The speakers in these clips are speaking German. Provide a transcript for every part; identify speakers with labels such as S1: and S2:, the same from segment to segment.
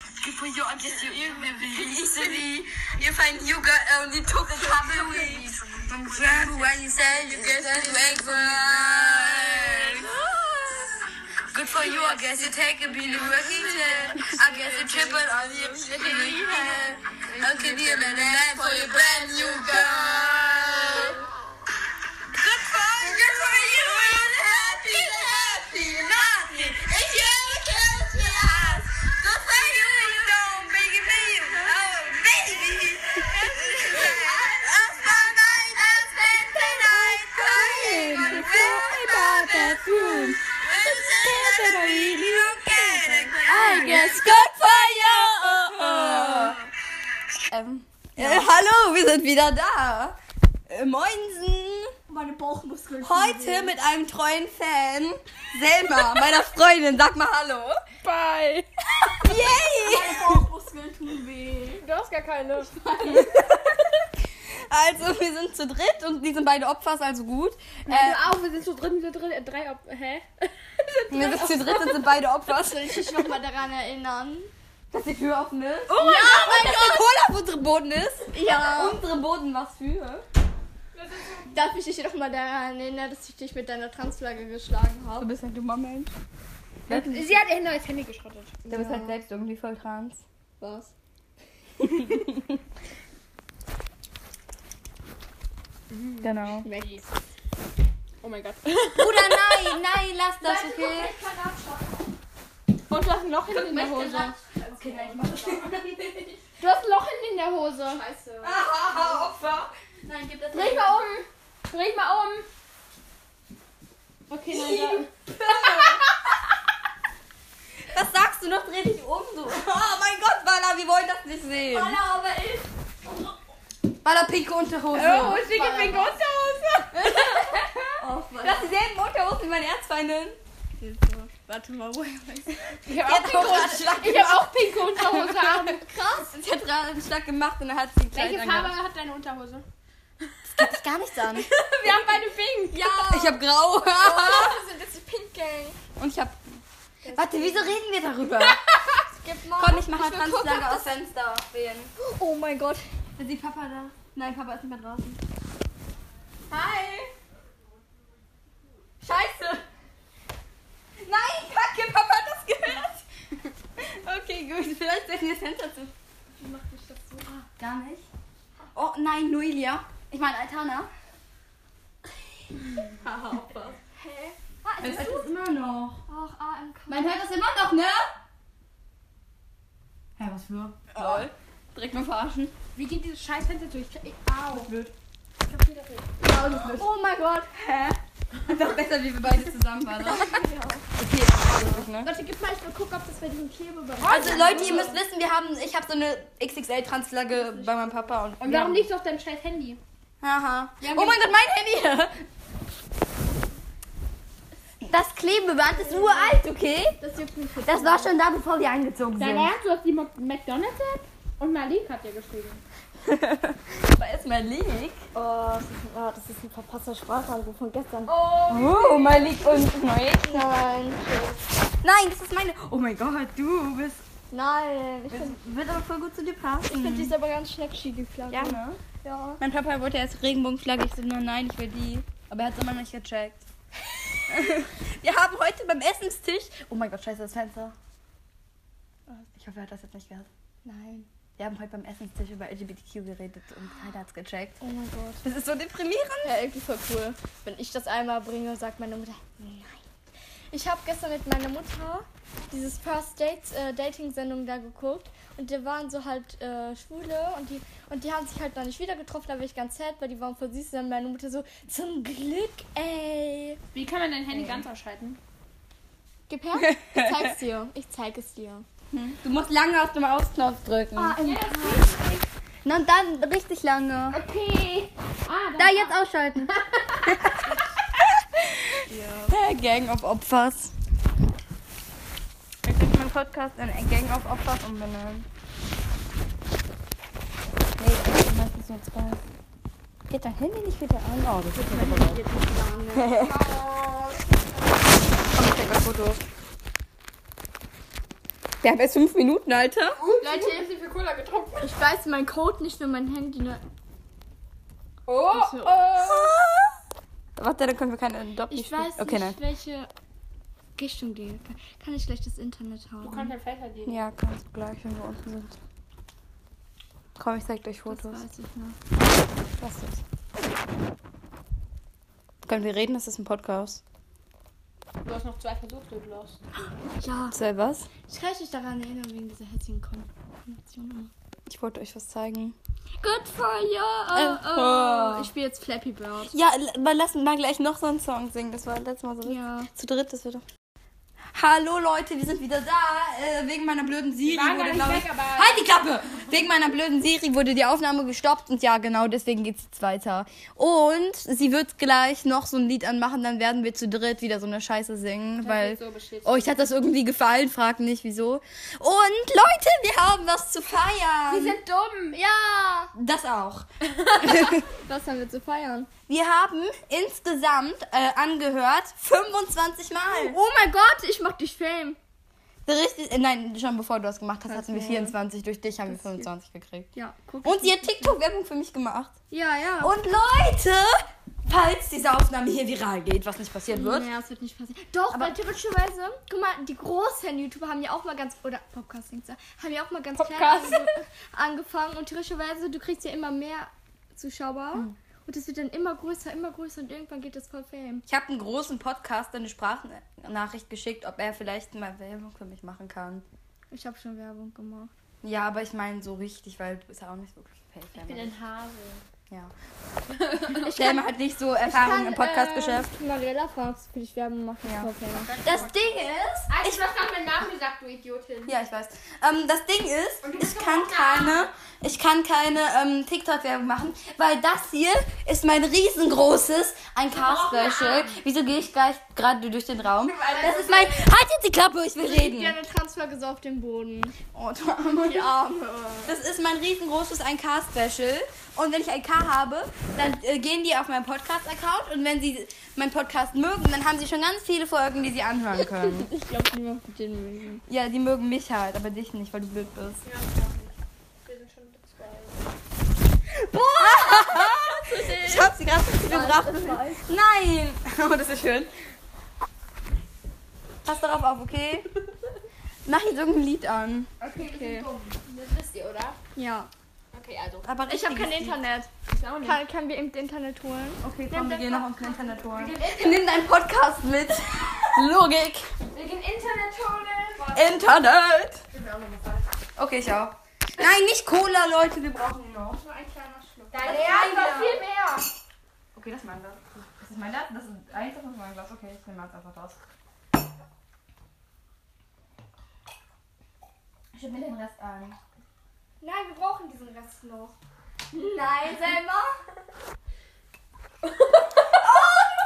S1: for you. I'm just your easily.
S2: easily. You find you got only took a couple weeks. I'm careful when you say you get to wake Good for you, I guess you take a bit of working day. I guess you triple on your chicken head. I can be a man for your brand new girl. Good for you, good for you, and happy, happy, happy. If you ever come to us, don't say you don't make it me. Oh, baby. Up all night, up and tonight, crying on the floor about that room. It's better to eat you can. I guess good for you. Ähm,
S3: Äh, hallo, wir sind wieder da. Äh, moinsen.
S4: Meine Bauchmuskeln.
S3: Heute mit einem treuen Fan, Selma, meiner Freundin. Sag mal hallo.
S5: Bye.
S3: Yay!
S4: Meine Bauchmuskeln tun weh.
S5: Du hast gar keine.
S3: Also, wir sind zu dritt und die sind beide Opfer, ist also gut.
S5: Äh,
S3: Äh,
S5: auch, wir sind zu dritt, wir sind drin, äh, drei, ob, hä?
S3: wir sind zu dritt und sind beide Opfer.
S4: Soll ich dich nochmal daran erinnern?
S3: Dass die Tür offen ist.
S5: Oh mein Gott!
S3: Und dass der Cola auf unserem Boden ist.
S4: Ja.
S3: Unsere Boden was für.
S4: Darf ich dich nochmal daran erinnern, dass ich dich mit deiner Transflagge geschlagen habe?
S3: Du bist halt ein dummer Mensch.
S5: Sie hat ihr neues Handy geschrottet.
S3: Du bist halt selbst irgendwie voll trans.
S4: Was?
S3: Genau.
S5: Oh mein Gott.
S3: Bruder, nein, nein, lass das, okay?
S5: Und du hast ein Loch hinten in der Hose. Du hast ein Loch hinten in der Hose.
S4: Scheiße.
S2: Nein, gib das
S5: Dreh mal um. Dreh mal um. Okay, nein,
S3: Was sagst du noch? Dreh dich um, du. Oh mein Gott, Walla, wir wollen das nicht sehen.
S2: Hallo, aber ich.
S3: Walla, pinke Unterhose.
S5: da. Oh, schicke Finger Unterhose.
S3: Das ist dieselben Unterhosen wie meine Erzfeindin.
S4: Warte mal, woher weißt du?
S5: Ich hab
S3: Die
S5: auch
S3: hat auch
S5: pinke
S3: einen Schlag,
S5: ich hab auch pinke Unterhose an.
S3: die hat gerade einen Schlag gemacht und dann hat sie ein Kleid
S5: Welche
S3: angehabt.
S5: Farbe hat deine Unterhose?
S4: Gib dich gar nichts an.
S5: Wir haben beide pink.
S3: Ja. Oh, Ich hab grau. und ich hab... Warte, wieso reden wir darüber? Komm, ich mach mal Translage aus Fenster wählen.
S4: Oh mein Gott.
S3: Ist die Papa da? Nein, Papa ist nicht mehr draußen. Hi! Scheiße! Nein, Kacke, Papa hat das gehört! Okay, gut, vielleicht sollten wir das Fenster zu. Wie macht mich das so? Gar nicht. Oh nein, Noelia. Ich meine, Altana. Haha, Opfer. Hä? Ah, es ist immer noch.
S4: Ach, AMK.
S3: Man hört das immer noch, ne? Hä, was für? Lol. Direkt mal verarschen.
S5: Wie geht dieses scheiß Fenster durch? Ich, au.
S3: blöd.
S5: Ich glaub, wieder blöd.
S4: Oh mein Gott.
S3: Einfach besser, wie wir beide zusammen waren. Okay,
S5: Leute, gib mal, ich will gucken, ob das bei diesem Klebebereich.
S3: Also Leute, ihr müsst wissen, wir haben, ich habe so eine XXL-Transflagge bei meinem Papa und.
S5: Und warum liegt auf deinem scheiß Handy?
S3: Aha. Oh mein Gott, mein Handy!
S1: Das Klebeband ist uralt, okay?
S5: Das juckt mich jetzt.
S1: Das war schon da, bevor wir angezogen
S5: Dein
S1: sind.
S5: Ernst, du hast die Mo- McDonalds-App? Und Malik hat dir geschrieben.
S3: War erst mal Leak.
S1: Oh, das ist ein verpasster Sprachanruf von gestern.
S3: Oh, mein Leak und neu.
S1: Nein,
S3: Nein, das ist meine. Oh mein Gott, du bist.
S1: nein. Ich finde
S3: Wird aber voll gut zu dir passen.
S1: die ist aber ganz schnäckschi, die Flagge.
S3: Ja, ne?
S1: ja.
S3: Mein Papa wollte erst Regenbogenflagge. Ich so, nur nein, ich will die. Aber er hat es immer noch nicht gecheckt. wir haben heute beim Essenstisch. Oh mein Gott, scheiße, das Fenster.
S6: Oh,
S3: Ich hoffe, er hat das jetzt nicht gehört.
S1: Nein.
S3: Wir haben heute beim Essenstisch über LGBTQ geredet und keiner hat's gecheckt.
S1: Oh mein Gott.
S3: Das ist so deprimierend.
S1: Ja, irgendwie voll cool. Wenn ich das einmal bringe, sagt meine Mutter, nein. Ich habe gestern mit meiner Mutter dieses First Dates äh, Dating Sendung da geguckt und da waren so halt äh, Schwule und die und die haben sich halt noch nicht wieder getroffen, da war ich ganz sad, weil die waren voll süß und dann meine Mutter so zum Glück, ey.
S5: Wie kann man dein Handy ganz ausschalten?
S1: Gib her, ich zeig's dir. Ich zeig es dir.
S3: Du musst lange auf dem Ausknopf drücken.
S1: Na und dann richtig lange.
S5: Okay. Ah,
S1: Da jetzt ausschalten.
S3: Gang of Opfers. Ich würde meinen Podcast in Gang of Opfers umbenennen. Nee, das ist meistens nur zwei. Geht dein Handy nicht wieder an? Oh, das ist aber laut.
S5: Oh.
S3: Komm, ich check das Foto. Wir haben erst fünf Minuten, Alter.
S5: Leute, ich hab so viel Cola getrunken.
S1: Ich weiß mein Code nicht nur mein Handy. ne? Nur
S5: Oh, oh.
S3: äh. Warte, dann können wir keine Doppel
S1: ich weiß
S3: Okay,
S1: nicht, welche Richtung die. Kann, kann ich gleich das Internet
S5: Du
S1: haben?
S5: kannst dein Feld verdienen.
S3: nein. Ja, kannst du gleich, wenn wir unten sind. Komm, ich zeig euch
S1: Das
S3: Fotos.
S1: weiß ich noch.
S3: Lass das. Können wir reden? Das ist ein Podcast.
S5: Du hast noch zwei Versuche, du glaubst.
S1: Ja,
S3: Soll was?
S1: ich kann mich nicht daran erinnern wegen dieser hetzigen Kombination.
S3: Ich wollte euch was zeigen.
S1: Good for you.
S3: Oh,
S1: Oh,
S3: oh.
S1: oh. Ich spiele jetzt Flappy Bird.
S3: Ja, l- mal lassen mal gleich noch so einen Song singen. Das war letztes Mal so.
S1: Ja.
S3: Zu dritt, das wird doch. Hallo Leute, wir sind wieder da. Äh, wegen meiner blöden Siri
S5: waren gar
S3: wurde,
S5: nicht
S3: glaube ich.
S5: weg, aber-
S3: Halt die Klappe! Wegen meiner blöden Siri wurde die Aufnahme gestoppt und ja, genau deswegen geht's jetzt weiter. Und sie wird gleich noch so ein Lied anmachen, dann werden wir zu dritt wieder so eine Scheiße singen,
S5: wird
S3: weil.
S5: so beschissen.
S3: oh, ich hatte das irgendwie gefallen, frag nicht wieso. Und Leute, wir haben was zu
S5: Wir
S3: feiern.
S5: sind dumm. Ja.
S3: Das auch.
S1: Was haben wir zu feiern?
S3: Wir haben insgesamt äh, angehört 25 Mal.
S1: Oh mein Gott, ich mach dich Fame.
S3: Richtig, äh, nein, schon bevor du das gemacht hast, hatten wir 24. Durch dich haben wir 25 gekriegt.
S1: Ja, guck.
S3: Und sie hat TikTok-Werbung für mich gemacht.
S1: Ja, ja.
S3: Und Leute, falls diese Aufnahme hier viral geht, was nicht passieren wird.
S1: Naja, es wird nicht passieren. Doch, aber weil typischerweise, guck mal, die großen YouTuber haben ja auch mal ganz, oder Podcastings, haben ja auch mal ganz
S5: Podcast.
S1: klein ange- angefangen. Und typischerweise, du kriegst ja immer mehr Zuschauer. Und es wird dann immer größer, immer größer und irgendwann geht das voll Fame.
S3: Ich habe einen großen Podcast eine Sprachnachricht geschickt, ob er vielleicht mal Werbung für mich machen kann.
S1: Ich habe schon Werbung gemacht.
S3: Ja, aber ich meine so richtig, weil du bist ja auch nicht wirklich
S5: Ich bin
S3: fähig.
S5: ein Hase.
S3: Ja. Stell hat nicht so Erfahrung im Podcastgeschäft.
S1: äh, Mariella Fox will ich Werbung machen.
S3: Ja.
S1: voll Fame.
S3: Das Ding ist,
S5: Alter, Ah, ich hast gerade meinen Namen gesagt, du Idiotin.
S3: Ja, ich weiß. Ähm, das Ding ist,
S5: Und du bist
S3: ich kann
S5: doch auch
S3: keine, ich kann keine ähm, TikTok-Werbung machen, weil das hier ist mein riesengroßes ein Cast-Special. Wieso gehe ich gleich gerade durch den Raum? Das ist mein. Halt jetzt die Klappe, ich will
S1: Ja,
S3: reden.
S1: eine Transferge so auf dem Boden.
S3: Oh, du Arme.
S1: Die Arme.
S3: Das ist mein riesengroßes 1K-Special. Und wenn ich 1K habe, dann äh, gehen die auf meinen Podcast-Account. Und wenn sie meinen Podcast mögen, dann haben sie schon ganz viele Folgen, die sie anhören können.
S1: Ich glaube, niemand mit den mögen.
S3: ja, die mögen mich halt, aber dich nicht, weil du blöd bist.
S5: Wir sind schon zwei.
S3: Ich hab sie gerade gebracht. Nein! Oh, das ist schön. Pass darauf auf, okay? Mach jetzt irgendein Lied an.
S5: Okay, wir sind dumm. Das wisst ihr, oder?
S1: Ja.
S5: Okay, also.
S3: Aber
S1: Ich habe kein
S3: richtiges
S1: Internet.
S5: Ich auch nicht.
S1: Kann, kann wir im Internet holen?
S3: Lied. Okay, komm, wir gehen noch ins Internet holen.
S5: Wir gehen
S3: Nimm deinen Podcast mit. Logik.
S5: wir gehen Internet holen.
S3: Internet.
S5: Ich bin auch noch mal
S3: Okay, ich auch. Nein, nicht Cola, Leute, wir brauchen ihn noch.
S5: Dein Ernst war viel mehr.
S3: Okay, das ist mein Glas. Das ist mein Glas? Das ist eins, das ist mein Glas. Okay, ich nehme eins einfach raus. Ich mir den Rest ein.
S1: Nein, wir brauchen diesen Rest noch. Nein, Selma.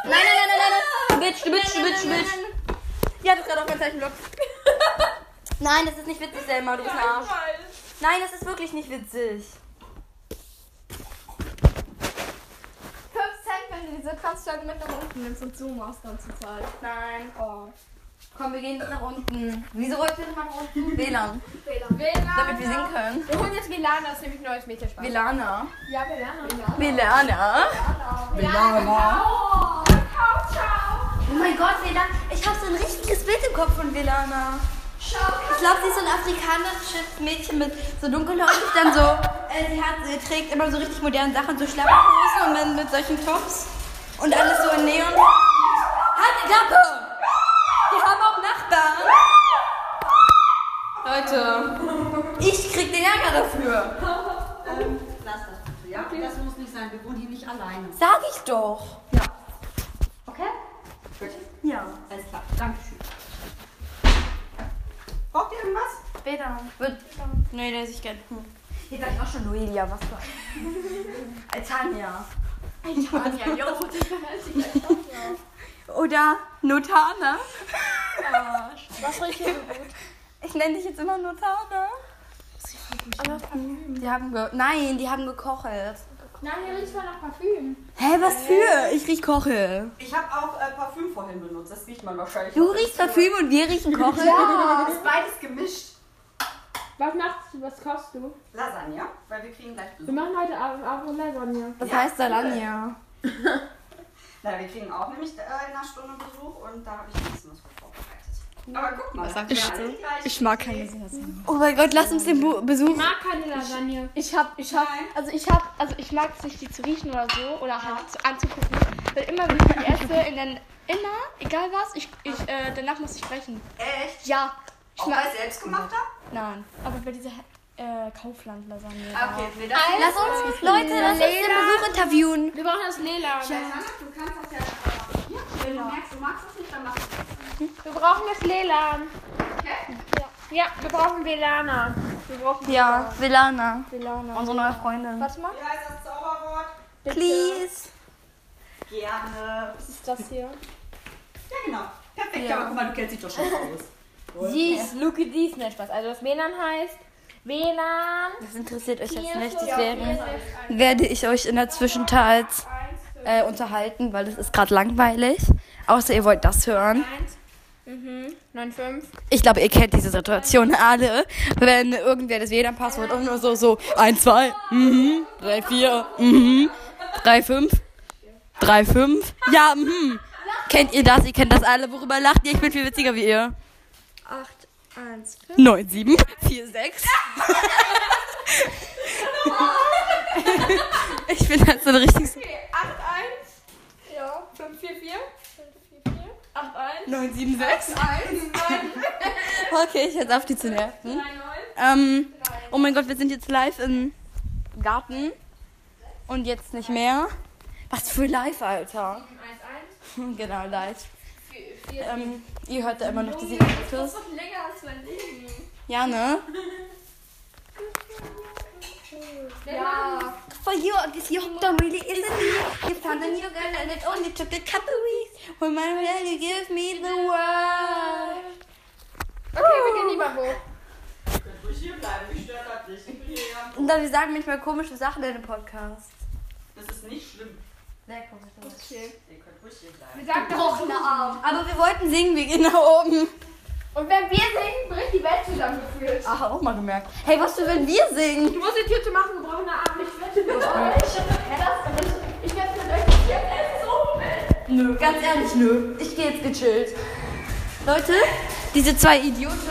S3: Nein, nein, nein, nein, nein, nein. Bitch, du Bitch, du Bitch, du Bitch. Ja, das gerade auf mein Zeichenblock. Nein, das ist nicht witzig, Selma, du bist ein Arsch. Nein, das ist wirklich nicht witzig.
S1: 5 Cent, wenn du diese Transferge mit nach unten nimmst und Zoom machst, dann zur Zahl.
S3: Nein. Oh. Komm, wir gehen nach unten. Wieso rollt ihr nach unten? WLAN.
S5: Velana.
S3: Damit wir singen können.
S5: Wir holen jetzt Velana, das ist nämlich ein neues Mädchenspaß.
S3: WLANer.
S5: ja, Velana.
S3: WLANer. WLANer.
S5: Oh, ciao, ciao.
S3: Oh mein Gott, WLAN. Ich habe so ein richtiges Bild im Kopf von WLANer. Ich glaube, sie ist so ein afrikanisches Mädchen mit so dunkelhäutig, dann so. Äh, sie, hat, sie trägt immer so richtig moderne Sachen, so Schlapperhosen und dann mit solchen Tops. Und alles so in Neon. Halt die Klappe! Wir haben auch Nachbarn. Leute, ich krieg den Ärger dafür.
S6: Lass das bitte, ja? Das muss nicht sein, wir wohnen hier nicht alleine.
S3: Sag ich doch.
S6: Okay? Gut.
S3: Ja.
S6: Alles klar, Dankeschön. Braucht ihr irgendwas?
S3: Später. Wird, nee, der ist gern. Hm. Hier sag ich auch schon Noelia, was für ein. Tanja.
S5: Anja, yo.
S3: Oder Notana.
S5: Ah,
S3: ich nenne dich jetzt immer Notana. Die haben ge Nein, die haben gekochelt.
S5: Nein, hier riecht mal nach Parfüm.
S3: Hä, was für? Ich riech Kochel.
S6: Ich habe auch äh, Parfüm vorhin benutzt, das riecht man wahrscheinlich.
S3: Du riechst Parfüm und wir riechen Kochel?
S5: Das ist beides gemischt. Was machst du? Was kochst du?
S2: Lasagne, weil wir kriegen gleich
S5: Wir
S2: Besuch.
S5: machen heute Abend Abend Lasagne.
S3: Was heißt Salania?
S2: Na, wir kriegen auch nämlich äh, in einer Stunde Besuch und da habe ich ein bisschen was für vorbereitet. Aber guck mal,
S1: sagt
S2: wir
S1: ihr
S2: alle
S1: dazu?
S2: gleich-
S1: Ich mag keine Salami.
S3: Oh mein Gott, lass uns den Bu-
S5: Ich
S3: Besuch.
S5: mag keine Lasagne.
S3: Ich hab, ich hab,
S2: Nein.
S3: also ich hab, also ich mag es nicht, die zu riechen oder so oder halt zu, anzugucken. Weil immer, wenn ich die esse, in den, immer, egal was, ich, ich, äh, danach muss ich brechen.
S2: Echt?
S3: Ja, ich
S2: Auch
S3: mag,
S2: bei selbstgemachter?
S3: nein, aber bei dieser, äh, Kaufland-Lasagne.
S2: Okay, nee, das
S3: Lass uns, Leute, lass uns den Besuch interviewen.
S5: Wir brauchen das Lela.
S2: Alexander, du kannst das ja einfach machen. Hier, wenn du merkst, du magst das nicht, dann machst du
S5: Wir brauchen das E WLAN. Okay? Ja, wir brauchen WLANer. Wir brauchen
S3: Ja, Velana. Unsere neue Freundin. Warte mal.
S2: Wie heißt das Zauberwort?
S3: Please.
S2: Gerne.
S3: Was ist das hier?
S2: Ja, genau. Perfekt, aber guck mal, du kennst dich doch schon aus.
S5: Dies, Luke dies, nicht was. Also das WLAN heißt WLAN.
S3: Das interessiert euch jetzt nicht, deswegen werde ich euch in der Zwischenzeit äh, unterhalten, weil es ist gerade langweilig. Außer ihr wollt das hören.
S5: 95.
S3: Ich glaube, ihr kennt diese Situation alle, wenn irgendwer das WLAN-Passwort und nur so, so 1, 2, mhm, 3, 4, mhm, 3, 5, 3, 5, ja, mhm. Kennt ihr das? Ihr kennt das alle. Worüber lacht ihr? Ich bin viel witziger wie ihr.
S1: 8, 1, 5.
S3: 9, 7, 4, 6. Ich bin halt so ein richtiges
S5: 81. Ja. 544. 81.
S3: 9, 7, 6. Okay, ich jetzt auf die zu nerven.
S5: 30.
S3: Ähm, oh mein Gott, wir sind jetzt live im Garten. Und jetzt nicht mehr. Was für live, Alter. Hm, Genau, live. Ähm, ihr hört da immer noch diese Autos.
S5: Länger als mein Leben.
S3: Ja, ne?
S5: Ja.
S3: For you, this you don't really is it. You found a new girl and it only took a couple weeks. When my girl, you give me the world.
S5: Okay, wir gehen lieber hoch.
S2: Könnt ruhig hier bleiben, mich stört das nicht. Ich bin hier.
S3: Und dann, wir sagen manchmal komische Sachen in dem Podcast.
S2: Das ist nicht schlimm.
S3: Sehr komische Sachen.
S2: Ihr könnt ruhig hier bleiben.
S5: Wir sagen doch.
S3: Aber wir wollten singen, wir gehen nach oben.
S5: Und wenn wir singen, bricht die Welt zusammengefühlt.
S3: Ach, auch mal gemerkt. Hey, was für wenn wir singen?
S5: Du musst die Tür zu machen, wir brauchen eine Abend. Ich wette mit euch. Das- Ich wette mit euch, ich werde es so mit.
S3: Nö, ganz ehrlich, nö. Ich gehe jetzt gechillt. Leute, diese zwei Idioten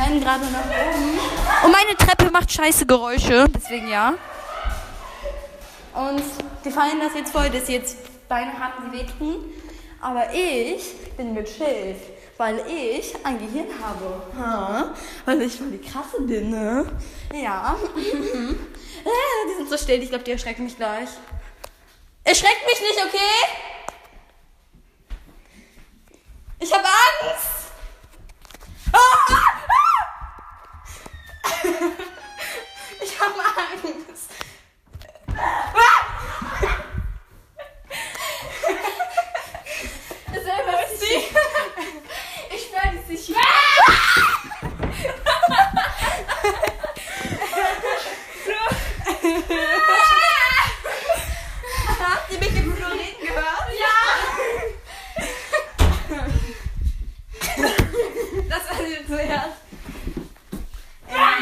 S3: rennen gerade nach oben. Und meine Treppe macht scheiße Geräusche, deswegen ja. Und die feiern das jetzt voll, dass sie jetzt Beine haben, sie wehtun. Aber ich bin gechillt, weil ich ein Gehirn habe. Ha? Weil ich voll die Krasse bin, ne? Ja. Mhm. Äh, die sind so still, ich glaube, die erschrecken mich gleich. Erschreckt mich nicht, okay? Ich habe Angst. Ah, ah, ah. Ich habe Angst.
S5: Das selber ist sie. Ich werde es nicht mehr.
S3: Habt ihr mich im Flur reden gehört? Ja. Das war dir zuerst. Äh,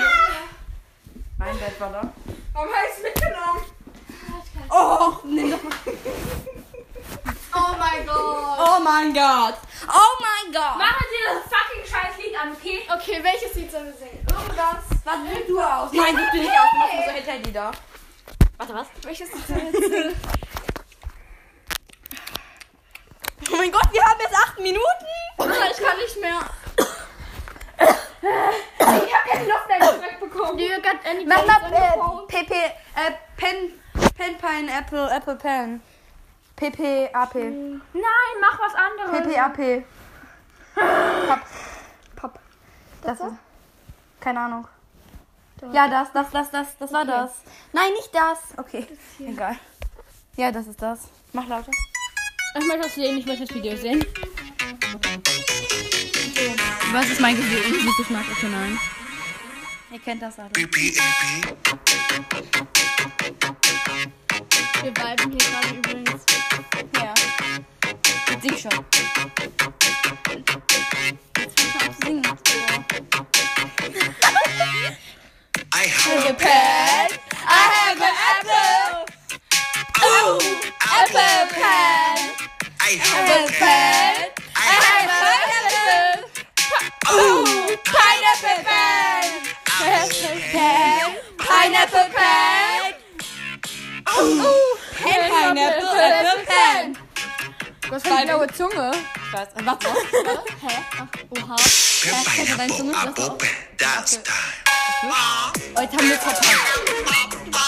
S3: Mein Bett war da.
S5: Warum habe ich es mitgenommen?
S3: Oh, nimm doch mal.
S5: Oh mein Gott.
S3: Oh mein Gott. Oh mein Gott.
S5: Machen Sie das fucking scheiß Lied an, okay?
S1: Okay, welches Lied sollen wir singen?
S3: Irgendwas. Was willst du aus? Nein, ich will nicht ausmachen, so hätte er die da. Warte, was?
S1: Welches Lied sollen wir singen?
S3: Oh mein Gott, wir haben jetzt acht Minuten.
S1: Mutter, ich kann nicht mehr.
S5: Ich habe keine Luft mehr geschmeckt bekommen.
S1: Do you got any
S3: Mama,
S1: games on your
S3: äh,
S1: phone?
S3: PP, äh, Pen, Pen, Pineapple, Apple, Pen. PPAP.
S5: Nein, mach was anderes.
S3: PPAP. Pap. Pap. Das ist. Keine Ahnung. Ja, das, das, das, das, das war das. Nein, nicht das. Okay. Egal. Ja, das ist das. Mach lauter.
S5: Ich möchte das E sehen, ich möchte das Video sehen.
S3: Was ist mein Musikgeschmack? Okay, nein. Ihr kennt das alle.
S1: Wir viben hier gerade übrigens.
S3: Ja.
S1: Sing schon. Jetzt hör ich auf zu singen.
S7: I have
S1: a pad. I have an apple. Ooh, apple pad.
S7: I have a pad. I have a
S1: pineapple. Ooh, pineapple pad. Pineapple pad. Pineapple pad. Ooh, pineapple apple pad.
S5: Was für eine blaue Zunge?
S1: Ich weiß, warte.
S7: pineapple apple pie. That's time.
S1: Heute haben wir verpasst.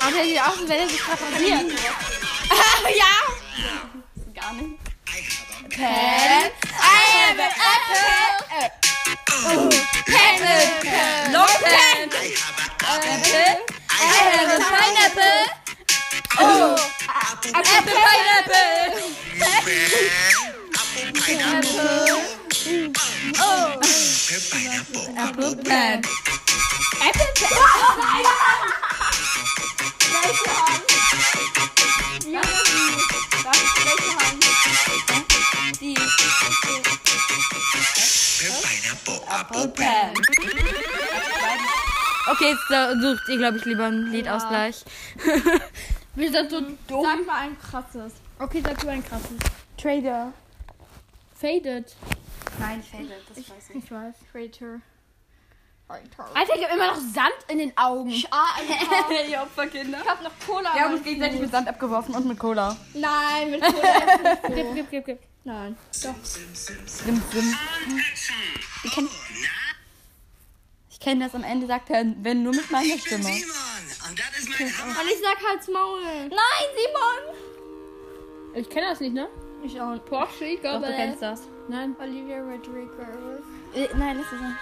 S5: Aber der sieht aus, als wäre der sich gerade rasiert.
S1: Gar nicht.
S5: Pen. I have an apple. Pen. No pen.
S7: I have a apple.
S5: I
S7: I have
S5: have a pineapple. Oh. Apple pineapple.
S7: a pen. Apple pineapple. Apple
S1: Apple
S7: pineapple.
S1: Pen.
S7: Apple pineapple. Apple pen.
S1: Pen.
S5: Okay, jetzt äh, sucht ihr, glaube ich, lieber einen Liedausgleich.
S3: Wir sind so dumm. Sag mal ein krasses. Okay, sag du ein krasses.
S5: Trader.
S3: Faded.
S5: Nein, Fader, das weiß
S3: Ich weiß. Creator.
S5: Alter, ich hab immer noch Sand in den Augen.
S1: Ihr Opferkinder.
S3: also Ich hab noch Cola.
S1: Wir haben uns gegenseitig mit Sand abgeworfen und mit Cola.
S3: Nein, mit Cola.
S5: Gib, gib, gib, gib.
S3: Nein.
S1: Sim, sim. Ich kenn- Ich kenne das am Ende, sagt er, wenn nur mit meiner Stimme.
S7: Simon, und das ist mein Hammer.
S3: Und ich sag halt's Maul.
S1: Nein, Simon!
S5: Ich kenne das nicht, ne?
S3: Ich auch.
S5: Porsche, ich
S1: Doch, du kennst das.
S5: Nein.
S3: Olivia Rodrigo.
S1: Äh, nein, lass es sein.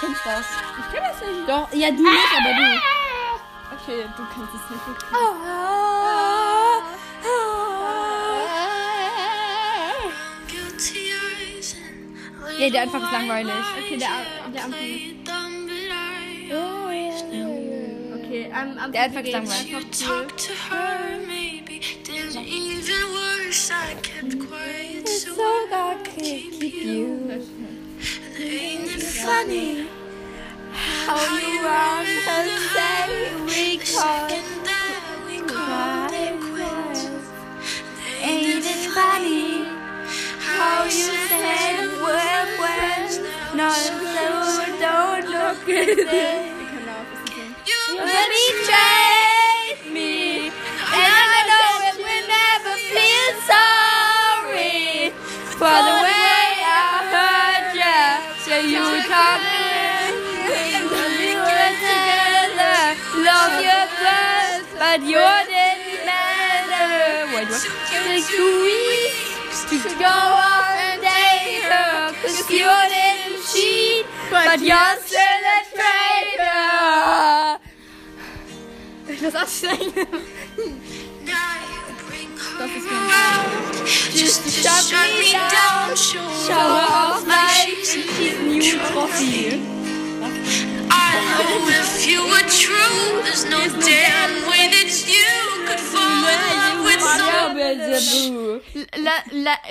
S1: Du kennst das.
S5: Ich kenne das nicht.
S1: Doch, ja, du nicht, aber du.
S3: Okay, du kannst es nicht wirklich.
S5: Nee, der Anfang ist langweilig.
S3: Okay, der, der Anfang ist.
S2: Oh,
S3: Okay, am Anfang.
S5: Der Anfang ist langweilig.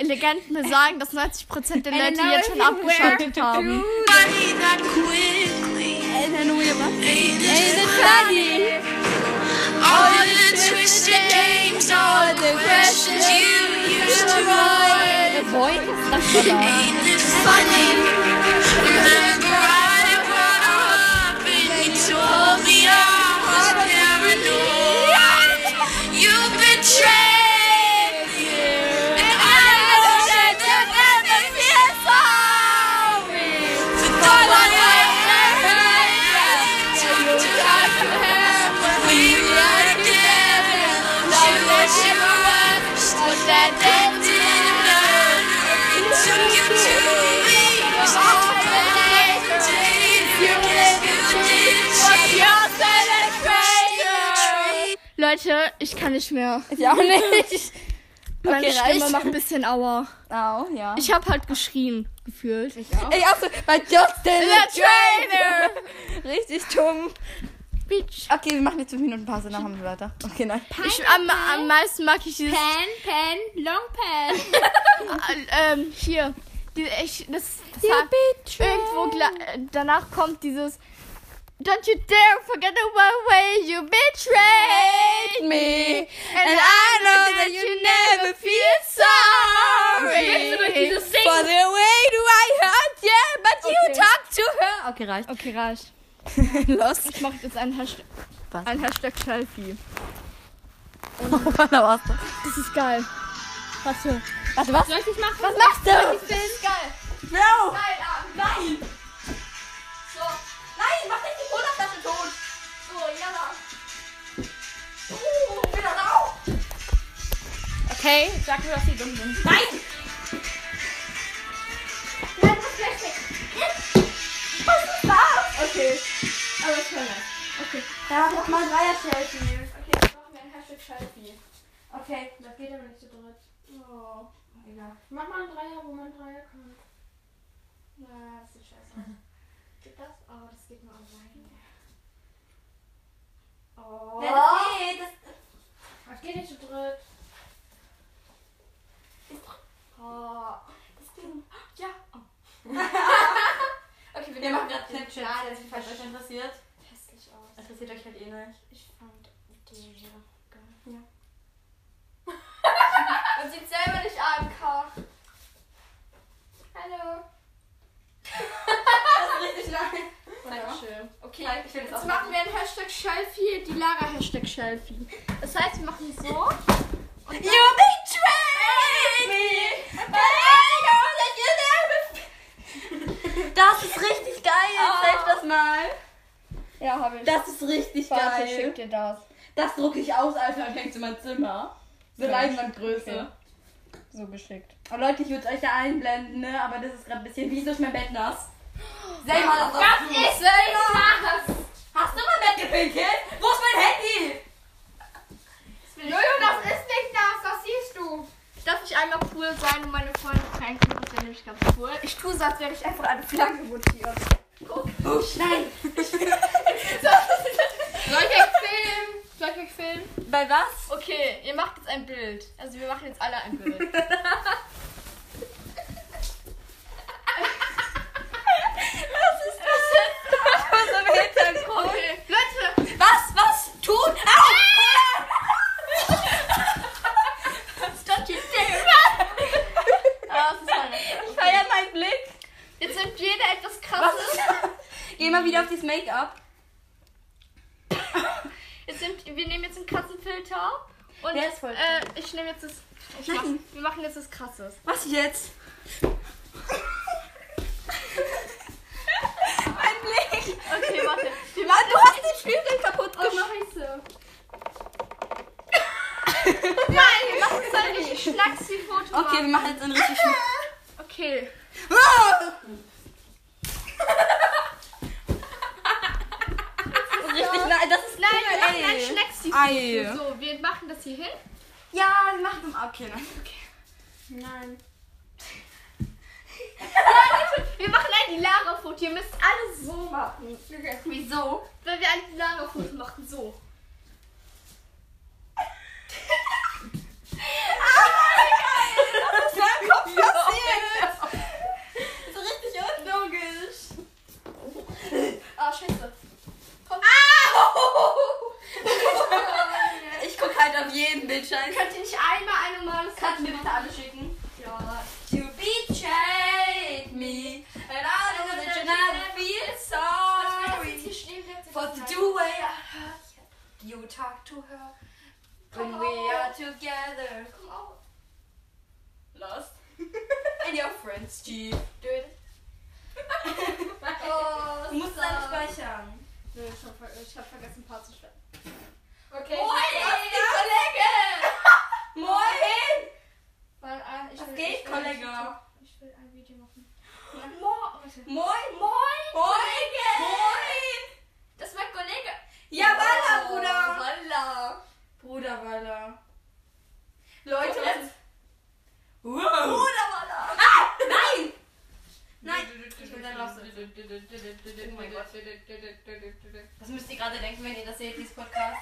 S3: Legenden sagen, dass 90% der Leute jetzt schon abgeschaltet haben.
S2: Took you two weeks to
S1: Leute, ich kann nicht mehr.
S3: Ich auch nicht.
S1: Meine
S3: Okay,
S1: Stimme
S3: reicht.
S1: macht ein bisschen Aua.
S3: Au, ja.
S1: Ich habe halt geschrien, gefühlt.
S3: Ey, auch so, bei Justin
S1: The Trainer!
S3: Richtig dumm.
S1: Bitch.
S3: Okay, wir machen jetzt 5 Minuten Pause, dann machen wir weiter. Okay, nein.
S1: Ich, am, am meisten mag ich dieses.
S5: Pen, Pen, Long Pen.
S1: Äh, ähm, hier. Die, ich, das das hat irgendwo gla- äh, danach kommt dieses. Don't you dare forget the one way you betrayed me. And, I know that you never feel sorry.
S3: For the way do I hurt you, but you talk to her. Okay, reicht.
S1: Okay, reicht.
S3: Los.
S1: Ich mache jetzt einen Hashtag.
S3: Was?
S1: Ein Hashtag Selfie.
S3: Warte,
S1: Das ist geil. Warte.
S3: was?
S5: Soll ich dich machen? Was
S3: machst du?
S1: Das ist geil.
S3: No!
S5: Okay, sag nur, dass die dumm sind.
S8: Ja, mach mal Dreier-Selfie. Okay, ich mach mir ein Hashtag-Selfie. Okay, das geht aber nicht zu dritt. Oh, egal. Mach mal ein Dreier, wo man Dreier kann. Na, das sieht scheiße aus.
S1: Mhm.
S8: Geht das? Oh, das geht nur online. Oh. Das geht nicht zu dritt. Oh, das Ding. Ja. Oh.
S5: Okay, wir machen gerade Snapchat. Nein, das ist falsch. euch interessiert.
S8: Hässlich aus.
S5: Oh. Interessiert euch halt eh nicht.
S8: Ich fand die hier geil.
S5: Man sieht selber nicht AMK.
S8: Hallo.
S5: Richtig lang.
S1: Wunderschön.
S5: Okay, Nein, ich will das
S1: Jetzt
S5: auch
S1: machen wir ein Hashtag Shelfie, die Lara Hashtag Shelfie. Das heißt, wir machen so.
S3: You betrayed me! But I know that you never Das ist richtig geil. Save das mal.
S1: Ja, habe ich.
S3: Das ist richtig
S1: Warte, ich
S3: geil.
S1: schick dir das.
S3: Das drucke ich aus, Alter, und hängt in mein Zimmer. So Leinwandgröße.
S1: So geschickt.
S3: Oh, Leute, ich würde euch ja einblenden, ne? Aber das ist gerade ein bisschen wie ist durch mein Bett nass. Sag mal, das Was ist das? Hast du mein Bett gepinkelt? Wo ist mein Handy?
S1: Jojo, das ist nicht das, das siehst du. Ich darf nicht einmal cool sein und meine Freunde pranken, das wäre nämlich ganz cool. Ich tue so, als wäre ich einfach eine Flagge mutiert. Soll ich euch filmen? Soll ich euch filmen?
S3: Bei was?
S1: Okay, ihr macht jetzt ein Bild. Also wir machen jetzt alle ein Bild.
S3: Was im Hintergrund?
S1: Okay, Leute,
S3: Was? Was? Tun? Au!
S1: Ah, das ist meine.
S3: Ich feier meinen Blick.
S1: Jetzt nimmt jeder etwas krasses.
S3: Geh mal wieder auf dieses Make-up.
S1: Jetzt nimmt, wir nehmen jetzt einen krassen Filter. Und
S3: Der ist voll
S1: äh, ich nehme jetzt das. Ich mach,
S3: Nein.
S1: wir machen jetzt das krasses.
S3: Was jetzt? mein Blick.
S1: Okay, warte.
S3: Mann, Ah, du hast den Spiegel kaputt
S1: Oh,
S3: gemacht.
S1: Scheiße. Nein, wir machen so ein richtig schnacksi Foto.
S3: Okay, wir machen jetzt einen richtig Schnitt.
S1: Okay.
S3: Ah. Richtig, nein, das ist
S1: Nein, wir machen ein
S3: Ey.
S1: schnacksi
S3: Ei.
S1: Foto. So, wir machen das hier hin.
S3: Ja, wir machen im Okay, nein.
S8: Nein.
S1: Wir machen ein Lara-Foto. Ihr müsst alle so machen.
S3: Wieso?
S1: Weil wir ein Lara-Foto machen, so.
S3: Was ist deinem Kopf passiert? so richtig unlogisch. Oh,
S1: Ah, scheiße.
S3: Ich guck halt auf jeden Bildschirm.
S1: Könnt ihr nicht einmal ein normales
S3: Kannst du mir bitte alle schicken?
S1: Ja.
S3: You betrayed me, and I know that you never feel
S1: Äh,
S3: sorry. For the two way I hurt you, you talk to her when we are together. Lost. And your friends cheat. Do it. Du musst es alle speichern.
S1: Nö, Ich hab, ver- ich hab vergessen, ein paar zu schreiben.
S3: Moin, Kollege! Moin!
S1: Weil, äh, ich
S3: Was
S1: will-
S3: geht,
S1: ich will-
S3: Kollege?
S1: Ich will ein Video machen.
S3: Moin, moin! Kollege! Moin!
S1: Das ist mein Kollege.
S3: Ja, Walla, Bruder!
S1: Walla.
S9: Das müsst ihr gerade denken, wenn ihr das seht, dieses Podcast.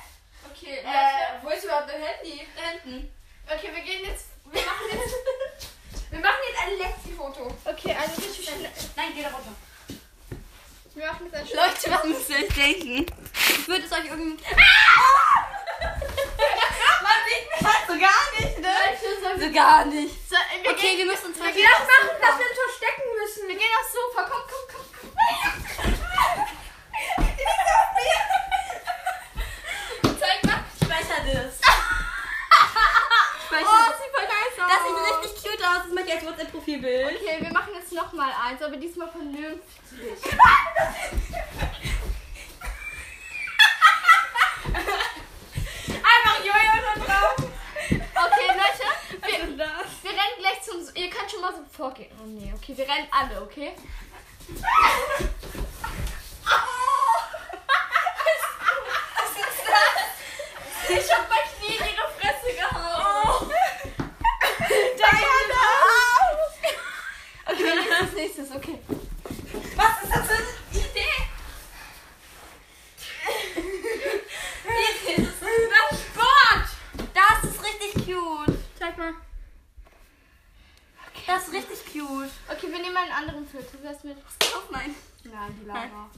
S5: Okay,
S9: Äh,
S5: Leute, wo ist überhaupt mein Handy?
S9: Da hinten.
S5: Okay, wir gehen jetzt. Wir machen jetzt. wir machen jetzt ein Lexi-Foto.
S1: Okay, ein richtig schnell.
S9: Nein, geh da runter.
S1: Wir machen jetzt ein schnell.
S3: Leute, was müsst ihr euch denken? Ich würde es euch irgendwie. Man sieht mich halt so gar nicht, ne? So gar nicht.
S5: So, äh, wir
S3: Okay, wir müssen uns
S5: Wir gehen das machen, dass wir ein Tor stecken müssen. Wir gehen aufs Sofa. Komm, komm, komm, komm. Zeig mal.
S3: Speicher das. Speicher das.
S5: Oh, sieht voll nice aus.
S3: Das sieht richtig cute aus. Das mache ich als WhatsApp-Profilbild.
S1: Okay, wir machen jetzt nochmal eins, aber diesmal vernünftig.
S5: Einfach Jojo da drauf.
S1: Okay, Leute, wir, wir rennen gleich zum. Ihr könnt schon mal so vorgehen. Also Oh nee, okay, wir rennen alle, okay?
S5: Ich hab mein Knie in ihre Fresse gehauen.
S1: Okay, nächstes, nächstes, okay.
S5: Was ist das für eine Idee? Das ist Sport.
S3: Das ist richtig cute. Zeig mal. Das ist richtig cute.
S1: Okay, wir nehmen einen anderen Filter. Wer ist mit?
S3: Oh nein.
S1: Nein, die Laura.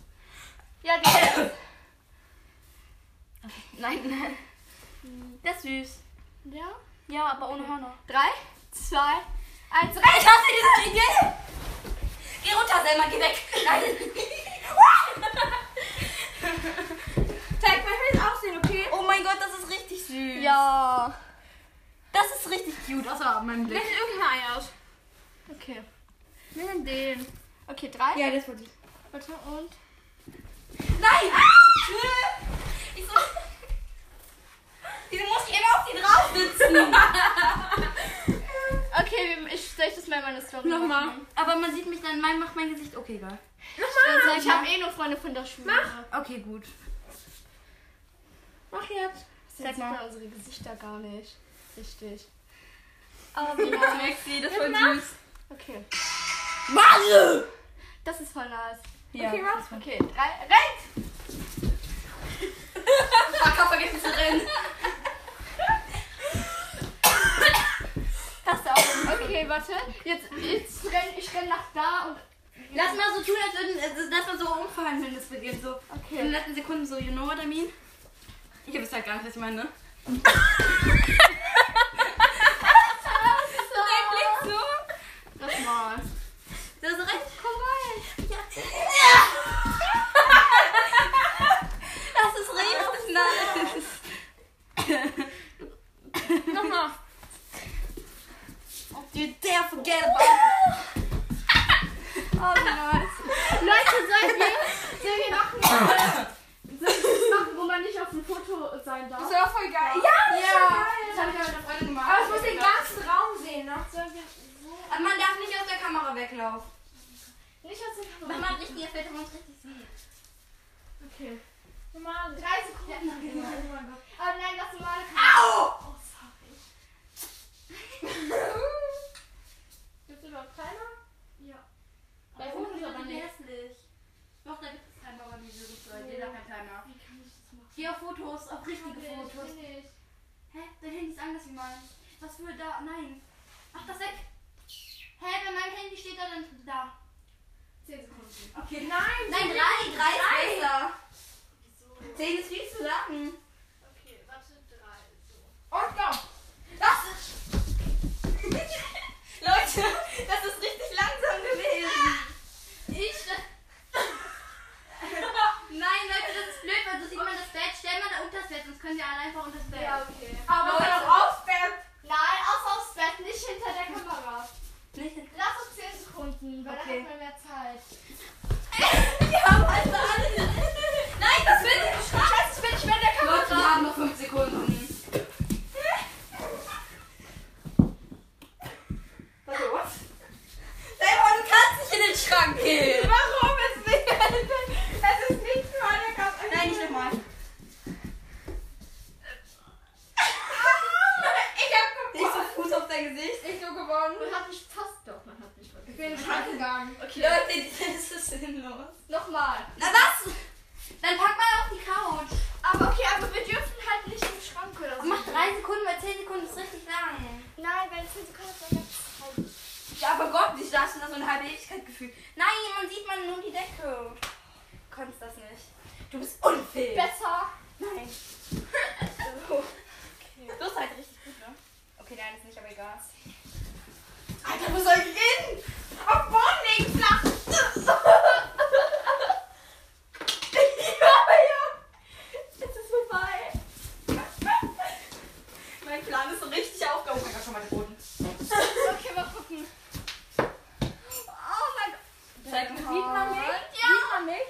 S1: Ja, die.
S3: Nein, nein. Das ist süß.
S1: Ja?
S3: Ja, aber ohne Hörner.
S1: Drei, zwei, eins,
S3: Ich hasse diese Idee. Geh runter, Selma, geh weg. Nein.
S5: Zeig mal, wie es aussehen, okay?
S3: Oh mein Gott, das ist richtig süß.
S1: Ja.
S3: Das ist richtig cute. Außer auf meinem Blick.
S5: Sieht irgendein Ei aus.
S1: Okay.
S5: Nimm den.
S1: Okay, drei.
S3: Ja, das wollte ich.
S1: Äh? Warte, und.
S3: Nein! Ah! Ich so. Diese muss ich immer auf den drauf sitzen.
S1: Okay, wir- ich, soll ich das mal in meine Story
S3: Nochmal.
S1: machen?
S3: Aber man sieht mich dann, mein, macht mein Gesicht. Okay, egal.
S1: Also,
S3: Ah,
S1: ich habe eh nur Freunde von der Schule. Mach.
S3: Okay, gut.
S5: Mach jetzt.
S1: Sag
S3: mal.
S1: mal unsere Gesichter gar nicht. Richtig. Aber ja.
S3: Maxi, das war süß.
S1: Okay.
S3: Warte!
S1: Das ist voll nice.
S3: Ja.
S1: Okay, mach's. Okay, drei. Rennt!
S3: Fucker, vergessen zu rennen. Passt auf.
S1: Okay, warte. Jetzt, jetzt renn, ich renn nach da und.
S3: Lass mal so tun, als würden, äh, lass mal so umfallen, wenn das beginnt. So in den
S1: Okay.
S3: letzten Sekunden so, you know what I mean? Ihr wisst halt gar nicht, was ich meine, ne? Der Blick so.
S1: Nochmal.
S3: Das ist recht korrekt. Ja. Das ist richtig nice.
S5: Nochmal.
S3: You dare forget about Oh, nice.
S1: Leute, sollen wir, sollen wir machen, äh, sollen wir das machen, wo man nicht auf dem Foto sein darf?
S5: Das ist doch voll geil. Ja, das ist voll geil.
S1: Das habe ich ja mit einer Freundin gemacht.
S5: Aber ich muss den ganzen Raum sehen, ne?
S3: Aber man darf nicht aus der Kamera weglaufen.
S1: Nicht aus dem
S3: Wenn man richtig erfährt, dann muss man richtig sehen.
S1: Okay. Normal. Drei Sekunden. Aber nein, das normale Au! Oh, sorry.
S5: Gibt es überhaupt kleiner? Ja.
S3: Bei Hunden ist aber nicht. hässlich. Doch, da gibt es keinen Bauer, die so gut Jeder hat halt keiner.
S1: Wie kann ich das machen?
S3: Hier auf Fotos, auf richtige Fotos. Hä? Dein Handy ist anders wie mein. Was würde da? Nein. Mach das weg. Hä, bei meinem Handy steht da dann da.
S5: Zehn Sekunden.
S3: Okay.
S5: Nein,
S3: Nein, drei, drei ist besser. Zehn ist viel zu lang.
S5: Okay, warte, drei. So. Und go!
S3: Oh, Das ist. Leute, das ist richtig langsam gewesen. Ich. Nein, Leute, das ist blöd, weil so sieht man das Bett. Stell mal da unter das Bett, sonst können sie alle einfach unter das Bett.
S5: okay. Aber man kann auch aufwärmen.
S1: Nein, aus aufs Bett, nicht hinter der Kamera.
S3: Nicht.
S1: Lass uns 10 Sekunden, weil
S3: Okay.
S1: dann hat man mehr Zeit.
S3: Wir haben also alle. Nein, das will ich nicht. Scheiße, ich bin nicht mehr in der Kamera. Leute, wir haben noch 5 Sekunden. Warte, was? Selber, du kannst nicht in den Schrank gehen.
S5: Warum ist nicht? Es ist nicht für eine Kamera.
S3: Nein, nicht nochmal.
S5: Ich hab
S3: Nicht so Fuß auf dein Gesicht.
S5: nicht so gewonnen.
S1: Man hat mich fast doch, man hat mich wirklich.
S5: Ich bin in den Schrank gegangen. sagen. Okay.
S3: Leute, das ist sinnlos.
S5: Nochmal.
S3: Na was? Dann pack mal auf die Couch.
S5: Aber okay, aber wir dürfen halt nicht im Schrank oder so.
S3: Mach drei Sekunden, weil zehn Sekunden ist richtig lang.
S5: Nein, wenn es nicht so kommt, dann halt.
S3: Ja, aber Gott, ich saß da so eine halbe Ewigkeit gefühlt. Nein, man sieht man nur die Decke. Konntest das nicht. Du bist unfähig.
S5: Besser.
S3: Nein. so. Das ist halt richtig gut, ne? Okay, nein, ist nicht, aber egal. Alter, wo soll ich hin? Auf dem Boden liegen, flach. ja, ja. Es ist vorbei. mein Plan ist so richtig aufgehoben. Oh mein Gott, schon mal den Boden.
S5: Okay, mal gucken.
S3: Oh mein Gott. Zeig mir, sieht man mich?
S5: Ja.
S3: Sieht man mich?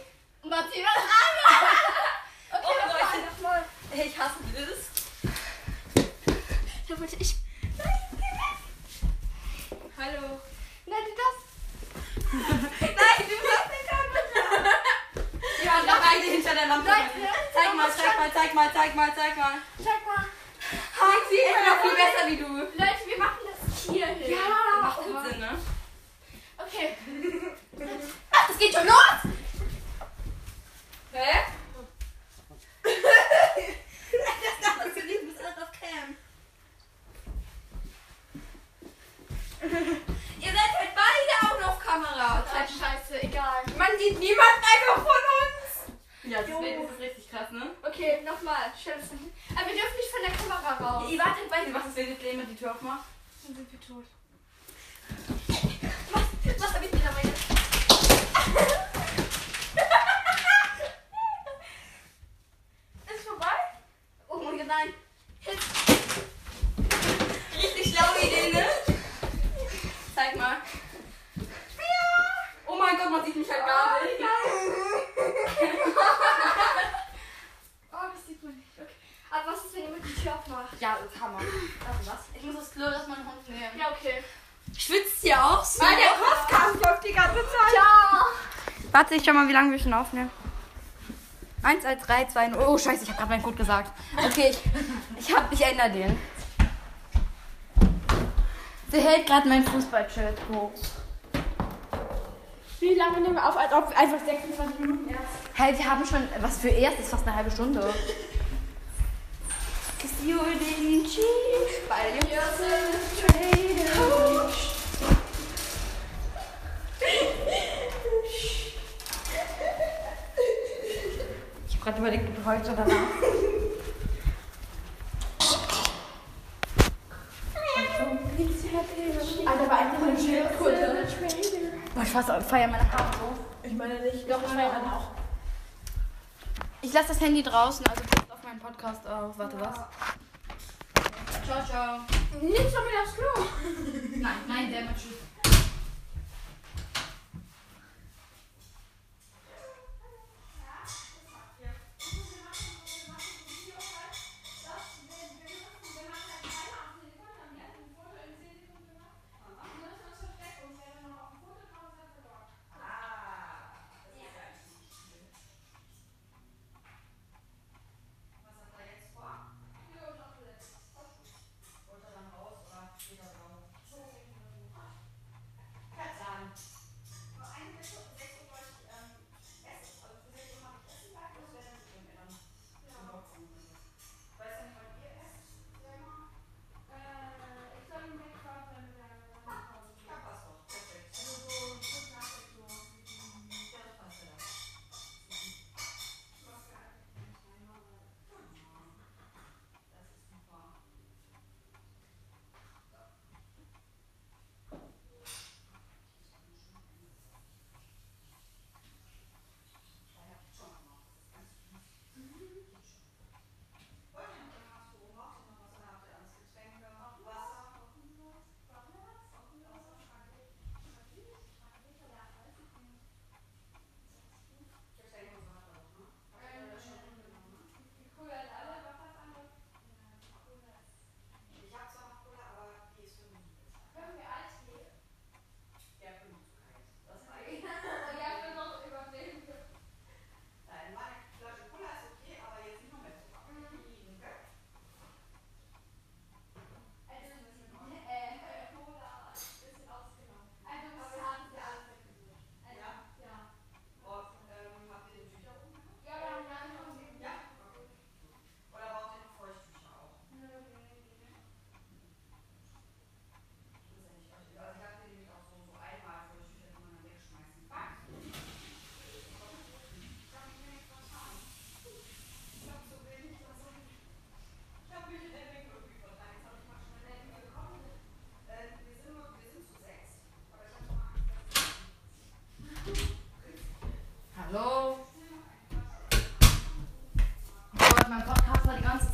S5: Martina,
S3: Okay, oh, Leute. Hey, ich hasse das.
S1: Da wollte ich.
S3: Hallo.
S1: Nein, du darfst.
S3: Nein, du hast den Kamera. Ja, da beide hinter der Lampe. Zeig mal, zeig mal, zeig mal, zeig mal, zeig mal.
S5: sag mal.
S3: Hank sieht immer noch viel besser wie du.
S5: Leute, wir machen das hier hin.
S3: Macht keinen Sinn, ne?
S5: Okay.
S3: Ach, das geht schon los! Hä? das darf uns geliebt, bis alles auf Cam. Ihr seid halt beide auch noch Kamera.
S5: Nein, scheiße, egal.
S3: Man sieht niemanden einfach von uns. Ja, das
S5: Jo.
S3: ist richtig krass, ne?
S5: Okay, nochmal. Schön. Aber wir dürfen nicht von der Kamera raus.
S3: Ihr wartet beide, was ist, wenn jetzt Lehmann die Tür aufmacht?
S5: Dann sind wir tot.
S3: Was, was hab ich mir dabei gedacht? Ist vorbei? Oh mein Gott, nein. Richtig schlaue Idee, ne? Zeig mal. Oh mein Gott, man sieht mich halt gar nicht.
S5: Oh, das sieht man nicht. Okay. Aber was ist, wenn jemand die Tür aufmacht?
S3: Ja, das ist Hammer. Also was? Ich muss aufs Klo, lass meinen Hund nehmen.
S5: Ja, okay.
S3: Schwitzt hier auch so? Weil der Kopf
S4: Warte, ich schau mal, wie lange wir schon aufnehmen. 1, 1, 3, 2, 0. Oh, scheiße, ich habe gerade meinen Code gesagt. Okay, ich, ich, hab, ich ändere den. Der hält gerade mein Fußballshirt hoch.
S5: Wie lange nehmen wir auf, als ob einfach 26 Minuten erst?
S4: Hey, wir haben schon, was für erst, ist fast eine halbe Stunde. Ich habe gerade überlegt, ob du heute oder nach.
S5: Alter, war einfach eine Schildkröte.
S4: Boah, ich fast feier meine Haare so. Ich meine nicht, doch, ich feier meine auch. Ich lasse das Handy draußen, also passt auf meinen Podcast auf. Warte, was?
S3: Ciao, ciao.
S5: Nimm schon wieder das Klo.
S3: Nein, nein, der Mensch ist.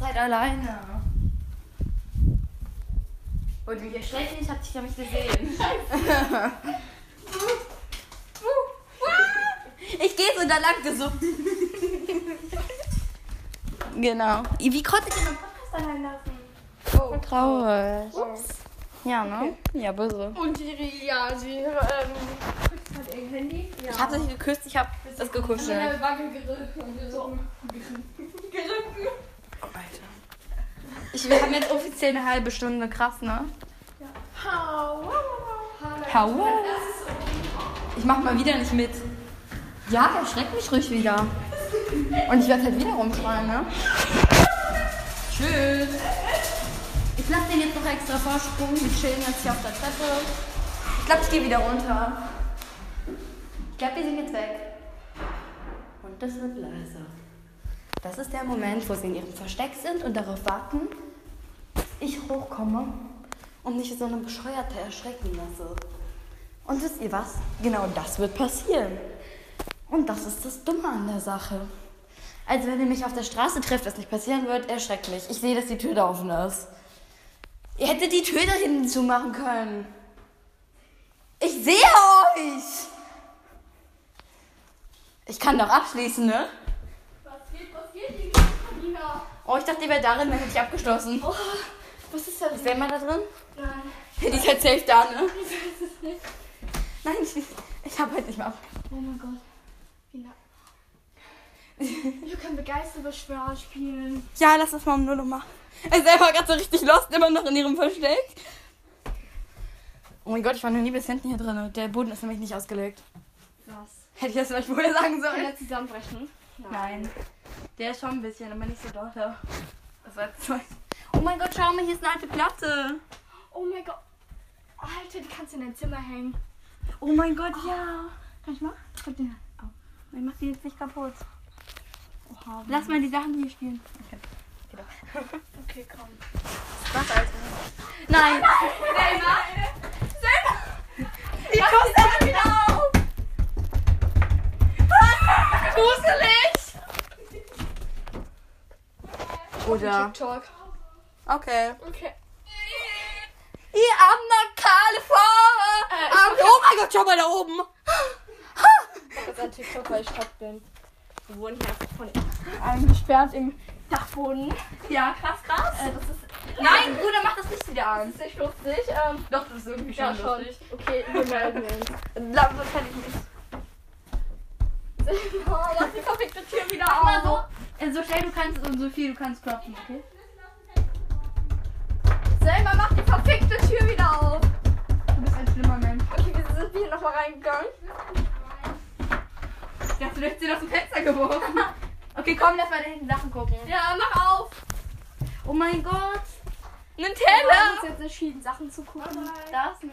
S10: halt alleine. Und wie ihr schlecht ich hab dich nämlich gesehen.
S3: Ich gehe so da lang gesucht. genau. Wie konnte ich in meinem Podcast allein lassen? Oh. Traurig. Ja, ne? Ja, böse.
S5: Und die, ja, sie, ähm, hat ihr Handy. Ja.
S3: Ich hab's nicht geküsst, ich hab das gekuschelt.
S5: Eine Wacke gerückt und wir so. Gerückt.
S3: Ich, wir haben jetzt offiziell eine halbe Stunde. Krass, ne?
S5: Hau.
S3: Hau. Ich mach mal wieder nicht mit. Ja, erschreck mich ruhig wieder. Und ich werde halt wieder rumschreien, ne? Tschüss. Ich lasse den jetzt noch extra Vorsprung. Wir chillen jetzt hier auf der Treppe. Ich glaube, ich gehe wieder runter. Ich glaube, wir sind jetzt weg. Und das wird leiser. Das ist der Moment, wo sie in ihrem Versteck sind und darauf warten, dass ich hochkomme und mich so eine Bescheuerte erschrecken lasse. Und wisst ihr was? Genau das wird passieren. Und das ist das Dumme an der Sache. Also wenn ihr mich auf der Straße trefft, was nicht passieren wird, erschreckt mich. Ich sehe, dass die Tür da offen ist. Ihr hättet die Tür da hinten zumachen können. Ich sehe euch! Ich kann doch abschließen, ne?
S5: Was geht, was geht, die Karina? Oh,
S3: Oh, ich dachte, ihr wärt darin, dann hätte ich abgeschlossen. was ist das? Ist der mal da drin?
S5: Nein.
S3: Die ist halt safe da, ne? Nein, ich, ich habe halt nicht mehr ab.
S5: Oh mein Gott. Karina. Wir können begeistert Beschwörer spielen.
S3: Ja, lass das mal um Null machen. Er ist selber gerade so richtig lost, immer noch in ihrem Versteck. Oh mein Gott, ich war noch nie bis hinten hier drin. Der Boden ist nämlich nicht ausgelegt.
S5: Was?
S3: Hätte ich das vielleicht vorher sagen
S5: Können
S3: sollen.
S5: wir zusammenbrechen?
S3: Nein. Der ist schon ein bisschen, aber nicht so doll. Das war zwei. Oh mein Gott, schau mal, hier ist eine alte Platte.
S5: Oh mein Gott. Alter, die kannst du in dein Zimmer hängen.
S3: Oh mein Gott, ja.
S5: Kann ich mal? Guck dir.
S3: Ich mach die jetzt nicht kaputt. Lass mal die Sachen hier spielen.
S5: Okay, komm. Ah,
S3: Nein. Die kommt immer wieder auf. Ah, Gruselig. Ah, Oder.
S5: TikTok.
S3: Okay.
S5: Okay.
S3: Ihr armer Kalifar. Arme- Oh mein Gott, schau mal da oben.
S1: Das ist ein TikTok, weil ich hot bin. Wir wurden hier einfach von
S5: Einem gesperrt im Dachboden. Äh,
S3: Ja, krass, krass. Nein, Bruder, mach das nicht wieder an.
S5: Ist nicht lustig. Ähm,
S3: Doch, das ist irgendwie schon
S1: Ja, schon.
S3: lustig.
S1: Okay, wir melden uns.
S3: Lass das kann ich nicht.
S5: lass die verfickte Tür wieder
S3: Mach mal
S5: auf.
S3: so, äh, so schnell du kannst und so viel du kannst klopfen, okay?
S5: Selma, mach die verfickte Tür wieder auf.
S3: Du bist ein schlimmer Mensch.
S5: Okay, wir sind hier nochmal reingegangen.
S3: Ich dachte, du hättest dir aus dem Fenster geworfen. okay, komm, lass mal da hinten Sachen gucken.
S5: Ja, mach auf.
S3: Oh mein Gott. Ein
S5: Wir
S3: Teller.
S5: haben uns jetzt entschieden, Sachen zu gucken.
S3: Da ist ein...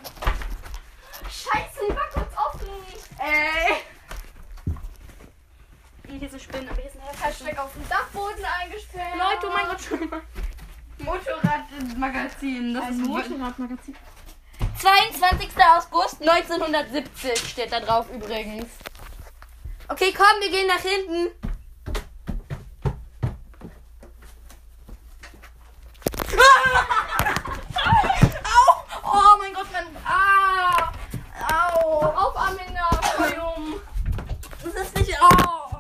S5: Scheiße, die war kurz offen.
S3: Ey. Hier sind Spinnen, aber hier ist ein Heft.
S5: Hashtag auf dem Dachboden eingesperrt.
S3: Leute, oh mein Gott, schon mal. Motorradmagazin. Das, das ist Motorradmagazin. 22. August 1970 steht da drauf übrigens. Okay, komm, wir gehen nach hinten. Ah! Au! Oh mein Gott, mein. Ah! Au!
S5: Auf, Amina.
S3: Das ist nicht. Oh.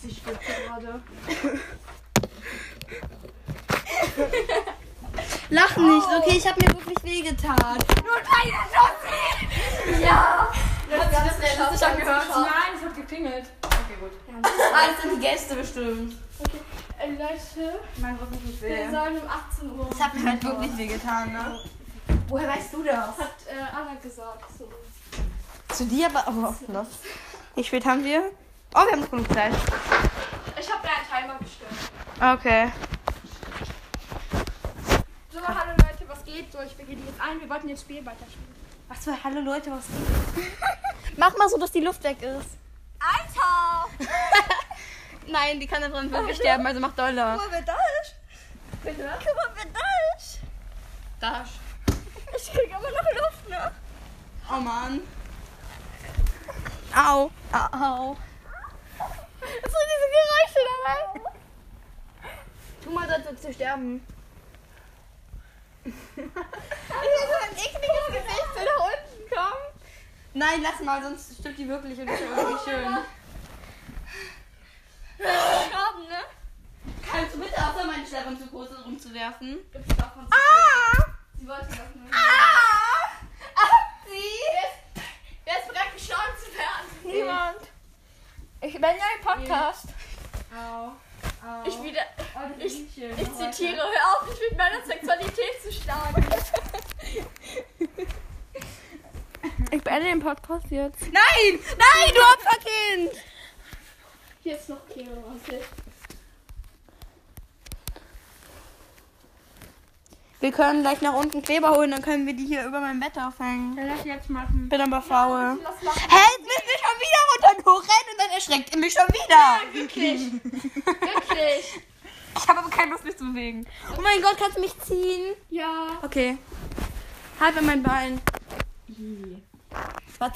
S5: Sie stirbt gerade.
S3: Lach nicht, okay? Ich habe mir wirklich wehgetan.
S5: Das hat gehört.
S10: Nein, es hat geklingelt.
S3: Alles sind die Gäste bestimmt.
S5: Ey, Leute,
S3: Mein Gott, ich
S5: wir sollen um 18 Uhr.
S3: Das hat mir halt wirklich wehgetan, ne? Woher weißt du das?
S5: Hat äh, Anna gesagt. So.
S3: Zu dir, aber. aber was? Wie spät haben wir? Oh, wir haben noch genug Zeit.
S5: Ich habe da einen Timer bestellt.
S3: Okay.
S5: So, hallo Leute, was geht? So, ich begebe jetzt ein. Wir wollten jetzt Spiel weiterspielen.
S3: Was für Hallo Leute, was geht? Mach mal so, dass die Luft weg ist.
S5: Alter!
S3: Nein, die kann da drin wirklich sterben, also mach Dollar.
S11: Guck mal, wer da ist.
S5: Bitte?
S11: Guck mal, wer da ist.
S3: Das.
S11: Ich krieg immer noch Luft, ne?
S3: Oh Mann. Au. Au.
S1: schreiben. Tu mal dazu zu sterben. ich will so ein ekliges Gesicht zu nach unten kommen.
S3: Nein, lass mal, sonst stimmt die wirklich und ist ja irgendwie schön.
S1: Sterben, ne?
S3: Kannst du bitte aufhören, meine Schleppen zu groß rumzuwerfen? Ah!
S5: Wer ist bereit, geschlagen zu werden?
S1: Niemand. Ich bin ja ein Podcast. Ich wieder. Ich, ich zitiere, hör auf, mich mit meiner Sexualität zu schlagen.
S4: Ich beende den Podcast jetzt.
S3: Nein! Nein, du Opferkind!
S5: Hier ist noch Kero. warte.
S4: Wir können gleich nach unten Kleber holen, dann können wir die hier über mein Bett aufhängen.
S3: Lass jetzt machen.
S4: Bin aber faul.
S5: Lass mal.
S4: Hey, jetzt müssen wir schon wieder runter hochrennen und dann erschreckt ihr mich schon wieder.
S5: Wirklich?
S4: Ich habe aber keine Lust, mich zu bewegen. Oh mein Gott, kannst du mich ziehen?
S5: Ja.
S4: Okay. Halb in mein Bein. Was?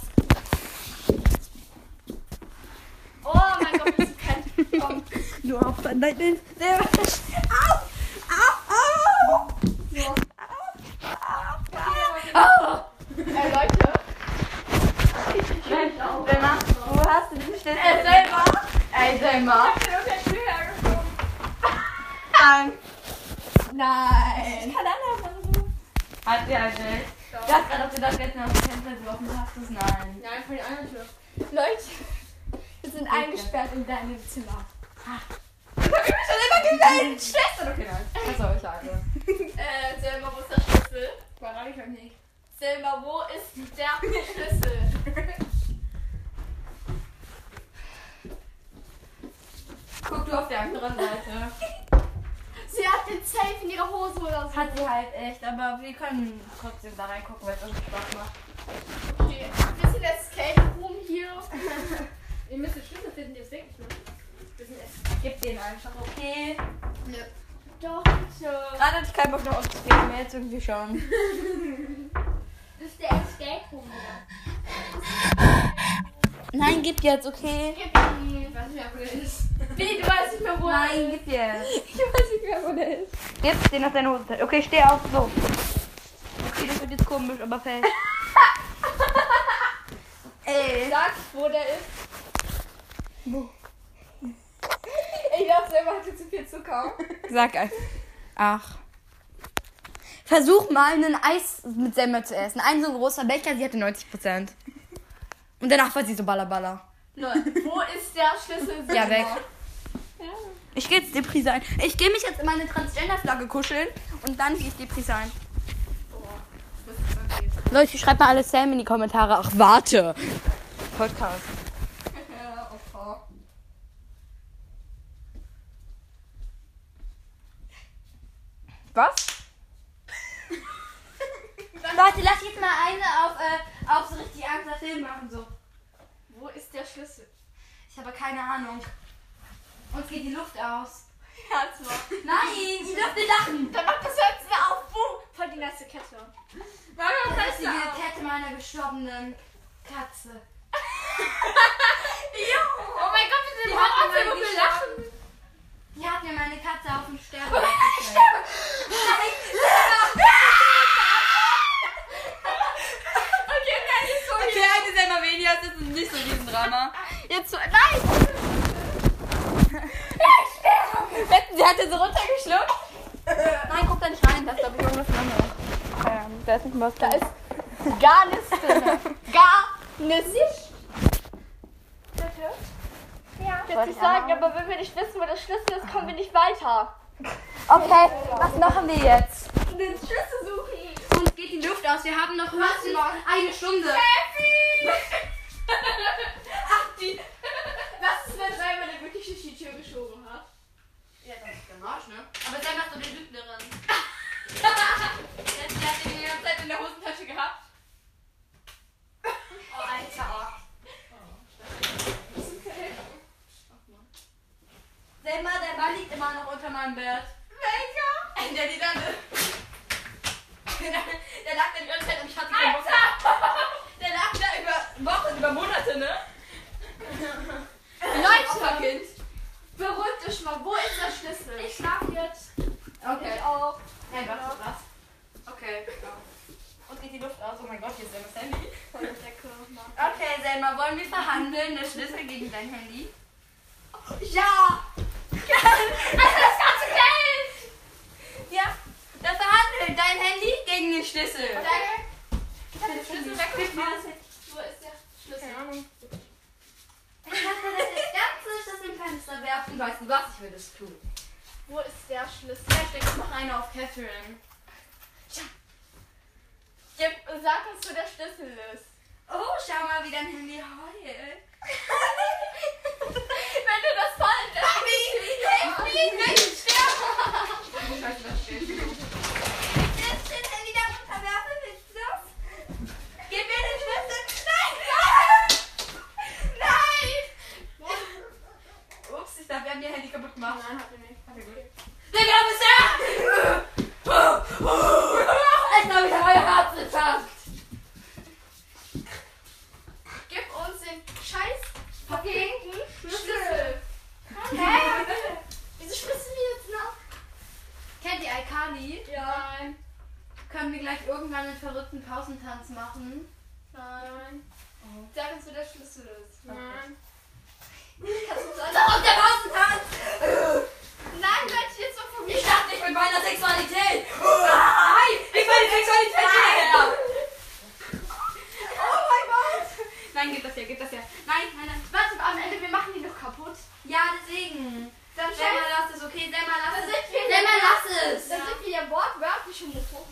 S5: Oh mein Gott, das kann kommen.
S4: Du auf dein Nein, nein. Au! Au! Au!
S5: Ey, Äh, Leute.
S4: Selma, wo hast du diese Stelle?
S5: Ey, Selma.
S4: Ey, Selma.
S5: Ich bin unter der Tür hergekommen.
S4: Nein.
S3: Kann einer versuchen. Hat halt der Geld? Du hast gerade auf den Dach gesessen, auf den Fenster geworfen, du hast es nein.
S5: Nein, von der anderen Tür.
S1: Leute, wir sind eingesperrt in deinem Zimmer.
S3: Okay, nein. Was soll ich sagen?
S5: Äh, Selma, wo ist der Schlüssel? Verrate ich euch nicht. Selma, wo ist der Schlüssel?
S3: Guck du auf der anderen Seite.
S5: Sie hat den Safe in ihrer Hose oder so.
S3: Hat sie halt echt, aber wir können trotzdem da reingucken, weil es uns Spaß macht.
S5: Okay. Wir sind Escape Room hier. Ihr müsst den Schlüssel finden, ihr seht nicht Wir sind Escape
S3: Gib den einfach, okay?
S5: Doch, bitte.
S4: Gerade hatte ich keinen Bock nach uns zu gehen, mehr jetzt irgendwie schon.
S5: Das ist der Escape Room wieder.
S4: Nein, gib jetzt, okay?
S5: Ich weiß nicht mehr, wo der ist. Wie, du weißt nicht mehr, wo er
S4: Nein,
S5: ist.
S4: gib jetzt.
S1: Ich weiß nicht mehr, wo der ist.
S4: Gib den auf deine Hose. Okay, steh auf, so. Okay, das wird jetzt komisch, aber fest. Ey.
S1: Sag, wo der ist. Ich glaube, Selma hatte zu viel Zucker.
S4: Sag einfach. Ach. Versuch mal, einen Eis mit Semmer zu essen. Ein so großer Becher, sie hatte 90%. Und danach war sie so ballerballer.
S5: Leute, wo ist der Schlüssel? Genau.
S4: Ja, weg. Ich gehe jetzt die Prise ein. Ich gehe mich jetzt in meine Transgender-Flagge kuscheln und dann gehe ich die Prise ein. Leute, schreibt mal alles Sam in die Kommentare. Ach, warte. Podcast. Was?
S3: Leute, lass jetzt mal eine auf, äh, auf so richtig Angst Film machen, so.
S5: Wo ist der Schlüssel?
S3: Ich habe keine Ahnung. Uns geht die Luft aus.
S5: Herzmann.
S3: Nein, ich darf nicht lachen.
S5: Dann macht das Herz wieder auf. Boom. Voll die nasse Kette. Warum
S3: Das ist die
S5: Kette auf?
S3: Kette meiner gestorbenen Katze.
S5: Oh mein Gott, wir sind
S3: Die
S5: im
S3: hat
S5: Horrorfilm
S3: immer
S5: und wir
S3: geschlafen.
S5: lachen.
S3: Die hat mir meine Katze auf dem Sterbebett gestellt.
S4: Okay, eine Selma weniger, das ist nicht so ein Drama.
S1: Jetzt so. Nein! Wetten, sie hatte so runtergeschluckt.
S4: Nein, guck da nicht rein, das ist glaube ich irgendwas anderes. Ähm, da ist nicht was
S1: Da ist gar nichts drin. Gar nichts. Bitte? Ja. Jetzt ich sagen, aber wenn wir nicht wissen, wo der Schlüssel ist, kommen wir nicht weiter.
S4: Okay, was machen wir jetzt?
S5: Den Schlüssel suchen.
S3: Uns geht die Luft aus. Wir haben noch höchstens eine Stunde.
S5: Was ist, wenn Simon der wirklich durch die Tür geschoben hat?
S3: Ja, das ist der Marsch, ne? Aber sei mal so eine Lügnerin. Jetzt die hat die die ganze Zeit in der Hosentasche gehabt. Oh, Alter. Selma, der Ball liegt immer noch unter meinem Bett. Welcher? In der Lilanne. Der lag da die ganze Zeit im Schatten. Alter! Der lag da über Wochen, über Monate, ne? Leute! Kind.
S5: Beruhigt
S1: Frag dich mal, wo ist der Schlüssel? Ich schlaf jetzt. Okay. Ich
S3: Oh,
S1: auch.
S3: Nein, was? Was?
S1: Okay.
S3: genau. Und geht die Luft aus? Oh mein Gott, hier ist Selmas Handy.
S1: Okay.
S3: Selma, wollen wir verhandeln? Der Schlüssel gegen dein Handy?
S1: Ja!
S3: Das ist ganz okay! Ja, dann verhandeln dein Handy gegen den Schlüssel.
S1: Danke. Ich hab den Schlüssel weggeschmissen. Wo ist der Schlüssel?
S3: Ich dachte, das ist ganz nicht, dass wir ein Fenster werfen. Weißt du was? Ich würde es tun.
S1: Wo ist der Schlüssel?
S3: Hashtag, ich mache eine auf Catherine.
S1: Gib, sag uns, wo der Schlüssel ist.
S3: Oh, schau mal, wie dein Handy heult.
S1: Wenn du das fallen lässt. Mami, hilf mir, ich sterbe.
S3: Willst du das Handy da runterwerfen? Willst du das? Gib mir den Schlüssel. Nein, nein! Nein! Ups, ich dachte, wir haben dir Handy kaputt gemacht.
S1: Nein, hab ich nicht.
S3: Digga, was ist das? Jetzt habe ich euer Herz gezapft.
S1: Gib uns den scheiß verfickten Schlüssel.
S3: Hä?
S1: Wieso spritzen wir jetzt noch?
S3: Kennt ihr Alkali?
S1: Nein.
S3: Können wir gleich irgendwann einen verrückten Pausentanz machen? Oh.
S1: Nein. Sag uns, wo der Schlüssel ist. Nein.
S3: Kannst du uns alle- Warum der Pausentanz?
S1: Nein, bleib jetzt so von mir.
S3: Ich dachte, ich bin meiner Sexualität. Nein, ich meine Sexualität hierher. Oh mein Gott. Nein, gib das her, gib das her. Nein, nein, nein.
S1: Warte, am Ende, wir machen die noch kaputt.
S3: Ja, deswegen.
S1: Dann
S3: Selma,
S1: scheiß.
S3: lass es, okay? Selma, lass
S1: Dann
S3: es.
S1: sind wir
S3: Selma, lass es.
S1: Dann sind wir ja wortwörtlich homophob.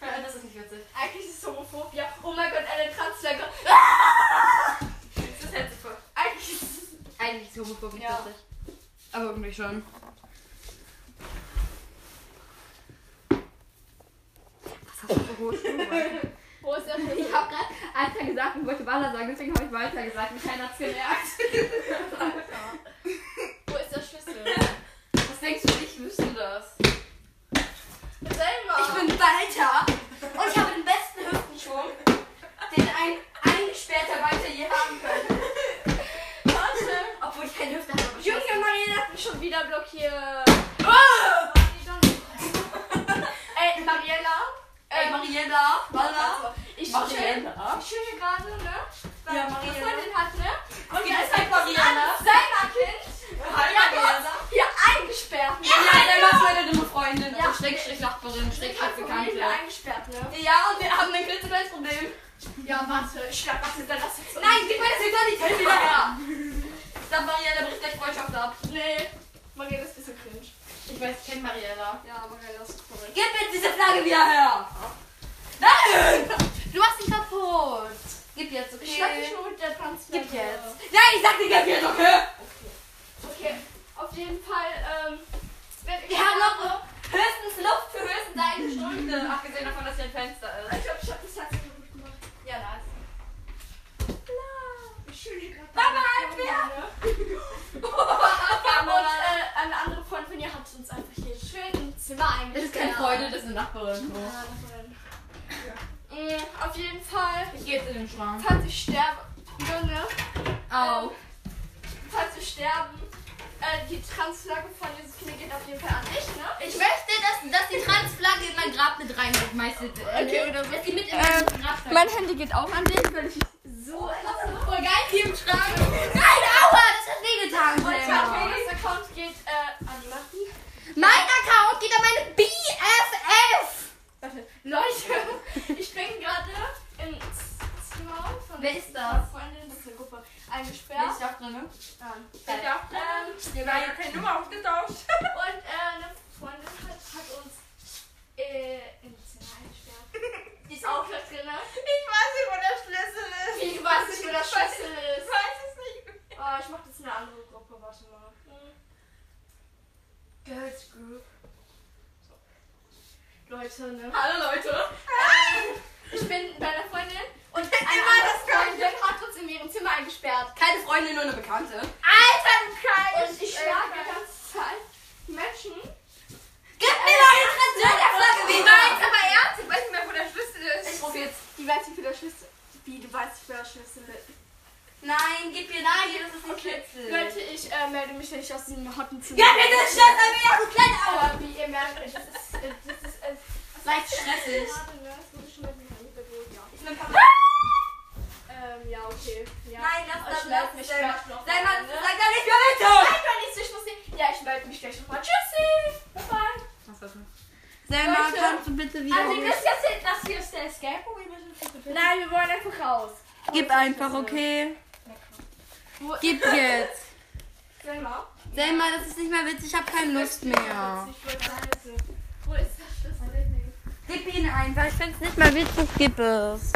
S3: Das ist nicht witzig.
S1: Eigentlich ist es Homophobie. Oh mein Gott, eine Transflagge.
S3: Das hält sich vor.
S1: Eigentlich ist es.
S3: Eigentlich ist homophobisch
S1: Ja.
S3: witzig. Aber irgendwie schon. Was hast du für hohe Schuhe?
S1: Wo ist der Schlüssel?
S3: Ich habe gerade Alter gesagt und wollte Baller sagen, deswegen habe ich Walter gesagt und keiner hat's gemerkt.
S1: Wo ist der Schlüssel?
S3: Was denkst du, ich wüsste das?
S1: Selber.
S3: Ich bin Walter und ich habe den besten Hüftenschwung, den ein eingesperrter Walter je haben könnte. Obwohl ich keine Hüfte habe. aber ich weiß- Ah!
S1: Junge Marianne hat mich schon wieder blockiert. Ey, Mariella. ähm,
S3: Ey, Mariella, Baller.
S1: Ich chill,
S3: Mariella?
S1: ich chill gerade, ne? Weil
S3: Ja,
S1: ich eine
S3: Mariella.
S1: Freundin hat, ne?
S3: Und die ist halt Mariella.
S1: Selber Kind.
S3: Hi,
S1: Ja, Gott. Hier eingesperrt. ne?
S3: Ja, Mariella ist meine dumme Freundin.
S1: Ja.
S3: Ja. Schrägstrich Nachbarin, Schrägstrich
S1: Kein Problem,
S3: Bekannte.
S1: hier eingesperrt, ne?
S3: Ja, und wir haben ein klitzekleines Problem.
S1: Ja, warte. Ich glaub, was ist denn das jetzt?
S3: Nein, gib mir das Sexualität wieder her. Dann Mariella bricht gleich Freundschaft ab.
S1: Nee. Mariella ist ein bisschen cringe.
S3: Ich weiß, ich kenne Mariella.
S1: Ja, Mariella ist verrückt.
S3: Gib mir diese Flagge wieder her. Nein! Du machst dich kaputt. Gib jetzt, okay?
S1: Ich schlag dich nur mit der Transflagge.
S3: Gib jetzt. Nein, ich sag dir, gib jetzt, okay?
S1: Okay, auf jeden Fall, ähm, wenn
S3: Wir haben noch höchstens Luft für höchstens eine Stunde. Abgesehen davon, dass hier ein Fenster ist.
S1: Ich glaube, ich habe das Herz kaputt gemacht.
S3: Ja, nice.
S1: Ich schön hier gerade.
S3: Mama,
S1: Und
S3: halt mir!
S1: äh, eine
S3: äh,
S1: andere Freundin von ihr hat uns einfach hier schön im Zimmer
S3: Das ist
S1: eingesperrt.
S3: keine Freude, das ist eine Nachbarin.
S1: Ja, Freundin. Mm, Auf jeden Fall,
S3: Ich geh jetzt in den Schrank.
S1: falls ich sterbe, Junge, ähm,
S3: Au.
S1: falls wir sterben, äh, die Transflagge von Josephine geht auf jeden Fall an dich, ne?
S3: Ich möchte, dass, dass die Transflagge in mein Grab mit reingemeißelt wird. Okay, äh, oder dass die mit in mein Grab sagt.
S12: Mein Handy geht auch an dich, weil ich
S1: So, das ist
S3: Voll geil hier im Schrank. Nein, aua, das hat wehgetan. Selma.
S1: mein Account geht äh, an Marie.
S3: Mein Account geht an meine BFF.
S1: Warte, Leute, ich bin gerade im Zimmer von
S3: Wer ist
S1: meiner
S3: das?
S1: Freundin, das ist eine Gruppe, eingesperrt.
S3: auch drin?
S1: Ähm, ähm,
S3: Wir haben ja keine Nummer aufgetauscht.
S1: und äh, eine Freundin hat, hat uns äh, im Zimmer eingesperrt. Die ist auch da drin. ne? Ich weiß nicht, wo der Schlüssel ist. Ich weiß nicht, wo der Schlüssel ist.
S3: weiß es nicht.
S1: Oh, ich mach das in eine andere Gruppe, warte mal. Girls Group. So. Leute, ne?
S3: Hallo Leute.
S1: Ich bin bei einer Freundin und eine andere Freundin hat uns in ihrem Zimmer eingesperrt.
S3: Keine Freundin, nur eine Bekannte.
S1: Und ich schlage die ganze Zeit Menschen. Äh,
S3: Gib mir doch die Transflagge wieder. Nein, aber ernst.
S1: Ich weiß nicht mehr, wo der Schlüssel
S3: Ich rufe jetzt.
S1: Die weiß nicht, wo der Schlüssel Wie, du weißt nicht, wo der Schlüssel ist.
S3: Nein, gib mir nein, das ist ein
S1: Okay,
S3: Schlüssel.
S1: Leute, äh,
S13: mich nicht aus dem Hotten zu
S5: Ja, bitte scheiß einfach wieder komplett auf!
S1: Aber wie ihr merkt, es ist, es ist, es ist äh, ne?
S5: Leicht stressig.
S1: ähm, ja, okay. Ja.
S5: Nein, lass das lass
S1: ich melde
S5: mich
S1: mich gleich
S5: selber.
S1: noch.
S5: Sei mal,
S1: mal, ne?
S5: sag da nicht mehr bitte!
S1: Nein, doch nicht, ich muss nicht. Ja, ich melde mich gleich nochmal. Tschüssi! Bye-bye.
S3: Selma,
S1: Leute.
S3: kannst du bitte wieder.
S1: Also, ihr wisst jetzt, nicht, dass hier ist der Escape Room. Wir müssen für bitte.
S13: Nein, wir wollen einfach raus.
S3: Gib einfach, okay?
S1: Wo-
S3: Gib jetzt.
S1: Selma?
S3: Selma, das ist nicht mehr witzig, ich hab keine Lust mehr.
S1: Ich wollte sagen, wo ist der Schlüssel?
S3: Gib ihn einfach, ich find's nicht mehr witzig, gib es.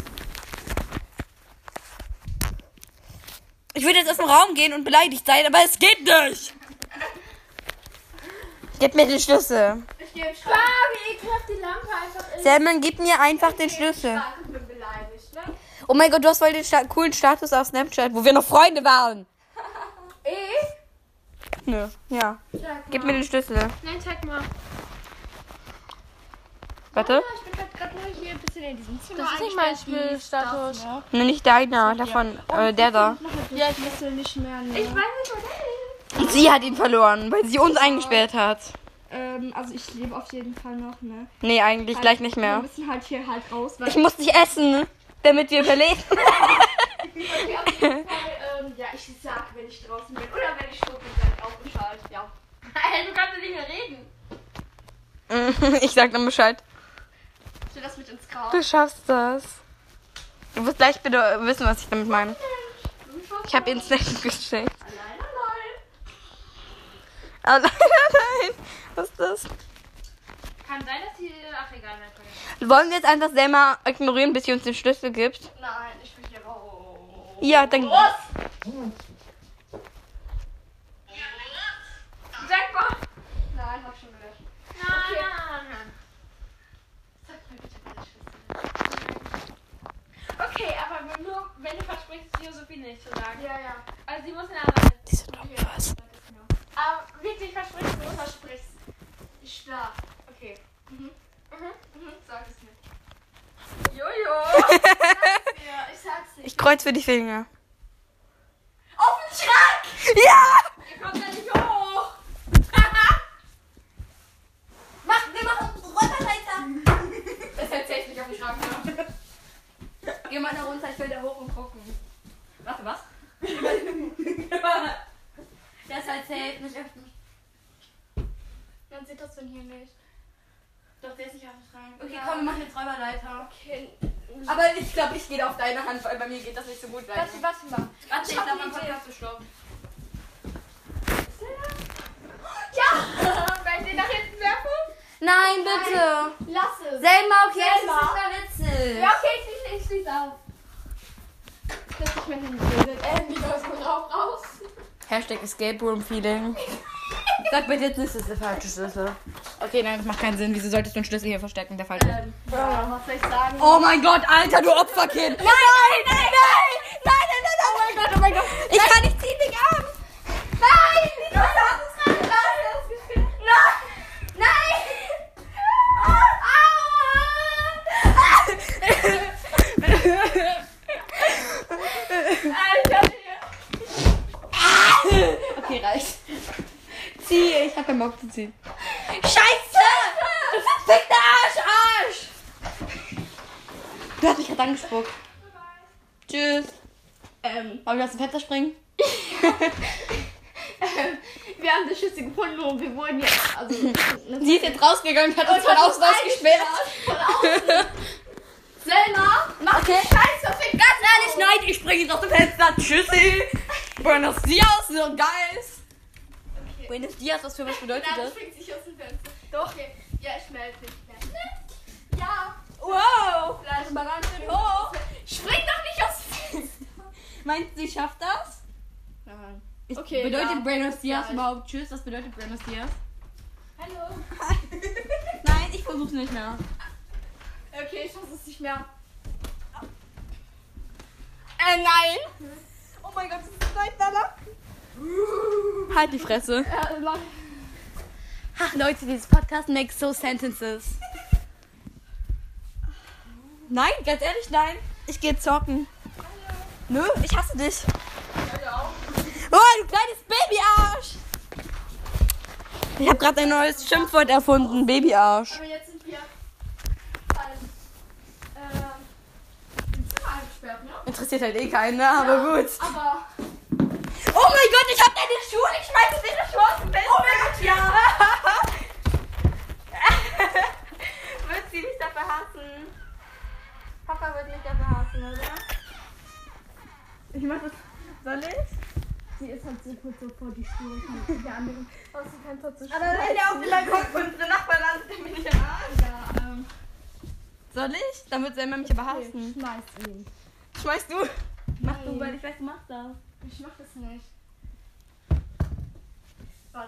S3: Ich würde jetzt aus dem Raum gehen und beleidigt sein, aber es geht nicht. Gib mir den Schlüssel.
S1: Ich gehe im Schrank. Bah, wie ekelhaft die Lampe einfach ist.
S3: Selma, gib mir einfach den
S1: Ich
S3: Schlüssel.
S1: bin beleidigt, ne?
S3: Oh mein Gott, du hast voll den sta coolen Status auf Snapchat, wo wir noch Freunde waren.
S1: Ich?
S3: Nö, ja. Gib mir den Schlüssel.
S1: Nein, zeig mal.
S3: Warte.
S13: Ich bin halt gerade nur hier ein bisschen in diesem Zimmer.
S1: Das ist nicht
S13: eingesperrt,
S1: mein
S13: die
S1: Spielstatus.
S13: Stuff, ne?
S3: Ne, nicht deiner, davon, äh, der da.
S13: Ja, ich wüsste nicht mehr. Ne?
S1: Ich weiß nicht, wo der ist.
S3: Und sie hat ihn verloren, weil sie uns
S13: Genau.
S3: eingesperrt hat.
S13: ähm, also ich lebe auf jeden Fall noch, ne?
S3: Nee, eigentlich gleich nicht
S13: Wir
S3: mehr.
S13: müssen halt hier halt raus, weil
S3: Ich muss dich essen, damit wir überleben.
S1: Okay, auf jeden Fall, ähm, ja, ich sag, wenn ich draußen bin oder wenn ich stumm bin, dann auch Bescheid. Ja.
S5: Hey, du kannst nicht mehr reden.
S3: Ich sag dann Bescheid.
S1: Ich will das mit ins Grab.
S3: Du schaffst das. Du wirst gleich bitte wissen, was ich damit meine. Ich habe ihr Snack geschenkt.
S1: Nein, nein, nein.
S3: Oh nein, nein, was ist das?
S5: Kann sein, dass die. Ach, egal, mein Freund.
S3: Wollen wir jetzt einfach Selma ignorieren, bis sie uns den Schlüssel gibt?
S1: Nein, ich bin hier raus.
S3: Ja, dann.
S1: Sag mal. Nein, hab schon gelöscht.
S5: Nein, nein, nein.
S1: Sag mir bitte, wer ich
S5: Okay, aber nur, wenn du versprichst, Josephine nicht zu sagen.
S1: Ja, ja.
S5: Also, sie muss in der Arbeit.
S3: Diese Dompfers.
S1: Aber wirklich versprichst du? Versprichst. Ich schlaf.
S5: Okay.
S1: Mhm, sag es nicht.
S5: Jojo!
S1: Ja, ich sag's nicht.
S3: Ich kreuz für die Finger.
S1: Auf den Schrank!
S3: Ja!
S5: Ihr kommt da nicht hoch!
S3: Mach, wir machen uns Räuberleiter.
S5: Das erzählt nicht auf den Schrank.
S3: Geh mal nach runter, ich will da halt hoch und gucken.
S5: Warte, was?
S3: Das erzählt nicht öffnen.
S1: Man sieht das von hier nicht.
S5: Doch, der ist nicht auf den Schrank.
S3: Okay, komm, wir machen jetzt Räuberleiter.
S1: Okay.
S3: Aber ich glaube, ich gehe auf deine Hand, weil bei mir geht das nicht so gut weiter.
S1: Warte, warte mal.
S3: Warte, ich
S1: hab
S3: glaube,
S1: eine
S3: man kommt
S1: Idee.
S3: auf zu stoppen.
S1: Weil sie nach hinten werfen?
S3: Nein, bitte.
S1: Lass es.
S3: Selma, okay,
S1: Selma.
S3: das ist nicht mehr witzig.
S1: Ja, okay, ich schließe, ich schließe auf. Das ist mein Handy. Irgendwie läuft man drauf raus.
S3: Hashtag Escape Room Feeling. Sag mir jetzt nicht, das ist der falsche Schlüssel. Okay, nein, das macht keinen Sinn. Wieso solltest du einen Schlüssel hier verstecken, der falsche ist?
S1: Ja, was soll ich sagen?
S3: Oh mein Gott, Alter, du Opferkind. Nein, nein, nein, nein, nein, nein, nein. Oh mein Gott, oh mein Gott. Ich kann nicht ziehen, Digga. Nein, du hast es gerade Nein, nein. Okay, reicht. Zieh, ich hab keinen Bock zu ziehen. Scheiße! Fick der Arsch, Arsch! Du hast mich gerade angespuckt. Tschüss. Ähm, wollen wir aus dem Fenster springen?
S1: Ähm, Wir haben die Schüsse gefunden und wir wurden jetzt. Also,
S3: Sie ist jetzt rausgegangen, hat uns von außen ausgesperrt.
S1: Selma,
S3: Mach okay.
S1: scheiße, fick das
S3: Ehrlich, nein, ich springe jetzt aus dem Fenster. Tschüssi. Buenos dias, so guys. Buenos dias, was für was bedeutet
S1: Nein,
S3: das?
S1: springt sich aus dem Fenster. Doch, okay. Ja, ich melde mich. Ne? Ja,
S3: Wow.
S1: vielleicht.
S3: Baran schön hoch.
S1: Spring doch nicht aus dem Fenster.
S3: Meinst du, sie schafft das?
S13: Nein.
S3: Ist-
S1: Okay,
S3: bedeutet
S1: ja.
S3: Buenos dias
S1: Ja.
S3: überhaupt Tschüss? Was bedeutet Buenos dias?
S1: Hallo.
S3: Nein, ich versuch's nicht mehr.
S1: Okay, ich schaff's es nicht mehr.
S3: Äh, nein. Oh mein Gott, das ist nein, Nana. Halt die Fresse. Ach, Leute, dieses Podcast makes so sentences. Nein, ganz ehrlich, nein. Ich gehe zocken. Ne? Nö, ich hasse dich. Oh, du kleines Babyarsch. Ich habe gerade ein neues Schimpfwort erfunden. Babyarsch.
S1: Aber jetzt sind wir beim, ähm, im Zimmer eingesperrt, ne?
S3: Interessiert halt eh keiner, aber gut.
S1: Aber
S3: Oh mein Gott, ich hab deine Schuhe. Ich schmeiß jetzt deine Schuhe aus dem Fenster. Oh mein Gott, ja.
S14: Wird sie mich dafür hassen? Papa wird mich dafür hassen, oder?
S3: Ich mach das. Soll ich?
S5: Sie ist halt so kurz so vor die Schuhe und der anderen aus dem Fenster zu
S14: Aber wenn der auf den Balkon von unsere Nachbarn an, dann bin ich am Arsch.
S5: ähm.
S3: Soll ich? Dann wird Selma mich aber hassen.
S5: Schmeiß ihn.
S3: Schmeißt du? Mach du, weil ich weiß, du machst das.
S5: Ich mach das nicht.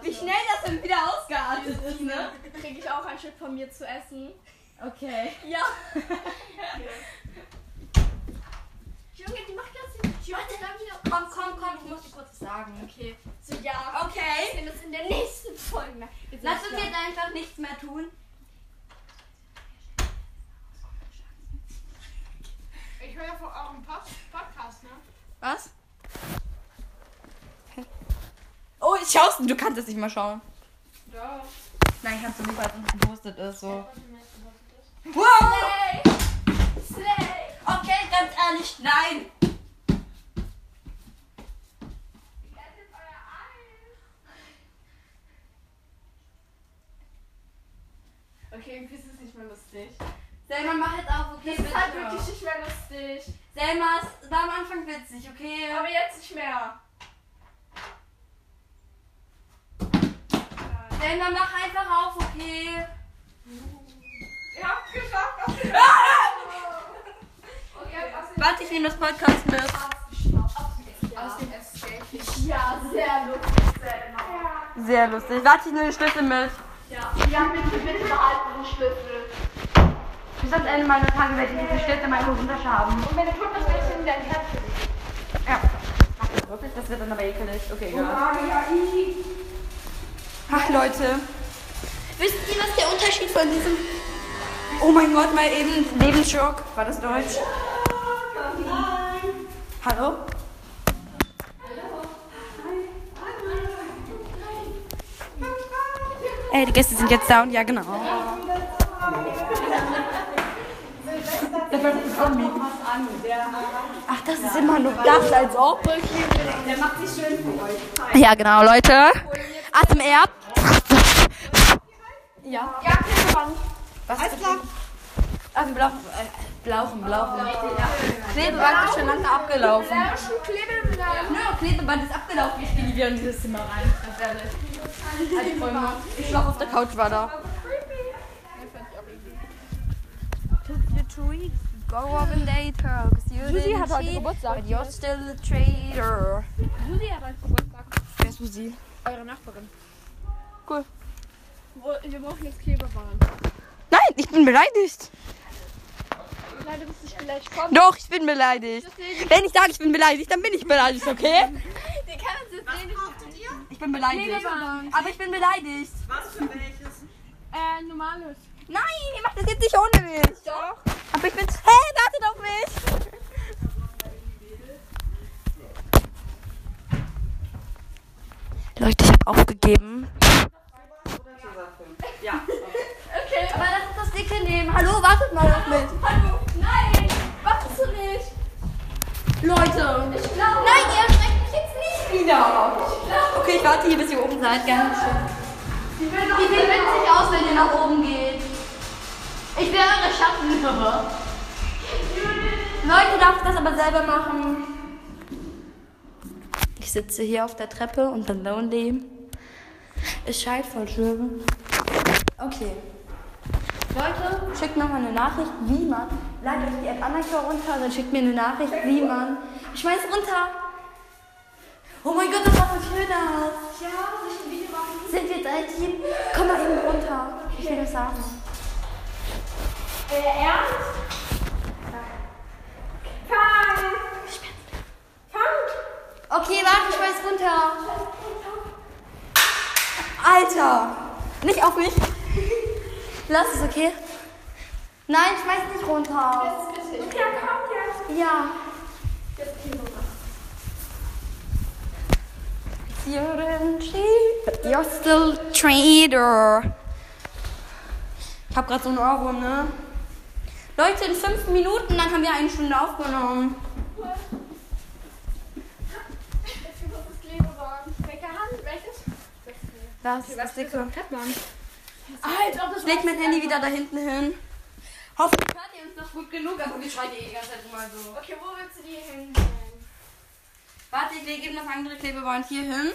S14: Wie schnell das denn wieder ausgeartet ist, ne?
S5: Krieg ich auch ein Stück von mir zu essen?
S3: Okay.
S14: Ja.
S1: Junge, die macht das nicht. Junge, dann wieder.
S14: Komm, komm, komm, ich muss dir kurz was sagen.
S1: Okay. So, ja.
S14: Okay.
S1: Wir sehen uns in der nächsten Folge. Jetzt
S14: Lass
S1: ist
S14: uns jetzt einfach nichts mehr tun.
S1: Ich höre ja von eurem Pod Podcast, ne?
S3: Was? Oh, ich schaust du kannst es nicht mal schauen.
S1: Doch.
S3: Nein, kannst du nicht, weil es nicht gepostet ist. So.
S14: Wow!
S1: Slay!
S14: Okay, ganz ehrlich, nein!
S1: Das ist euer Eis. Okay, irgendwie ist es nicht mehr lustig.
S14: Selma, mach jetzt auf, okay?
S1: Das ist halt
S14: bitte.
S1: wirklich nicht mehr lustig.
S14: Selma, es war am Anfang witzig, okay?
S1: Aber jetzt nicht mehr.
S14: Selma, mach einfach auf, okay?
S1: Ihr habt es geschafft, dass ihr.
S14: Ah!
S1: Okay, ihr habt
S3: Warte, ich nehme das Podcast mit.
S1: aus dem Escape. Ja, sehr lustig, Selma.
S3: Sehr lustig. Warte, ich nehme die Schlüssel mit.
S1: Ja, ja bitte, bitte behalten den Schlüssel.
S3: Bis ans Ende meiner Tage werde ich diese Schlüssel in meiner Hosentasche haben.
S1: Und wenn ihr tut, das werde ich in dein Herz
S3: Ja. Wirklich? Das wird dann aber ekelig. Okay, egal.
S1: Ja,
S3: Ach, Leute. Wisst ihr, was der Unterschied von diesem... Oh mein Gott, mal eben Lebensschock. War das Deutsch? Hallo? Ey, die Gäste sind jetzt da und ja, genau. Ach, das ist immer nur das, als ob. Ja, genau, Leute. Atem erb. Ja. Ja, Was Alles klar. Atem blauchen, äh, blauchen, blauchen. Klebeband ist schon lange abgelaufen. Nö, Klebeband ist abgelaufen. Ich gehe nie wieder in dieses Zimmer rein. Ganz ehrlich. Als Träumer. Ich schlaf auf der Couch, war da. Go up and date her, cause you Susi hat heute Geburtstag. But you're still a traitor. Susi hat heute Geburtstag. Wer ist Susi?
S5: Eure Nachbarin.
S3: Cool.
S5: Wo- Wir brauchen jetzt Klebeband.
S3: Nein, ich bin beleidigt.
S5: Leider bist du nicht gleich kommen.
S3: Doch, ich bin beleidigt. Wenn ich sage, ich bin beleidigt, dann bin ich beleidigt, okay?
S5: Die kann uns jetzt sehen.
S15: Brauchtet ihr?
S3: Ich bin beleidigt. Aber ich bin beleidigt.
S15: Was für welches?
S5: Äh, normales.
S3: Nein, ihr macht das jetzt nicht ohne mich. Doch. Aber ich bin. Hey, wartet auf mich. Leute, ich habe aufgegeben.
S15: Ja.
S14: Okay, aber das ist das dicke Nehmen. Hallo, wartet mal auf mich.
S1: Hallo, nein, machst du nicht.
S14: Leute.
S1: Ich glaube.
S14: Nein, ihr erschreckt mich jetzt nicht wieder.
S3: Okay, ich warte hier, bis ihr oben seid. Ganz schön.
S1: Die will
S14: Ihr
S1: doch
S14: seht witzig aus, wenn ihr nach oben geht. Ich wäre eure Schatten. Leute, darf ich das aber selber machen?
S3: Ich sitze hier auf der Treppe und bin lonely. Es schallt voll schön. Okay. Leute, schickt nochmal eine Nachricht, wie man. Ladet euch die App Annika runter, dann schickt mir eine Nachricht, wie man. Ich schmeiß runter. Oh mein Gott, das war voll schön aus. Ja, soll ich ein Video machen? Sind wir jetzt ein Team? Komm mal eben runter. Ich will das sagen.
S14: Okay, warte, ich schmeiß runter.
S3: Alter! Nicht auf mich!
S14: Lass es, okay? Nein, schmeiß nicht runter. Ja, kommt jetzt. Ja.
S4: you're, cheap, you're still traitor. Ich hab grad so einen Ohrwurm, ne? Leute, in fünf Minuten, dann haben wir eine Stunde aufgenommen.
S5: Jetzt muss das Klebe sagen. Welche Hand? Welches?
S4: Was? Was legst du?
S3: Ah,
S5: Als ob das
S4: Leg mein Handy wieder da hinten hin. Hoffentlich.
S3: Hört ihr uns noch gut genug, aber wir schreien die ganze Zeit immer so.
S5: Okay, wo willst du die hin?
S4: Warte, ich lege eben das andere Klebeband hier hin.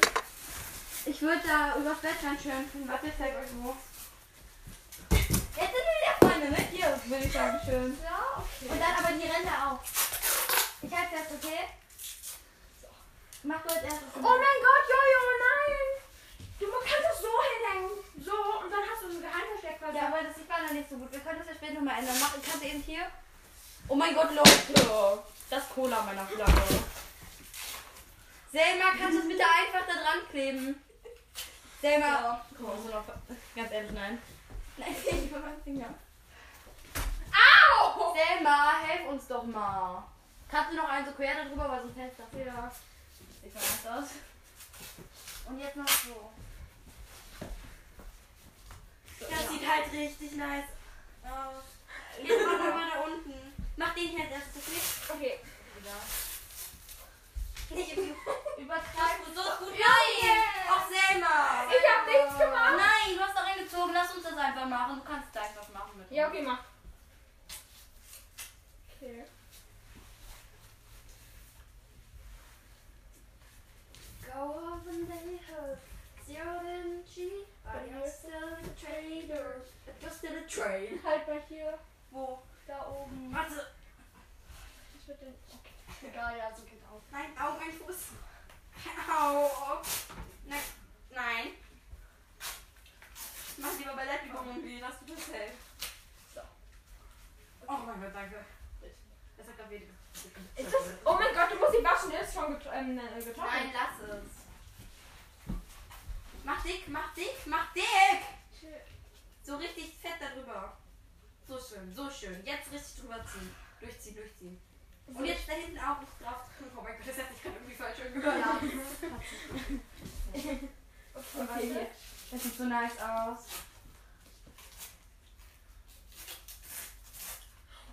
S3: Ich würde da übers Bett reinschirmen. Warte, ich zeig euch wo.
S4: Jetzt sind wir wieder Freunde, ne? Hier, würde ich sagen, schön.
S5: Ja, okay.
S3: Und dann aber die Ränder auf. Ich halte das, okay? Mach du als erstes.
S5: Oh mein Gott, Jojo, nein! Du kannst es so hinhängen. So, und dann hast du so geheim versteckt.
S3: Ja, aber das sieht man noch nicht so gut. Wir können das ja später nochmal ändern. Mach, kannst du eben hier.
S4: Oh mein Gott, Leute. Das ist Cola meiner Flagge.
S3: Selma, kannst du es bitte einfach da dran kleben? Selma.
S4: Komm, so noch. Ganz ehrlich, nein.
S3: Nein, ich will meinen Finger.
S5: Au!
S3: Selma, helf uns doch mal. Kannst du noch einen so quer darüber, weil sonst fällt das.
S5: Ja.
S3: Sieht schon anders aus. Und jetzt noch so. Das sieht halt richtig nice aus. Jetzt mach noch mal da unten. Mach den hier als erstes,
S5: Okay.
S3: okay? Nicht im- übertreiben. So ist gut.
S5: Nein!
S3: Auch Selma!
S5: Ich hab nichts gemacht.
S3: Nein, du hast da reingezogen. Lass uns das einfach machen. Du kannst da einfach machen mit.
S5: Ja, okay, mach. Okay.
S3: Go up and they hurt. Zero energy, but you're still a traitor. You're still a traitor.
S5: Halt mal hier,
S3: Wo?
S5: da oben.
S3: Warte.
S5: Was wird denn? Okay. Egal, ja, so geht auch.
S3: Nein, au, mein Fuß. Au. Nein. Nein. Mach lieber Ballettübungen, wie dass du das hältst. So. Oh mein Gott, danke. Das hat gerade weh.
S5: Ist das, oh mein Gott, du musst sie waschen. Der ist schon get ähm, äh,
S3: Nein,
S5: getrocknet.
S3: lass es. Mach dick, mach dick, mach dick.
S5: Chill.
S3: So richtig fett darüber. So schön, so schön. Jetzt richtig drüber ziehen. Durchziehen, durchziehen. Und jetzt da hinten auch nicht drauf. Oh mein Gott, das hat sich gerade irgendwie falsch angehört.
S5: Okay, hier.
S3: Das sieht so nice aus.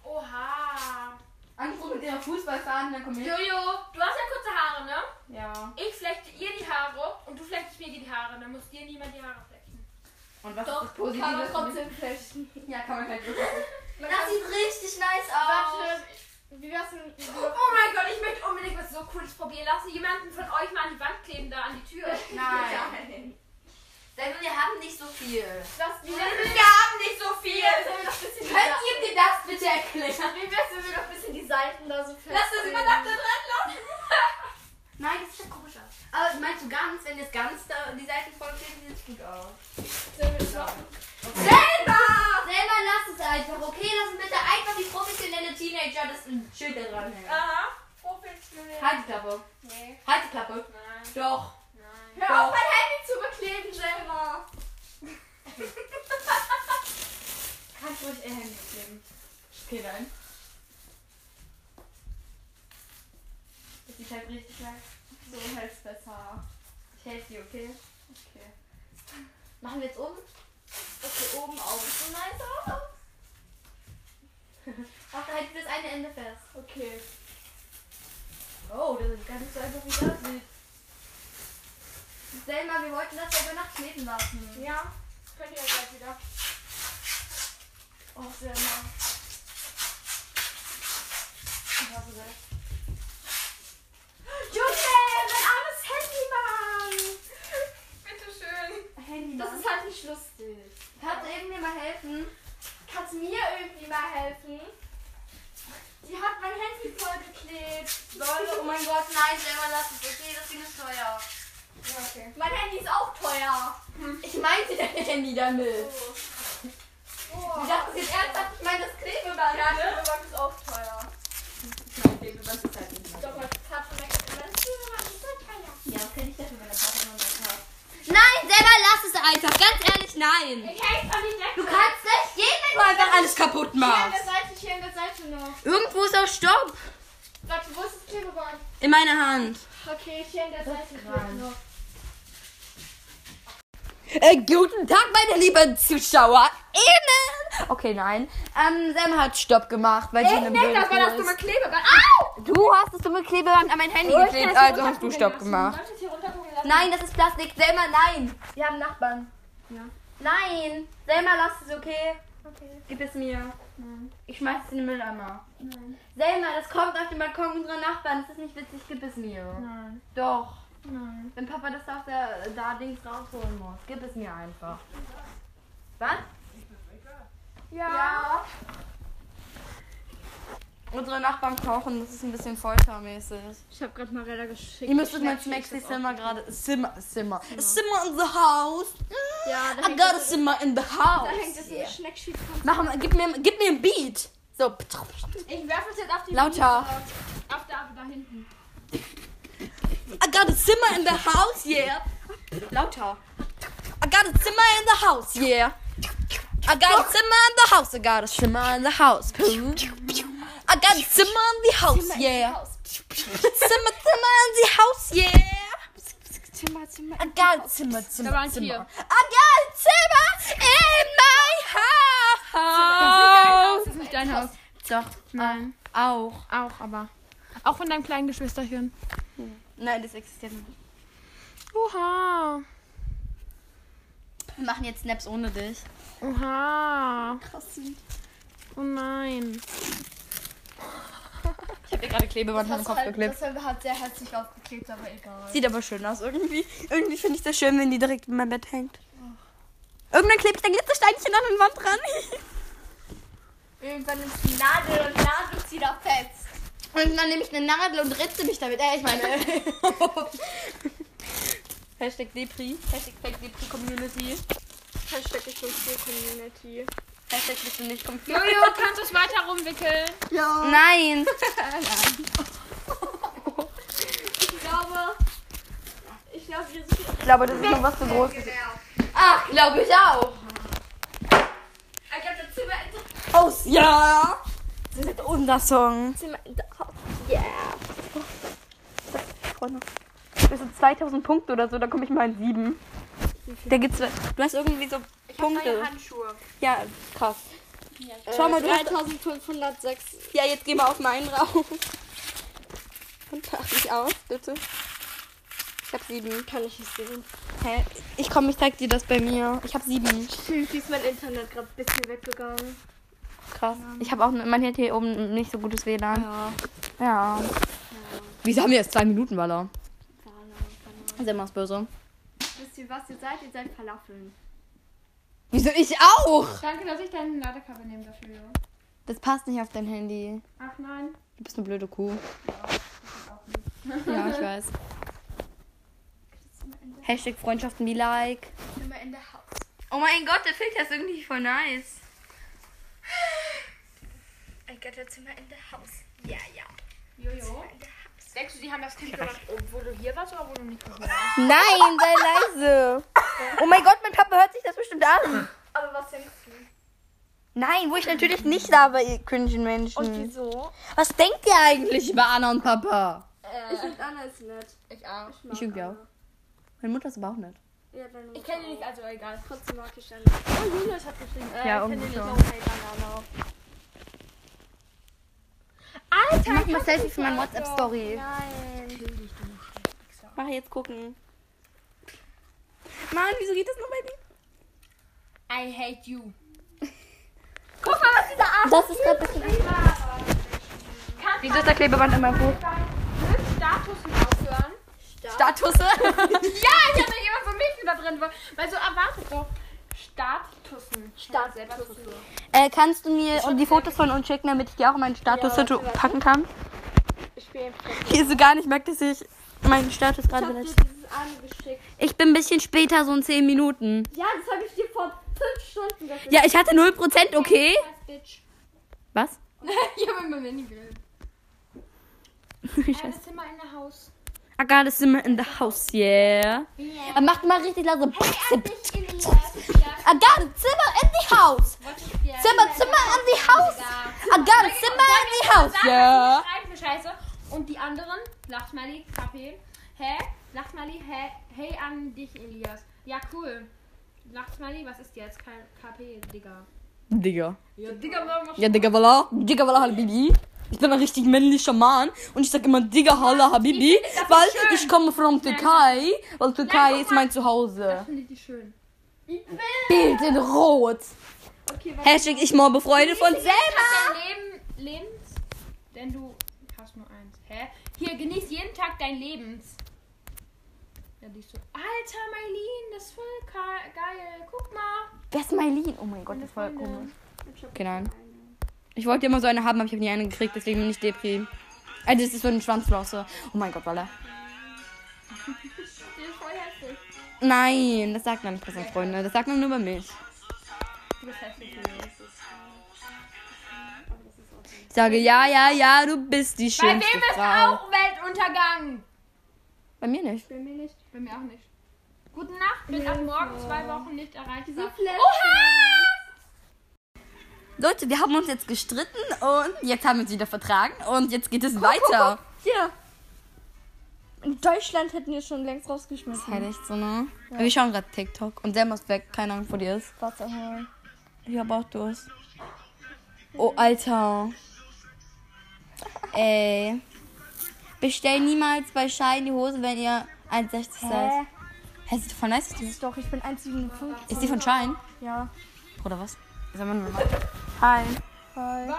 S5: Oha.
S3: Angefangen mit ihrer Fußballfahne, dann komme ich.
S5: Jojo, du hast ja kurze Haare, ne?
S3: Ja.
S5: Ich flechte ihr die Haare und du flechtest mir die Haare. Dann muss dir niemand die Haare flechten.
S3: Und was
S5: Doch,
S3: ist das Positive?
S5: kann man trotzdem
S3: flashen. Ja, kann man halt wirklich.
S5: Das
S3: sieht richtig nice
S5: Warte, wie wär's denn?
S3: Oh mein Gott, ich möchte.
S5: Ich unbedingt was so cooles probieren. Lass jemanden von euch mal an die Wand kleben, da an die Tür.
S3: Nein. Selber, wir haben nicht so viel.
S5: Lass die
S3: Wir haben nicht so viel. Könnt ihr mir das bitte erklären?
S5: Wie wär's, wenn wir noch ein bisschen die Seiten da so fest?
S3: Lass das immer nach da dran laufen. Nein, das sieht ja komisch aus. Aber meinst du ganz, wenn das ganz da die Seiten vollkleben, sieht es gut aus. Selber! Selber lass es einfach, okay? Lass uns bitte einfach die professionelle Teenager das ein Schild da dran hängen.
S5: Aha. Professionell.
S3: Halt die Klappe.
S5: Nee.
S3: Halt die Klappe.
S5: Nein.
S3: Doch.
S5: Nein.
S3: Hör auf, mein Handy zu bekleben, Selma. Kannst du ruhig ihr Handy kleben. Okay, nein. Das sieht halt richtig lang. So hält's besser. Ich helfe dir, okay? Okay. Machen wir jetzt oben? Okay, oben auch. So nice aus. Mach da halt das eine Ende fest.
S5: Okay.
S3: Oh, das ist gar nicht so einfach, wie das aussieht. Selma, wir wollten das ja über Nacht kleben lassen.
S5: Ja. Könnt ihr ja gleich wieder.
S3: Oh, Selma. Ich hasse das.
S5: Junge, mein armes Handy, Mann. Bitte schön.
S3: Handy.
S5: Das ist halt nicht lustig.
S3: Kannst du eben mir mal helfen?
S5: Kannst du mir irgendwie mal helfen? Die hat mein Handy vollgeklebt.
S3: Leute, oh mein Gott, nein, Selma, lass es. Okay, das Ding ist teuer.
S5: Mein Handy ist auch teuer.
S3: Ich meinte dein Handy damit.
S5: Oh.
S3: Ich dachte es jetzt ernsthaft, ich meine das Klebeband.
S5: Ja, das ist auch teuer.
S3: Klebeband ist halt nicht
S5: Doch, mal Katze weg. Das ist so teuer.
S3: Ja, was hätte ich dafür, wenn der Vater noch was hat?
S4: Nein, selber lass es einfach. Ganz ehrlich, nein.
S5: Ich helfe an die Decke.
S4: Du kannst nicht jeden, wenn du einfach alles kaputt
S5: Hier an der
S4: machst.
S5: Seite, hier an der Seite noch.
S4: Irgendwo ist auch Stopp.
S5: Warte, wo ist das Klebeband?
S4: In meiner Hand.
S5: Okay, hier an der Seite noch.
S3: Äh, guten Tag, meine lieben Zuschauer. Innen. Okay, nein. Ähm, Sam hat Stopp gemacht, weil sie in
S5: Ich
S3: einem
S5: denke, das war
S3: Böden
S5: das
S3: ist.
S5: dumme Klebeband. Au!
S3: Du hast das dumme Klebeband an mein Handy
S5: Oh, ich kann
S3: geklebt,
S5: das hier
S3: also hast du
S5: runtergucken
S3: Stopp
S5: lassen.
S3: gemacht.
S5: Soll ich das hier runtergucken lassen?
S3: Nein, das ist Plastik. Selma, nein.
S2: Wir haben Nachbarn.
S5: Nein! Selma, lass es, okay? Okay. Gib es mir. Ich schmeiß es in den Mülleimer. Nein. Selma, das kommt auf den Balkon unserer Nachbarn. Das ist nicht witzig, gib es mir. Nein. Doch. Nein. Wenn Papa das auf der da Dings rausholen muss, gib es mir einfach. Was? Ja. ja.
S3: Unsere Nachbarn kochen, das ist ein bisschen foltermäßig.
S2: Ich habe gerade Marella geschickt.
S3: Ihr müsstet mal zu Maxi Simmer gerade. Simmer, Simmer. Simmer in the house.
S2: Ja, da
S3: I
S2: hängt
S3: got a Simmer in the house.
S2: yeah. Schneckschied von
S3: Mach mal, gib mir, gib mir ein Beat. So.
S16: Ich werfe es jetzt auf die
S3: Lauter.
S16: Auf da, da hinten.
S3: I got a Simmer in the house, yeah. Lauter. I got a Simmer in the house, yeah. I got a Simmer in the house. I got a Simmer in the house. Pooh. I got a Simmer in the house, yeah. Simmer, Simmer in the house, yeah.
S2: Zimmer, Zimmer.
S3: I got a Zimmer, Zimmer,
S2: waren
S3: Zimmer.
S2: Tiere.
S3: I got a Zimmer in my
S5: Oh.
S3: house.
S2: Das ist nicht dein Haus.
S3: Doch,
S2: Nein.
S3: auch.
S2: Auch, aber. Auch von deinem kleinen Geschwisterchen.
S3: Nein, das existiert nicht.
S2: Oha.
S3: Wir machen jetzt Snaps ohne dich.
S2: Oha. Krass. Oh nein.
S3: Ich habe dir gerade Klebeband am Kopf geklebt.
S16: Das haben wir halt sehr herzlich aufgeklebt, aber egal.
S3: Sieht aber schön aus irgendwie. Irgendwie finde ich das schön, wenn die direkt in mein Bett hängt. Irgendwann klebe ich da Glitzersteinchen an den Wand ran.
S16: Irgendwann ist die Nadel und Nadel zieht auch fest.
S3: Und dann nehme ich eine Nadel und ritze mich damit. Äh, ich meine. Hashtag Depri. Hashtag Fake Depri Community.
S16: Hashtag ich bin hier Community.
S3: Hashtag bist du nicht komplett.
S2: Jojo, kannst du es weiter rumwickeln?
S3: Nein.
S16: Ich glaube, ich glaube, wir sind
S3: Ich glaube, das ist noch was zu groß. Ach, glaube ich auch.
S16: Ich glaube, das Zimmer ist
S3: Aus, ja. Das ist unser Song.
S2: Zimmer.
S3: Das sind 2000 Punkte oder so, dann komme ich mal in 7. Da gibt's, du hast irgendwie so Punkte.
S16: Handschuhe.
S3: Ja, krass.
S2: Äh,
S3: Schau mal, du hast,
S2: 1506.
S3: ja, jetzt geh mal auf meinen rauf. Und mach mich aus, bitte. Ich hab sieben.
S2: Kann ich nicht sehen.
S3: Hä? Ich komm, ich zeig dir das bei mir. Ich hab sieben.
S2: Ist mein Internet gerade ein bisschen weggegangen.
S3: Krass. Ich hab auch, man hat hier oben nicht so gutes WLAN. Ja. Ja. Wieso haben wir jetzt zwei Minuten, Walla? Ist immer böse.
S16: Wisst ihr, was ihr seid? Ihr seid Falafeln.
S3: Wieso ich auch?
S16: Danke, dass ich deinen Ladekabel nehme dafür.
S3: Das passt nicht auf dein Handy.
S16: Ach nein.
S3: Du bist eine blöde Kuh. Ja, ich weiß. Hashtag Freundschaften wie like.
S16: Zimmer in der Haus.
S5: Oh mein Gott, der Filter ist irgendwie voll nice.
S16: Ich glaube, das Zimmer in der Haus.
S5: Jojo? Denkst du, die haben das Kind gemacht, obwohl du hier warst oder wo du nicht warst?
S3: Nein, sei leise. Oh mein Gott, mein Papa hört sich das bestimmt an.
S16: Aber was denkst du?
S3: Nein, wo ich natürlich nicht da war, ihr cringen Menschen.
S16: Wieso?
S3: Was denkt ihr eigentlich über Anna und Papa?
S16: Ich finde Anna ist nett. Ich auch.
S3: Ich irgendwie auch. Meine Mutter ist aber auch nett.
S16: Ja, deine Mutter
S5: Ich kenne die
S16: auch.
S5: nicht, also egal.
S16: Trotzdem mag ich Anna.
S5: Oh, Julius hat geschrieben. Äh,
S3: Ja,
S5: ich kenne die nicht,
S3: irgendwie schon.
S5: no hate an Anna.
S3: Ich mach mal Selfie für meine WhatsApp-Story. Mach jetzt gucken. Mann, wieso geht das noch bei dir?
S5: I hate you.
S3: Das ist gerade bisschen. Wieso ist der Klebeband in meinem Buch?
S5: Statusen aufhören.
S3: Status.
S5: Ja, ich habe immer so ein Mädchen da drin, weil- weil so ah, erwartet so Statussen. Statussen.
S3: äh, kannst du mir und die Fotos von uns schicken, damit ich die auch in meinen Status packen kann?
S5: Ich bin
S3: Hier so gar nicht merkt, dass ich meinen Status gerade benutzt.
S16: Dieses eine geschickt.
S3: Ich bin ein bisschen später, so in 10 Minuten.
S16: Ja, das habe ich dir vor fünf Stunden geschickt.
S3: Ja, ich hatte 0%, okay?
S16: Bitch.
S3: Was?
S16: Ich habe immer wenig Geld.
S3: Scheiße.
S5: Äh,
S16: Das Zimmer in der Haus.
S3: I got a simmer in the house, yeah. Er macht mal richtig leise.
S16: Ich in die Stadt.
S3: I got a simmer in the house. Zimmer, Zimmer in the house. I got a simmer in the house, yeah.
S5: Schreibt mir Scheiße. Und die anderen, Lachmali, KP. Hä? Lachmali, hä? Hey an dich, Elias. Ja, cool. Lachsmiley, was ist jetzt? Kein KP, Digga.
S3: Digga.
S5: Ja, Digga, warum machst
S3: Ja, Digga, Walla. Digga, Walla, Habibi. Ich bin ein richtig männlicher Mann und ich sag immer Digga, Halla, Habibi, weil ich komme von Türkei, weil Türkei ist mein Zuhause.
S5: Finde die schön.
S3: Bild in Rot. Hashtag ich mobbe Freunde von selber.
S5: Tag dein Leben, Lebens, denn du hast nur eins. Hä? Hier, genieß jeden Tag dein Lebens. Ja, die ist so. Alter, Mailin, das ist voll ka- geil. Guck mal.
S3: Wer ist Mailin? Oh mein Gott, das war komisch. Okay, nein. Ich wollte immer so eine haben, aber ich habe nie eine gekriegt, deswegen bin ich Depri. Also, das ist so eine Schwanzflosse. Oh mein Gott, Walla.
S5: Die ist voll hässlich.
S3: Nein, das sagt man nicht bei seinen Freunden. ne? Das sagt man nur über mich.
S5: Du bist hässlich.
S3: Ich sage, ja, ja, ja, du bist die
S5: Bei wem
S3: schönste
S5: ist
S3: Frau.
S5: auch Weltuntergang?
S3: Bei mir nicht.
S5: Bei mir nicht. Bei mir auch nicht. Gute Nacht, bin ab morgen zwei Wochen nicht erreichbar.
S3: Leute, wir haben uns jetzt gestritten und jetzt haben wir uns wieder vertragen und jetzt geht es weiter.
S1: Hier. In Deutschland hätten wir schon längst rausgeschmissen.
S3: Halt echt so, ne? Wir schauen gerade TikTok und Sam ist weg. Keine Ahnung, wo die ist.
S1: Wasser holen.
S3: Ich hab auch Durst. Oh, Alter. Ey. Bestell niemals bei Schein die Hose, wenn ihr 1,60 seid.
S1: Hä?
S3: Hä, sieht voll nice aus, die Hose.
S1: Doch, ich bin 1,57.
S3: Ist die von Schein?
S1: Ja.
S3: Oder was? Sag mal mal. Hi.
S1: Hi.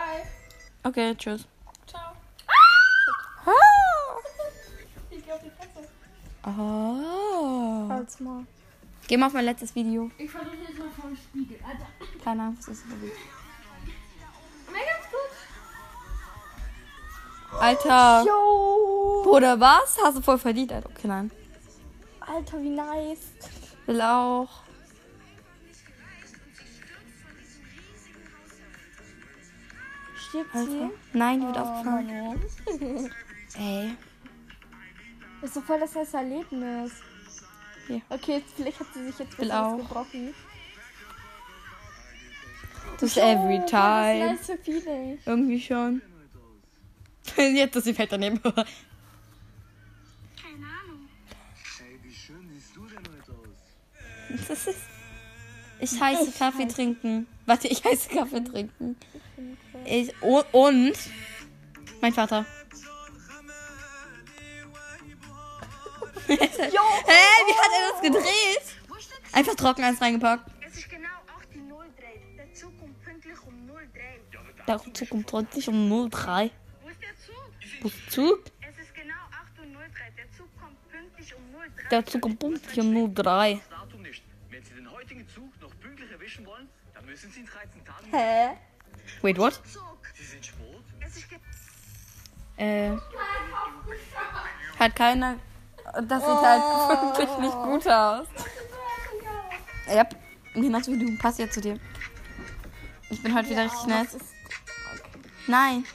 S3: Okay, tschüss. Ciao. Ah. Oh.
S1: Halt's mal.
S3: Geh mal auf mein letztes Video.
S5: Ich versuche jetzt mal vom Spiegel. Alter.
S3: Keine Ahnung, was ist das für ein Video?
S5: Mal ganz kurz.
S3: Alter.
S1: Yo.
S3: Bruder, was? Hast du voll verdient? Alter, okay, nein.
S1: Alter, wie nice.
S3: Will auch.
S1: Stirbt
S3: Alter.
S1: sie?
S3: Nein,
S1: Oh
S3: die wird aufgefangen. Ey.
S1: Ist so voll das nice Erlebnis.
S3: Ja.
S1: Okay, jetzt, vielleicht hat sie sich jetzt
S3: Will
S1: was
S3: auch.
S1: gebrochen.
S3: Das ist every
S1: Oh, Das
S3: time.
S1: ist nice Feeling.
S3: Irgendwie schon. Jetzt ist sie fett daneben.
S7: Hey, wie schön siehst du denn heute aus?
S3: Das ist. Ich heiße Kaffee trinken. Warte, ich heiße Kaffee trinken. Ich, und, und mein Vater. Hä, hey, wie hat er das gedreht? Einfach trocken eins reingepackt.
S17: Es ist genau 8.03. Der Zug kommt pünktlich um 03.
S3: Der Zug kommt trotzdem um 03.
S17: Wo ist der Zug?
S3: Wo ist der Zug?
S17: Es ist genau 8.03. Der Zug kommt pünktlich um 03.
S3: Der Zug kommt pünktlich um 03.
S7: Das Datum nicht. Wenn Sie den heutigen Zug noch pünktlich erwischen wollen, dann müssen Sie in 13 Tagen.
S3: Hä? Wait, what?
S17: Zug.
S7: Sie sind schwul?
S17: Es ist ge-
S3: Äh. Hat keiner. Das sieht halt wirklich nicht gut aus. Ja, yep. genauso wie du. Passt ja zu dir. Ich bin heute wieder richtig nice. Nein.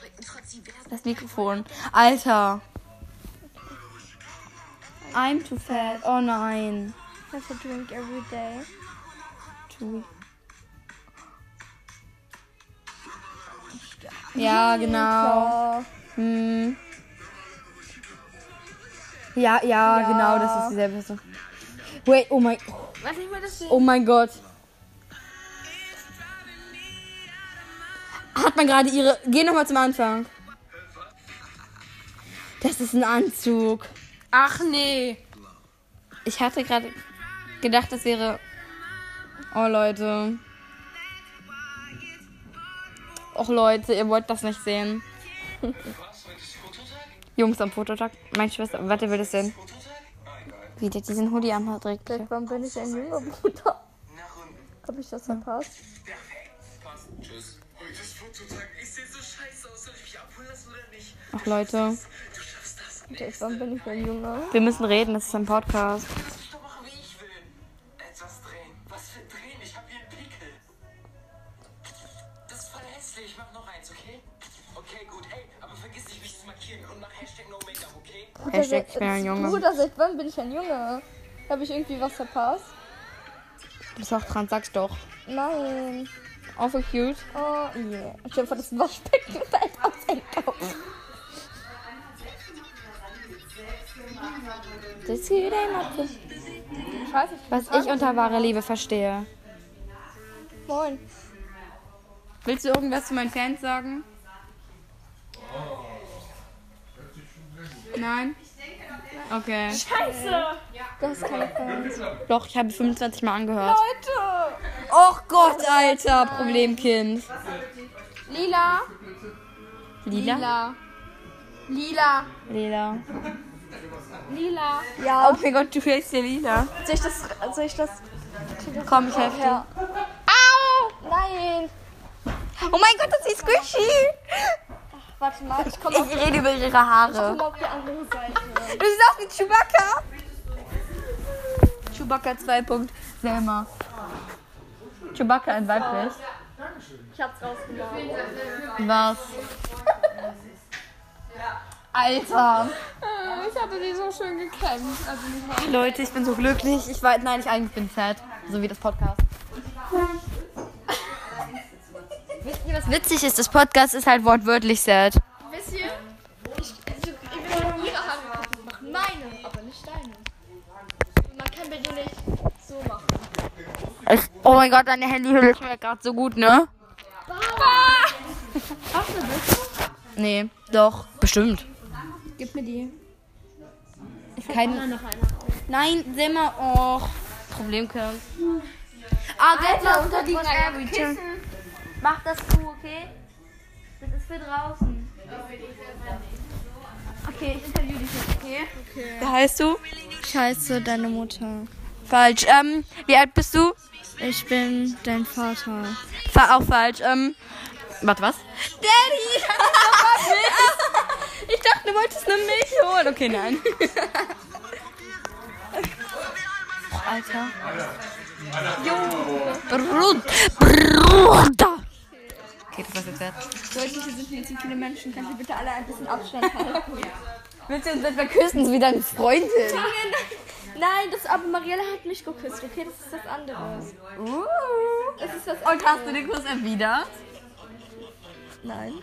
S3: Das Mikrofon. Alter. I'm too fat. Oh nein.
S1: Have a drink every day.
S3: Too. Ja, genau.
S1: Oh.
S3: Hm. Ja, ja, genau, das ist dieselbe Person. Wait, oh mein,
S5: Was ich mal das
S3: oh mein Gott. Hat man gerade ihre. Geh nochmal zum Anfang. Das ist ein Anzug.
S5: Ach nee.
S3: Ich hatte gerade gedacht, das wäre. Oh Leute. Och Leute, ihr wollt das nicht sehen.
S7: Was? Heute ist Fototag?
S3: Jungs am Fototag. Meine Schwester, warte, will das sehen.
S7: Fototag? Ah, egal.
S3: Wie der diesen Hoodie anhat, trägt.
S1: Wann bin ich ein jüngerer Bruder?
S7: Nach unten.
S1: Hab ich das verpasst?
S7: Perfekt. Passt. Tschüss. Heute ist Fototag. Ich sehe so scheiße aus. Soll ich mich abholen lassen oder nicht?
S3: Ach Leute,
S7: Du schaffst das.
S1: Wann bin ich ein Junge?
S3: wir müssen reden, das ist ein Podcast.
S7: Lass mich doch machen, wie ich will. Etwas drehen. Was für drehen? Ich hab hier einen Pickel. Das ist voll hässlich. Mach noch eins, okay? Okay, gut. Ey, aber vergiss nicht, mich zu markieren und mach Hashtag No Make-up, okay?
S3: Hashtag ich bin ein Junge.
S1: Bruder, seit wann bin ich ein Junge? Habe ich irgendwie was verpasst?
S3: Du bist auch dran, sag's doch.
S1: Nein.
S3: Auch so cute.
S1: Oh, yeah. Ich habe das Waschbecken fällt aus dem Kopf.
S3: Das ist hier dein Apfel.
S1: Scheiße.
S3: Was ich unter wahre Liebe verstehe.
S1: Moin.
S4: Willst du irgendwas zu meinen Fans sagen? Nein? Okay.
S1: Scheiße. Du hast keine Fans.
S4: Doch, ich habe 25 Mal angehört.
S1: Leute.
S4: Och Gott, Alter, Problemkind.
S1: Lila.
S4: Lila?
S1: Lila.
S4: Lila.
S1: Lila.
S4: Ja. Oh mein Gott, du hältst dir Lila.
S1: Soll ich das. Soll ich das.
S4: Komm, ich helfe dir.
S1: Ja. Au! Nein.
S4: Oh mein Gott, das ist squishy.
S1: Warte mal, ich komme auf,
S4: Ich rede über ihre
S1: ich komm
S4: Haare.
S1: auf die andere Seite.
S4: Du siehst aus wie Chewbacca. Chewbacca 2. Punkt. Selma. Chewbacca in weiblich.
S1: Ich hab's rausgenommen.
S4: Was? Alter.
S5: Ich hatte die so schön gekämpft. Also nicht mal.
S4: Leute, ich bin so glücklich. Ich war, nein, ich eigentlich bin sad. So wie das Podcast. Wisst ihr, was witzig ist? Das Podcast ist halt wortwörtlich sad.
S1: Wisst ihr? Ich, ich, ich will ihre Haare kaputt machen. Meine, aber nicht deine. Man kann bitte nicht so machen.
S4: Ich, oh mein Gott, deine Handyhülle schmeckt gerade so gut, ne? Nee, doch, bestimmt.
S3: Gib mir die.
S4: Kein, nein, Selma, auch. Problemkind. Ah, Alter,
S3: Alter,
S4: unter die Kissen.
S3: Mach das zu, okay? Das ist für draußen. Okay, ich interview dich jetzt, okay?
S4: Wie heißt du?
S1: Scheiße, deine Mutter.
S4: Falsch. Ähm, wie alt bist du?
S1: Ich bin dein Vater.
S4: Fa auch falsch. Ähm, warte, was? Daddy! ich dachte, du wolltest eine Milch holen. Okay, nein. Alter. Jo. Bruder. Okay, das war's jetzt wert.
S18: Leute, hier sind viel zu viele Menschen. Könnt ihr bitte alle ein bisschen Abstand halten?
S4: Willst du uns etwa küssen, so wie deine Freundin?
S1: Nein, das aber Marielle hat mich geküsst, okay? Das ist das andere.
S4: Uh.
S1: Das ist das
S4: Und hast du den Kuss erwidert?
S1: Nein.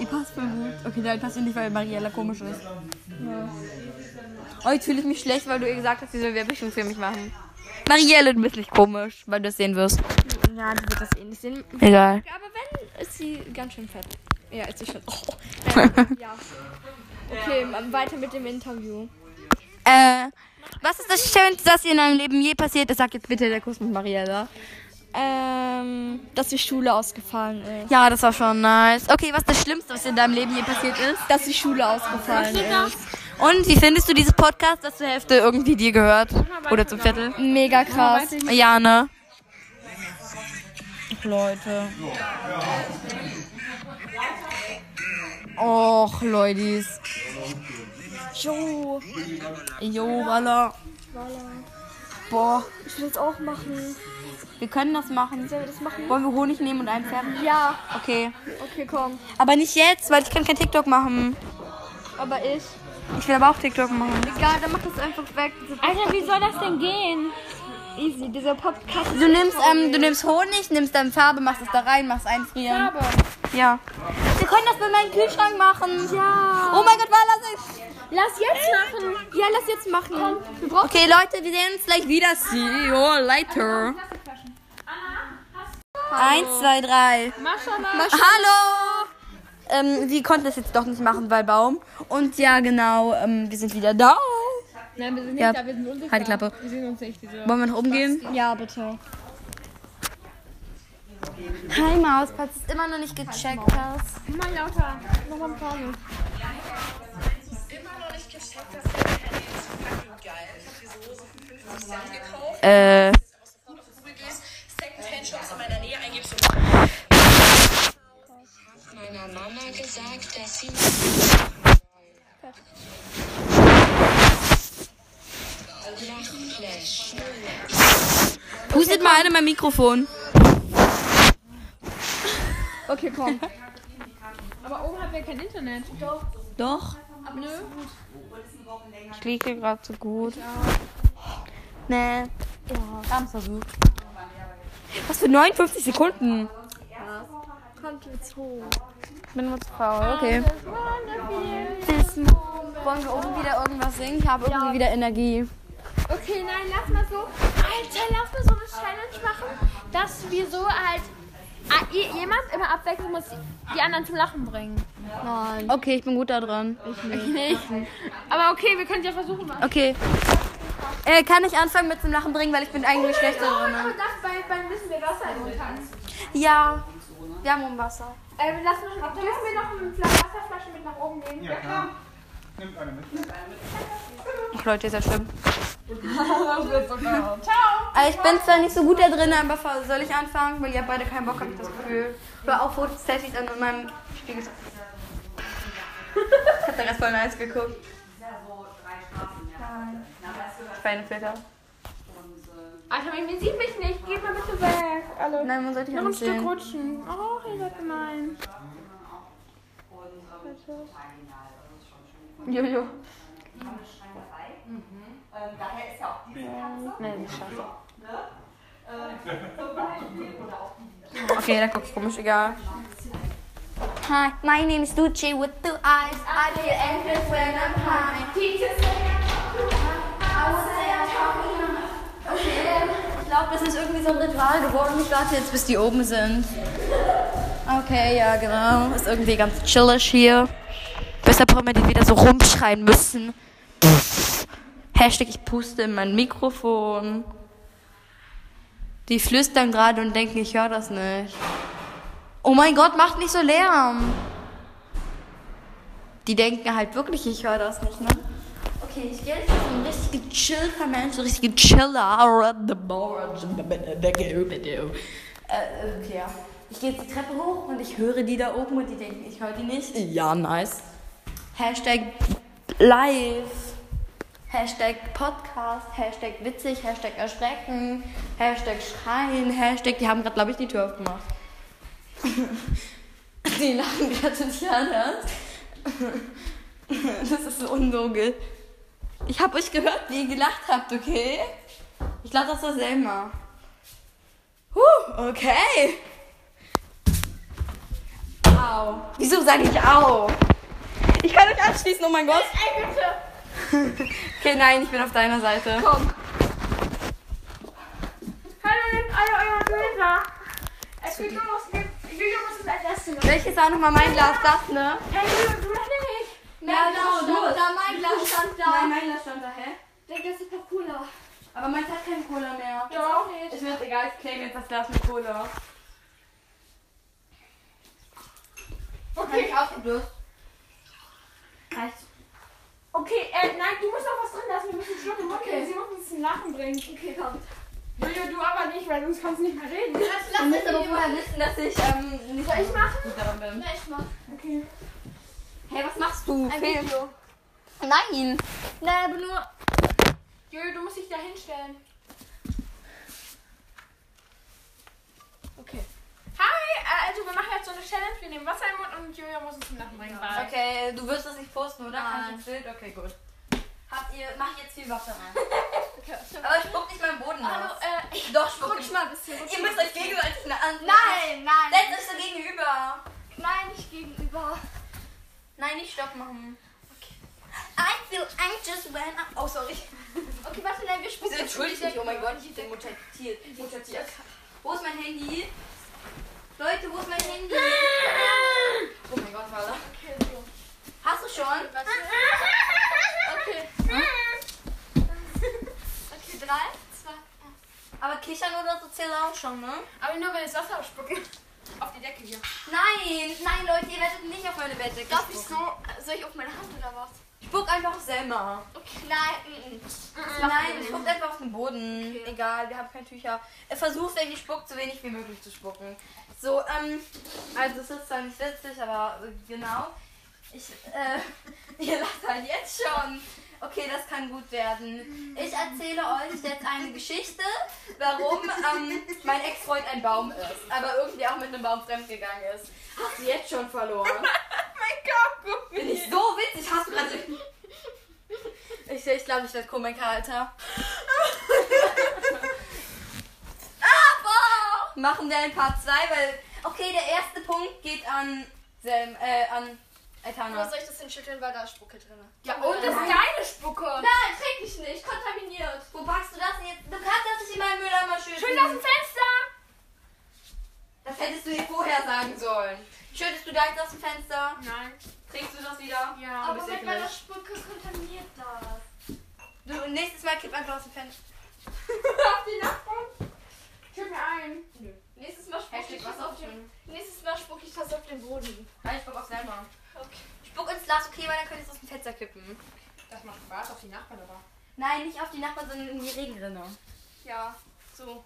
S4: Die passt voll gut. Okay, nein, passt ihr nicht, weil Mariella komisch ist. Oh, jetzt fühle ich mich schlecht, weil du ihr gesagt hast, sie soll Werbung für mich machen. Mariella, du bist nicht komisch, weil du es sehen wirst.
S1: Ja, die wird das eh nicht sehen.
S4: Egal.
S1: Aber wenn, ist sie ganz schön fett. Ja, ist sie schon. Oh, ähm, ja. Okay, ähm, weiter mit dem Interview.
S4: Äh, was ist das Schönste, das dir in deinem Leben je passiert ist? Sag jetzt bitte der Kuss mit Mariella.
S1: Ähm, dass die Schule ausgefallen ist.
S4: Ja, das war schon nice. Okay, was ist das Schlimmste, was dir in deinem Leben je passiert ist?
S1: Dass die Schule ausgefallen ist.
S4: Und wie findest du dieses Podcast, dass zur Hälfte irgendwie dir gehört? Oder zum Viertel?
S1: Mega krass.
S4: Ja, ne? Ach, Leute. Och, Leutis.
S1: Jo,
S4: Jo, Walla. Boah,
S1: ich will es auch machen.
S4: wir können das machen.
S1: Sollen wir das machen?
S4: Wollen wir Honig nehmen und einfärben?
S1: Ja,
S4: Okay.
S1: okay, komm.
S4: Aber nicht jetzt, weil ich kann kein TikTok machen.
S1: Aber ich.
S4: Ich will aber auch TikTok machen.
S1: Egal, dann mach das einfach weg.
S3: Alter, wie soll das denn gehen?
S1: Easy, dieser Podcast.
S4: Du nimmst, ähm, du nimmst Honig, nimmst dann Farbe, machst es da rein, machst einfrieren. Ja. Wir können das mit meinem Kühlschrank machen. Ja. Oh mein Gott, Walla, das
S1: Lass jetzt machen. Ja, lass jetzt machen. Komm, wir brauchen.
S4: Okay, Leute, wir sehen uns gleich wieder. See you later. Eins, zwei, drei. Hallo! Ähm, wir konnten das jetzt doch nicht machen, weil Baum. Und ja, genau, ähm, wir sind wieder da.
S5: Nein, wir sind nicht
S4: Ja.
S5: da, wir sind unsichtbar.
S4: Halt die Klappe.
S5: Wir sehen uns nicht. Diese
S4: Wollen wir noch umgehen?
S1: Ja, bitte.
S4: Hi, Mauspatz. Ist immer noch nicht gecheckt hast.
S5: Immer lauter. Nochmal ein paar Mal.
S4: Äh.
S2: Meiner Mama gesagt, dass sie. Lachflash.
S4: Pustet mal einer mein Mikrofon.
S1: Okay, komm.
S5: Aber oben haben wir kein Internet. Doch.
S4: Doch.
S5: Nö.
S4: Ich liege gerade so gut. Nee. Ja. Ganz versucht. Was für 59 Sekunden?
S1: Kommt jetzt hoch.
S4: Ich bin nur zu faul. Okay.
S5: Wonderful.
S4: Wollen wir oben wieder irgendwas singen? Ich habe irgendwie wieder Energie.
S5: Okay, nein, lass mal so. Alter, lass mal so eine Challenge machen, dass wir so halt. Ah, je- jemand immer abwechseln muss, die anderen zum Lachen bringen. Nein.
S3: Okay, ich bin gut da dran.
S5: Ich nicht. Aber okay, wir können es ja versuchen. Mal.
S3: Okay. Äh, kann ich anfangen mit zum Lachen bringen, weil ich bin eigentlich schlechter drin.
S5: Aber Oh, das bei, beim Wissen wir Wasser im Mund haben.
S3: Ja, wir haben um Wasser.
S5: Ähm, lass mal, dürfen wir noch eine Fla- Wasserflasche mit nach oben nehmen?
S19: Ja, klar. Nimmt eine mit.
S3: Ach Leute, ist ja schlimm.
S20: das wird so geil.
S3: Also ich bin zwar nicht so gut da drin, aber soll ich anfangen? Weil ihr habt beide keinen Bock, habe ich das Gefühl. Oder auch Fotos, Selfies an meinem Spiegel. Ich hab den Rest voll nice geguckt. Schweinefilter.
S5: Alter, man sieht Ah, mich nicht. Geht mal bitte weg. Alle.
S3: Nein, man sollte dich
S5: Noch ein
S3: nicht
S5: Stück
S3: sehen.
S5: rutschen. Oh, ihr seid gemein.
S3: Jojo.
S20: Ähm, daher ist ja auch diese Katze.
S3: Nee, die ist scheiße.
S20: Ne? Ähm, zum Beispiel, oder auch
S3: Okay, da guckst komisch, egal. Hi, my name is Lucci with two eyes. I feel endless when I'm high. Teachers say I would say I'm talking. Okay, ich glaube, das ist irgendwie so ein Ritual geworden. Ich warte jetzt, bis die oben sind. Okay, ja, genau. Ist irgendwie ganz chillisch hier. Deshalb haben wir die wieder so rumschreien müssen. Hashtag, ich puste in mein Mikrofon. Die flüstern gerade und denken, ich höre das nicht. Oh mein Gott, macht nicht so Lärm. Die denken halt wirklich, ich höre das nicht, ne? Okay, ich gehe jetzt so ein richtig gechillter Mensch, so richtig chiller. Äh, okay, ja. Ich gehe jetzt die Treppe hoch und ich höre die da oben und die denken, ich höre die nicht. Ja, nice. Hashtag live. Hashtag Podcast, Hashtag witzig, Hashtag erschrecken, Hashtag schreien, Hashtag, die haben gerade, glaube ich, die Tür aufgemacht. die lachen gerade und ich höre das. das ist so unlogisch. Ich habe euch gehört, wie ihr gelacht habt, okay? Ich lache das doch selber. Huh, okay. Au. Wieso sage ich au? Ich kann euch anschließen, oh mein Gott.
S5: Ey, bitte.
S3: Okay, nein, ich bin auf deiner Seite.
S5: Komm. Hallo, nehmt alle eure Gläser. Es geht los. Nehmt- Julia muss es als erste nehmen.
S3: Welches war nochmal mein Glas? Das, ne?
S5: Hey, Julia, du nicht.
S3: Ja, genau, du. Nein, mein Glas
S5: stand da, hä? Der Glas ist doch cooler.
S3: Aber meins hat keine Cola mehr.
S5: Doch, nicht.
S3: Ist mir das egal, ich claim jetzt das Glas mit Cola.
S5: Okay.
S3: Hab ich ausgebürst. Reicht.
S5: Okay, äh, nein, du musst noch was drin lassen. Wir müssen Schluck im Mund okay. Sie muss uns zum Lachen bringen. Okay, komm. Julia, du aber nicht, weil sonst kannst du nicht mehr reden. Lass,
S3: Du müsst aber vorher wissen, dass ich ähm, nicht
S5: Soll ich machen?
S3: gut daran bin.
S5: ich mach. Okay.
S3: Hey, was machst du?
S5: Ein
S3: Film.
S5: Video.
S3: Nein.
S5: Nein, aber nur. Julia, du musst dich da hinstellen. Okay. Hi, äh, also wir machen jetzt so eine Challenge. Wir nehmen Wasser im Mund und Julia muss es zum Lachen bringen. Bye.
S3: Okay, du wirst das nicht posten, oder?
S5: Nein.
S3: Kann ich ein Bild? Okay, gut. Habt ihr, mach jetzt viel Wasser rein. Aber ich spuck nicht meinen Boden
S5: Hallo,
S3: aus.
S5: äh, ich
S3: Doch, spuck ich.
S5: mal ein bisschen.
S3: Ihr müsst euch gegenseitig eine Antwort
S5: Nein, nein.
S3: Setzt euch so gegenüber.
S5: Nein, nicht gegenüber.
S3: Nein, nicht Stopp machen. Okay. I feel anxious when I... Oh, sorry.
S5: Okay, warte, nein, wir
S3: Wieso
S5: spucken.
S3: entschuldigt mich? Oh mein Gott, ich bin mutatiert. Mutatiert. Wo ist mein Handy? Leute, wo ist mein Handy? Oh mein Gott, Wala.
S5: Okay, so.
S3: Hast du schon?
S5: Warte. Okay.
S3: Okay, drei, zwei, eins. Aber kichern oder so zählt auch schon, ne?
S5: Aber nur wenn das Wasser aufspucken. Auf die Decke hier.
S3: Nein, nein, Leute, ihr werdet nicht auf meine Bettdecke
S5: Darf ich
S3: spucken.
S5: so. Soll ich auf meine Hand oder was?
S3: Spuck einfach selber.
S5: Okay. Nein, mm,
S3: Nein, ich spuckt einfach auf den Boden. Egal, wir haben keine Tücher. Er versucht, wenn ich spuckt, so wenig wie möglich zu spucken. So, ähm, also es ist zwar nicht witzig, aber äh, genau. Ich, äh, ihr lacht halt jetzt schon. Okay, das kann gut werden. Ich erzähle euch jetzt eine Geschichte, warum ähm, mein Ex-Freund ein Baum ist, aber irgendwie auch mit einem Baum fremdgegangen ist. Hast du jetzt schon verloren? Bin ich so witzig? Hast du gerade... Ich, ich glaube, ich werde Komiker, Alter. Aber machen wir ein Part 2, weil. Okay, der erste Punkt geht an Sam, äh, an
S1: Wo soll ich das hinschütteln? War da Spucke drin?
S5: Ja, und das ist deine Spucke.
S3: Nein, trink ich nicht. Kontaminiert. Wo packst du das denn jetzt? Du kannst das nicht in meinen Mülleimer schütten.
S5: Schön aus dem Fenster!
S3: Das hättest du dir vorher sagen sollen. Schüttest du deins aus dem Fenster?
S5: Nein.
S3: Trinkst du das wieder?
S5: Ja,
S3: Du
S5: aber
S3: bist
S5: mit
S3: eklig.
S5: meiner Spucke kontaminiert das.
S3: Du, nächstes Mal kipp einfach aus dem Fenster.
S5: auf die Nachbarn? Schütt mir ein.
S1: Nächstes Mal spuck
S3: Hashtag
S1: ich
S3: was
S1: das auf
S3: auf
S1: den. Nächstes Mal spuck ich das auf den Boden.
S3: Nein, ich guck auch selber.
S1: Okay.
S3: Spuck ins Glas, okay, weil dann könntest du es aus dem Fenster kippen.
S5: Das macht Spaß auf die Nachbarn, aber.
S3: Nein, nicht auf die Nachbarn, sondern in die Regenrinne.
S5: Ja,
S1: so.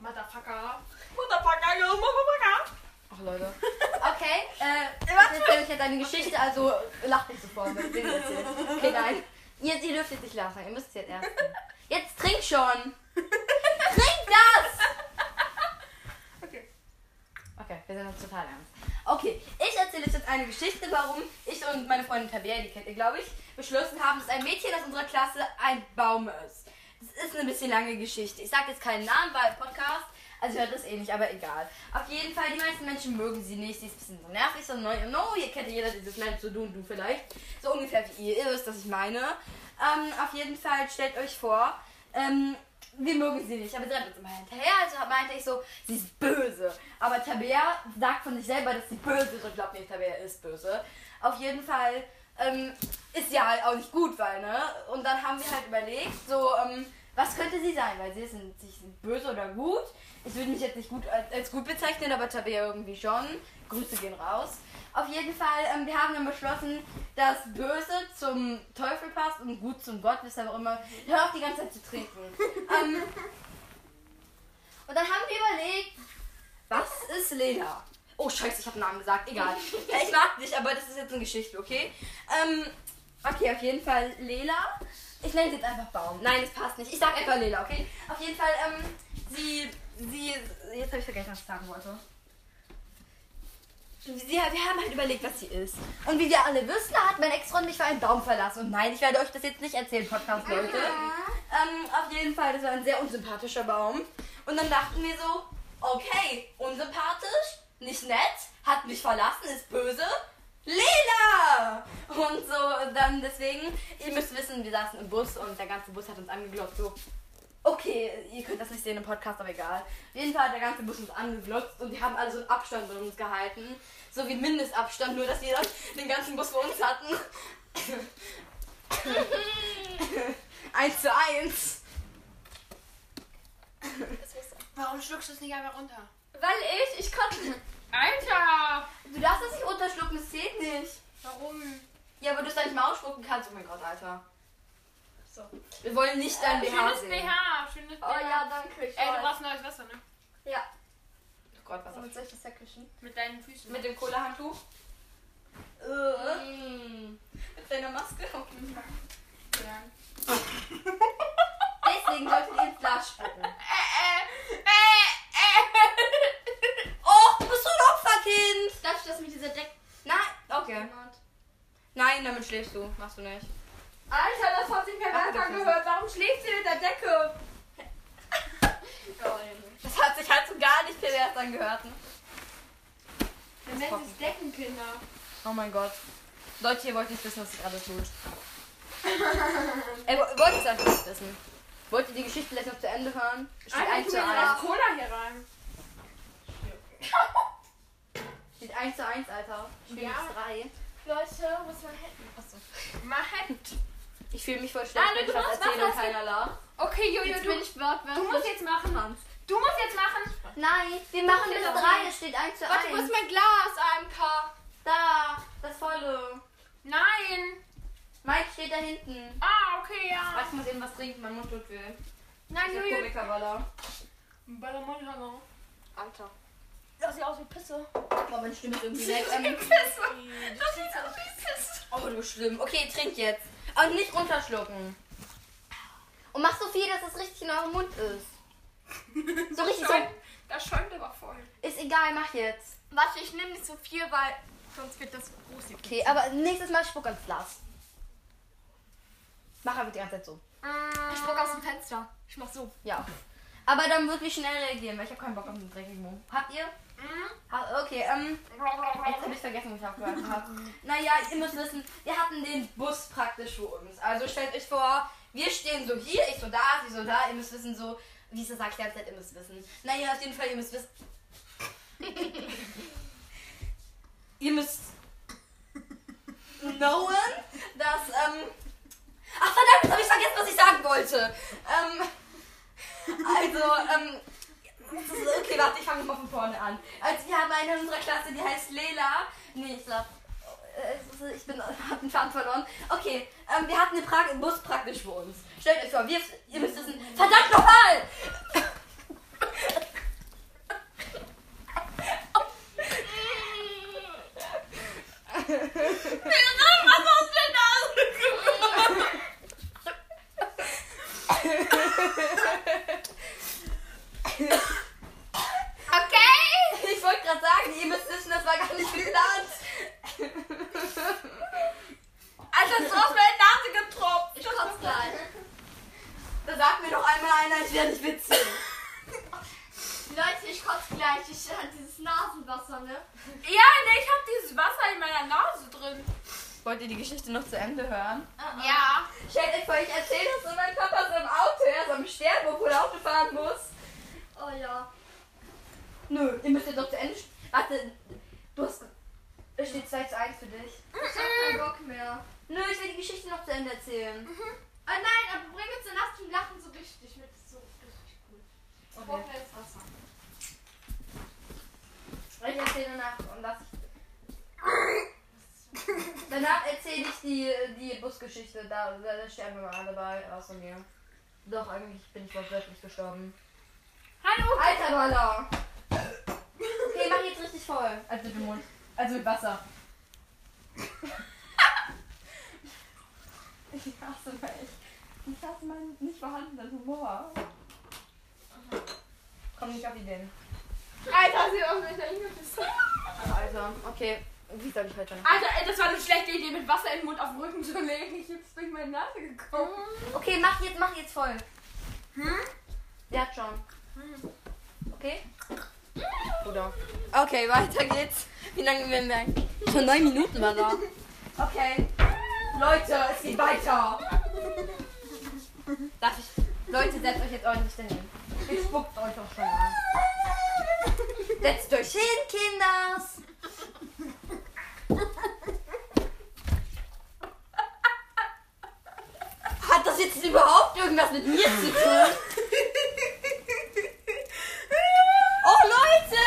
S5: Motherfucker. Motherfucker, yo, Motherfucker.
S3: Ach Leute. Okay, äh, ich erzähle euch jetzt eine Geschichte, also lacht nicht sofort, wenn ich den erzähle. Okay, nein. Ihr, ihr dürft jetzt nicht lachen, ihr müsst jetzt erst. Jetzt trink schon! Trink das!
S5: Okay.
S3: Okay, wir sind uns total ernst. Okay, ich erzähle euch jetzt eine Geschichte, warum ich und meine Freundin Tabea, die kennt ihr glaube ich, beschlossen haben, dass ein Mädchen aus unserer Klasse ein Baum ist. Das ist eine bisschen lange Geschichte. Ich sage jetzt keinen Namen, weil Podcast, also hört das eh nicht, aber egal. Auf jeden Fall, die meisten Menschen mögen sie nicht. Sie ist ein bisschen so nervig, so neu. No, ihr kennt ja jeder dieses Mensch, so du und du vielleicht. So ungefähr wie ihr, ihr wisst, was ich meine. Ähm, auf jeden Fall, stellt euch vor, ähm, wir mögen sie nicht, aber sie rennt uns immer hinterher. Also meinte ich so, sie ist böse. Aber Tabea sagt von sich selber, dass sie böse ist und glaubt nicht, Tabea ist böse. Auf jeden Fall ähm, ist ja halt auch nicht gut, weil, ne? Und dann haben wir halt überlegt, so, ähm, was könnte sie sein? Weil sie ist, ein- sie ist böse oder gut. Ich würde mich jetzt nicht gut als, als gut bezeichnen, aber Tabea irgendwie schon. Grüße gehen raus. Auf jeden Fall, ähm, wir haben dann beschlossen, dass Böse zum Teufel passt und gut zum Gott, weshalb auch immer. Hör auf die ganze Zeit zu trinken. ähm, und dann haben wir überlegt, was ist Lena? Oh, scheiße, ich habe Namen gesagt. Egal. Ja, ich mag dich, aber das ist jetzt eine Geschichte, okay? Ähm, okay, auf jeden Fall Lela. Ich nenne sie jetzt einfach Baum. Nein, das passt nicht. Ich sag einfach Lela, okay? Auf jeden Fall, ähm, sie, sie, jetzt habe ich vergessen, was ich sagen wollte. Sie, wir haben halt überlegt, was sie ist. Und wie wir alle wissen, hat mein Ex-Freund mich für einen Baum verlassen. Und nein, ich werde euch das jetzt nicht erzählen, Podcast-Leute. Ähm, auf jeden Fall, das war ein sehr unsympathischer Baum. Und dann dachten wir so, okay, unsympathisch, nicht nett, hat mich verlassen, ist böse. Lena! Und so, dann deswegen, ihr müsst wissen, wir saßen im Bus und der ganze Bus hat uns angeglotzt, so, Okay, ihr könnt das nicht sehen im Podcast, aber egal. Auf jeden Fall hat der ganze Bus uns angeglotzt und wir haben alle so einen Abstand bei uns gehalten. So wie Mindestabstand, nur dass wir dann den ganzen Bus bei uns hatten. eins zu eins.
S5: Warum schluckst du es nicht einfach runter?
S3: Weil ich, ich konnte.
S5: Alter!
S3: Du darfst das nicht unterschlucken, das zählt nicht.
S5: Warum?
S3: Ja, aber du es dann nicht mal ausspucken kannst. Oh mein Gott, Alter. So. Äh, Wir wollen nicht dein BH
S5: Schönes
S3: sehen.
S5: BH, schönes
S1: Oh
S5: BH.
S1: ja, danke. Ich
S5: Ey, du
S1: weiß.
S5: brauchst neues Wasser, ne?
S1: Ja.
S3: Oh Gott, was
S1: Womit soll ich das wegwischen?
S5: Mit deinen Füßen.
S3: Mit dem Kohlehandtuch?
S5: Hm.
S3: Mm. Mit deiner Maske?
S5: Oh, Ja.
S3: Deswegen solltet ihr ins Glas spucken.
S5: Äh,
S1: Oh, du bist so ein Opferkind! Darf ich das mit dieser Deck.
S3: Nein, okay. Nein, damit schläfst du. Machst du nicht.
S5: Alter, das hat sich mir
S3: Ach,
S5: weiter
S3: das ist-
S5: angehört. Warum schläft sie mit der Decke?
S3: Das hat sich halt so gar nicht pervers angehört. ne?
S5: Dann nennen sie es Deckenkinder.
S3: Oh mein Gott. Leute, ihr wollt nicht wissen, was ich gerade tut. Ey, wo- wollt ihr es einfach nicht wissen? Wollt ihr die Geschichte vielleicht noch zu Ende hören? Steht
S5: Alter,
S3: 1
S5: tu
S3: zu
S5: mir das
S3: 1.
S5: Cola hier rein.
S3: Steht 1 zu 1, Alter. Steht
S1: Ja.
S3: 3.
S1: Leute, muss man hätten. Achso.
S5: Manhattan.
S3: Ich fühle mich voll schlecht,
S5: Ah,
S3: wenn
S5: du
S3: ich was
S5: musst
S3: erzähle und
S5: machen,
S3: keiner lacht.
S5: Okay, Jojo,
S1: Jetzt
S5: du,
S1: bin ich
S5: du musst jetzt machen. Du musst jetzt machen.
S1: Nein,
S3: Wir machen bis
S1: das
S3: 3, es steht 1 zu 1.
S1: Warte, wo ist mein Glas, AMK?
S3: Da, das volle.
S5: Nein.
S3: Mike steht da hinten.
S5: Ah, okay, ja.
S3: Warte, ich muss eben was trinken, mein Mund tut weh.
S5: Nein,
S3: Der
S5: Jojo.
S3: Komikerballer.
S5: Ballermann,
S3: Alter.
S5: Das sieht aus wie Pisse.
S3: Boah, meine Stimme ist irgendwie weg. Ähm,
S5: Das sieht aus wie Pisse.
S3: oh, du schlimm. Okay, trink jetzt. Und nicht runterschlucken. Und mach so viel, dass es richtig in eurem Mund ist. So richtig so.
S5: Das schäumt aber voll.
S3: Ist egal, mach jetzt.
S1: Warte, ich nehme nicht so viel, weil sonst wird das groß. hier.
S3: Okay, aber nächstes Mal spuck ans Glas. Mach einfach die ganze Zeit so.
S1: Mm. Ich spuck aus dem Fenster. Ich mach so.
S3: Ja. Aber dann wirklich schnell reagieren, weil ich habe keinen Bock auf den dreckigen Mumm. Habt ihr?
S1: Mm.
S3: Ha- Okay, ähm, jetzt habe ich vergessen, was ich aufgehört habe. Naja, ihr müsst wissen, wir hatten den Bus praktisch vor uns. Also stellt euch vor, wir stehen so hier, ich so da, sie so da, ihr müsst wissen so, wie es sagt, die ganze Zeit, ihr müsst wissen. Naja, auf jeden Fall, ihr müsst wissen. ihr müsst knowen, dass, ähm, ach verdammt, jetzt habe ich vergessen, was ich sagen wollte. Ähm, also, ähm. das ist- Okay, warte, ich fange mal von vorne an. Also, wir haben eine in unserer Klasse, die heißt Lela. Nee, ich glaube. Ich bin, hab den Faden verloren. Okay, ähm, wir hatten eine pra Bus praktisch für uns. Stellt euch vor, wir, ihr müsst wissen. Verdammt nochmal! Okay! Ich wollte gerade sagen, ihr müsst wissen, das war gar nicht geplant. Alter, du hast meine Nase getropft. Ich kotze gleich. Da sagt mir doch einmal einer, ich werde nicht witzig.
S1: Leute, ich kotze gleich. Ich hatte dieses Nasenwasser, ne?
S3: Ja, ne, ich hab dieses Wasser in meiner Nase drin. Wollt ihr die Geschichte noch zu Ende hören?
S1: Uh-uh.
S3: Ja. Stellt euch vor, ich erzähle das und mein Papa ist im Auto, er ist am Sterben, obwohl er Auto fahren muss.
S1: Oh ja.
S3: Nö, ihr müsst jetzt noch zu Ende. sch- Warte, du hast. Es steht 2 zu 1 für dich.
S1: Ich hab keinen Bock mehr.
S3: Nö, ich will die Geschichte noch zu Ende erzählen. Äh,
S1: Oh nein, aber bring uns den Nacht zum Lachen so richtig mit. Das ist so richtig cool. Ich brauch mehr jetzt Wasser.
S3: Ich erzähle danach und das. Danach erzähle ich die, die Busgeschichte. Da, da, da sterben wir alle bei, außer mir. Doch, eigentlich bin ich wortwörtlich gestorben. Hallo! Alter Ballon! Okay, mach jetzt richtig voll. Also mit dem Mund. Also mit Wasser. ich hasse mich. Ich hasse meinen nicht vorhandenen Humor. Komm nicht auf Ideen.
S5: Alter, sie auch nicht eingebissen.
S3: Also, okay. Wie soll ich heute?
S5: Alter, ey, das war eine schlechte Idee, mit Wasser in den Mund auf den Rücken zu legen. Ich bin durch meine Nase gekommen.
S3: Mhm. Okay, mach jetzt, mach jetzt voll. Hm? Ja, schon.
S5: Hm.
S3: Okay? Oder? Okay, weiter geht's. Wie lange werden wir eigentlich? Schon neun Minuten war da. Okay. Leute, es geht weiter. Darf ich? Leute, setzt euch jetzt ordentlich dahin. Ich spuckt euch doch schon an. Setzt euch hin, Kinders. Hat das jetzt überhaupt irgendwas mit mir zu tun? Oh Leute!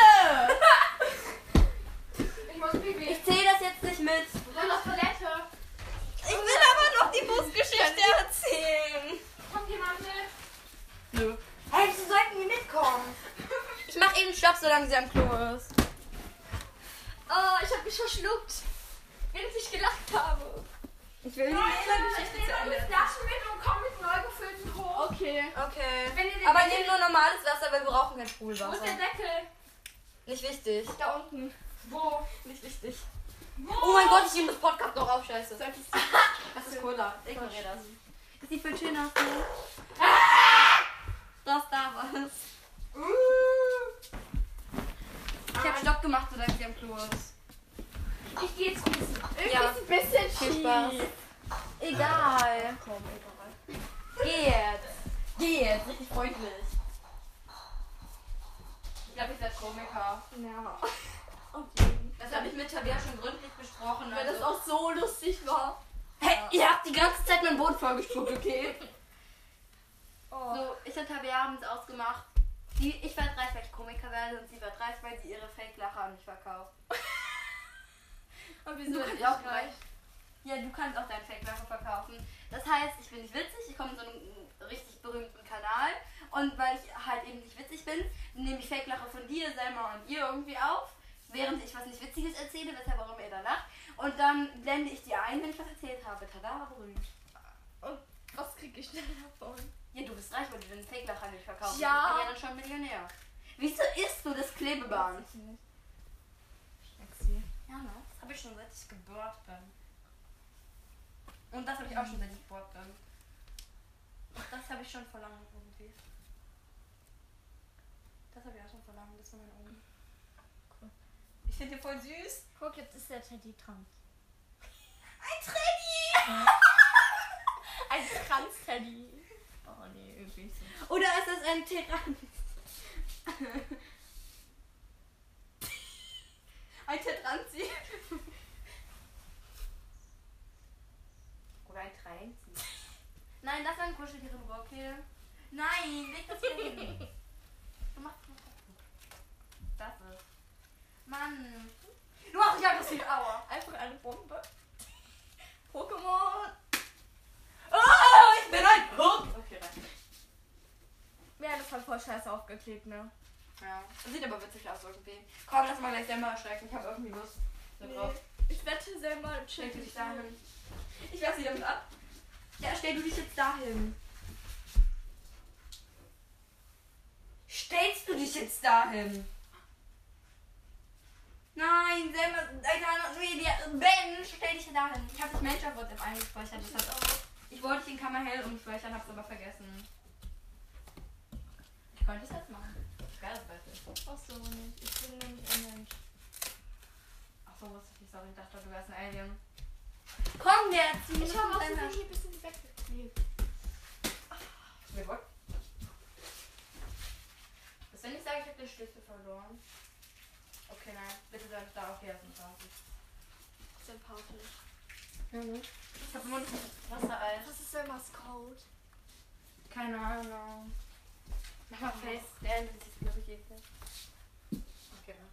S5: Ich muss pipi.
S3: Ich zähle das jetzt nicht mit.
S5: Dann auf Toilette.
S3: Ich will aber noch die Busgeschichte erzählen.
S5: Kommt jemand mit?
S3: Nö. Hey, sie sollten hier mitkommen. Ich mach eben Stopp, solange sie am Klo ist.
S1: Oh, ich hab mich verschluckt. Während ich gelacht habe.
S3: Ich will
S5: Leute, ich nehme noch die Flaschen mit und komme mit neu gefüllten hoch.
S1: Okay.
S3: Okay.
S5: Wenn ihr den
S3: Aber
S5: Deckel-
S3: nehmen nur normales Wasser, weil wir brauchen kein
S5: Wo ist der
S3: Spulwasser.
S5: Deckel?
S3: Nicht wichtig.
S1: Da unten.
S5: Wo?
S3: Nicht wichtig.
S5: Wo?
S3: Oh mein Gott, ich nehme das Podcast noch auf, scheiße. Das ist Cola. Ignoriere das. Das sieht viel schöner aus. ne? Das da war es. Uh. Ich habe Stopp gemacht, solange sie am Klo ist.
S5: Ich gehe jetzt pissen. Irgendwie
S3: Ja.
S5: ist ein bisschen
S3: Viel
S5: schief.
S3: Spaß. Egal. Komm, egal. Geh jetzt. Geh jetzt. Richtig freundlich. Ich glaube, ich werde Komiker.
S1: Ja.
S3: Das habe ich mit Tabea schon gründlich besprochen.
S1: Weil
S3: also-
S1: das auch so lustig war.
S3: Hey, ihr habt die ganze Zeit mein Boot vollgespuckt, okay?
S1: Oh.
S3: So, ich und Tabea haben es ausgemacht. Die, ich werde reich, weil ich Komiker werde und sie wird reich, weil sie ihre Fake-Lacher an mich verkauft.
S1: Und
S3: Du
S1: wieso
S3: kannst
S1: bin ich
S3: auch
S1: reich?
S3: reich. Ja, du kannst auch deine Fake-Lacher verkaufen. Das heißt, ich bin nicht witzig, ich komme in so einen richtig berühmten Kanal und weil ich halt eben nicht witzig bin, nehme ich Fake-Lacher von dir, Selma und ihr irgendwie auf, während ich was nicht Witziges erzähle, weshalb warum ihr dann lacht. Und dann blende ich die ein, wenn ich was erzählt habe. Tada, berühmt.
S1: Und was krieg ich denn davon?
S3: Ja, du bist reich, weil du den Fake-Lacher nicht verkaufst.
S1: Ja.
S3: Ich bin ja dann schon Millionär. Wieso isst du das Klebeband? Ja, ne? Das habe ich schon seit ich geboren bin. Und das habe ich auch schon seit ich geboren bin. Und das habe ich schon vor langem irgendwie.
S5: sagen, das war mein Oben.
S3: Ich finde den voll süß.
S1: Guck, jetzt ist der Teddy dran.
S3: Ein Teddy!
S1: Ein Kranz-Teddy. Oh nee, irgendwie so.
S3: Oder ist das ein Tyrann? ein Tetranzi.
S21: Oder ein Treinzi. Nein, das war ein Kuscheltier im Rock hier. Nein, leg das hier hin. Du machst das. ist. Mann. Du machst dich aggressiv, aua.
S1: Einfach eine Bombe. Pokémon.
S3: Oh, ich bin ein Pokémon. Okay, reicht.
S1: Mir hat das halt voll scheiße aufgeklebt, ne?
S3: Ja. Sieht aber witzig aus irgendwie. Komm, lass mal gleich selber erschrecken. Ich habe irgendwie Lust darauf.
S1: Ich wette selber,
S3: Stell
S1: check
S3: du dich
S1: ich
S3: dahin. Ich werf sie damit ab. Ja, stell du dich jetzt dahin. Stellst du dich jetzt dahin? Nein, selber, Alter, Ben, stell dich dahin. Ich habe dich Mensch auf WhatsApp eingespeichert. Das hat auch. Ich wollte dich in Kammer hell umspeichern, hab's aber vergessen. Ich konnte es jetzt machen. Geil, das
S1: Ach so, nicht. Ich bin nämlich ein Mensch.
S3: Ach so, wusste ich nicht, sorry. Ich dachte, du wärst ein Alien. Komm jetzt!
S1: Ich habe auch so hier ein bisschen weggeklebt.
S3: Mir wohl. Was wenn ich sage, ich habe den Schlüssel verloren? Okay, nein. Bitte sag ich da auch hier sind 20.
S1: Sympathisch.
S3: Ja, ne? Ich hab immer noch Wassereis.
S1: Was ist Selmas Code?
S3: Keine Ahnung. Mach mal Face Stand, das ist glaube ich eklig. Okay, ne?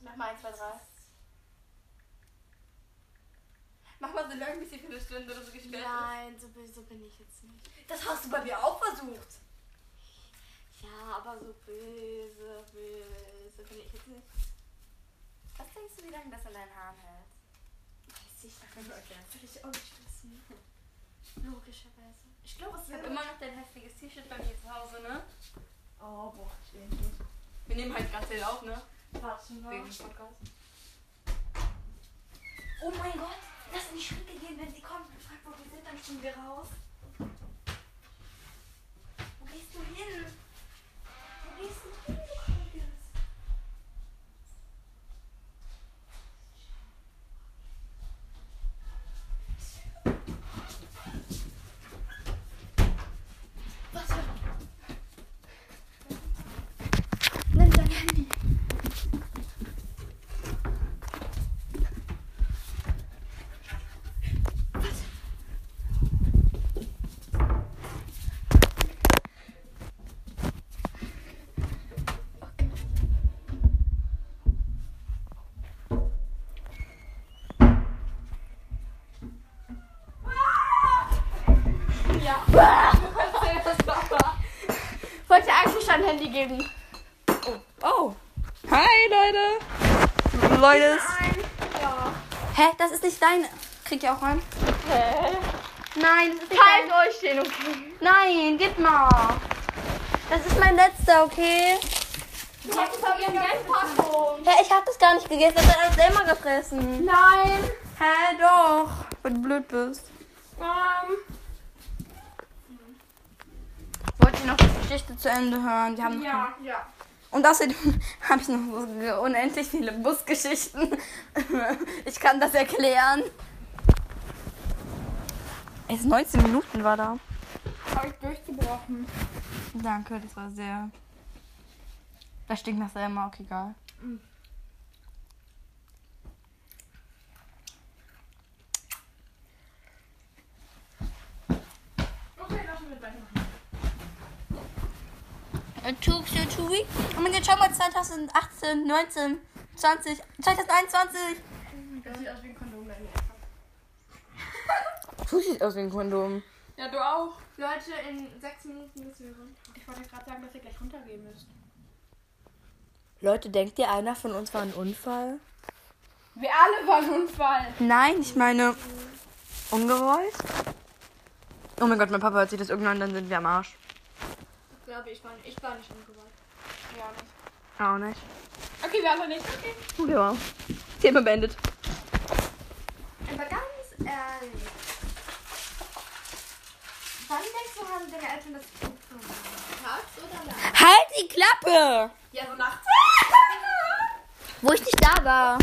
S3: Mach mal 1, 2, 3. Mach mal so lange, bis sie für eine Stunde oder so gestellt
S1: Nein, so bin, so bin ich jetzt nicht.
S3: ist. Das hast du bei mir auch versucht.
S1: Ja, aber so böse, böse bin ich jetzt nicht.
S21: Was denkst du, wie lange das an deinen Haaren hält?
S1: Weiß ich nicht. Würde ich auch nicht wissen. Logischerweise. Ich glaube, es
S3: Ich
S1: wird
S3: hab
S1: immer.
S3: immer noch dein heftiges T-Shirt bei mir zu Hause, ne?
S1: Oh, boah, ich will nicht.
S3: Wir nehmen halt ganz viel auf, ne?
S1: Warte mal.
S3: Wegen dem Podcast.
S21: Oh mein Gott, lass in die Schranke gehen, wenn sie kommen. Frag, wo wir sind, dann springen wir raus. Wo gehst du hin? Wo gehst du hin, du Kluges?
S1: Nimm dein Handy. Wollte eigentlich dein Handy geben.
S4: Oh. Hi, Leute. Leute. Hä? Das ist nicht dein. Krieg ihr auch rein?
S1: Hä?
S4: Nein, das ist nicht
S1: Halt
S4: dein.
S1: euch den, okay?
S4: Nein, gib mal. Das ist mein letzter, okay?
S1: Du hast es auf ihren Geldpackung.
S4: Hä, ich hab das gar nicht gegessen. Das hat alles selber gefressen.
S1: Nein.
S4: Hä, doch. Weil du blöd bist. Wollt ihr noch die Geschichte zu Ende hören? Wir haben noch
S5: Ja, ja.
S4: Und außerdem habe ich noch so unendlich viele Busgeschichten. Ich kann das erklären. Jetzt 19 Minuten war da.
S5: Habe ich durchgebrochen.
S4: Danke, das war sehr. Das stinkt nach Selma, auch egal.
S5: Okay, lass mich weitermachen.
S4: It took you Äh, two weeks. Oh mein Gott, schau mal, 2018, 19, 20, 2021.
S5: Das sieht aus wie ein Kondom bei mir.
S4: Du siehst aus wie ein Kondom.
S5: Ja, du auch. Leute, in sechs Minuten müssen wir runter. Ich wollte gerade sagen, dass ihr gleich runtergehen müsst.
S4: Leute, denkt ihr, einer von uns war ein Unfall?
S5: Wir alle waren Unfall.
S4: Nein, ich meine ungerollt. Oh mein Gott, mein Papa hört sich das irgendwann, dann sind wir am Arsch.
S1: Ich glaube, ich war nicht, ich war nicht umgebracht.
S5: Ja, nicht.
S4: Auch nicht.
S5: Okay, wir alle nicht. Okay.
S4: Ja. Thema beendet.
S21: Aber ganz ehrlich. Wann denkst du, haben deine Eltern das Kind gemacht?
S1: Tags oder nachts?
S4: Halt die Klappe! habe.
S5: Ja, so nachts.
S4: Wo ich nicht da war.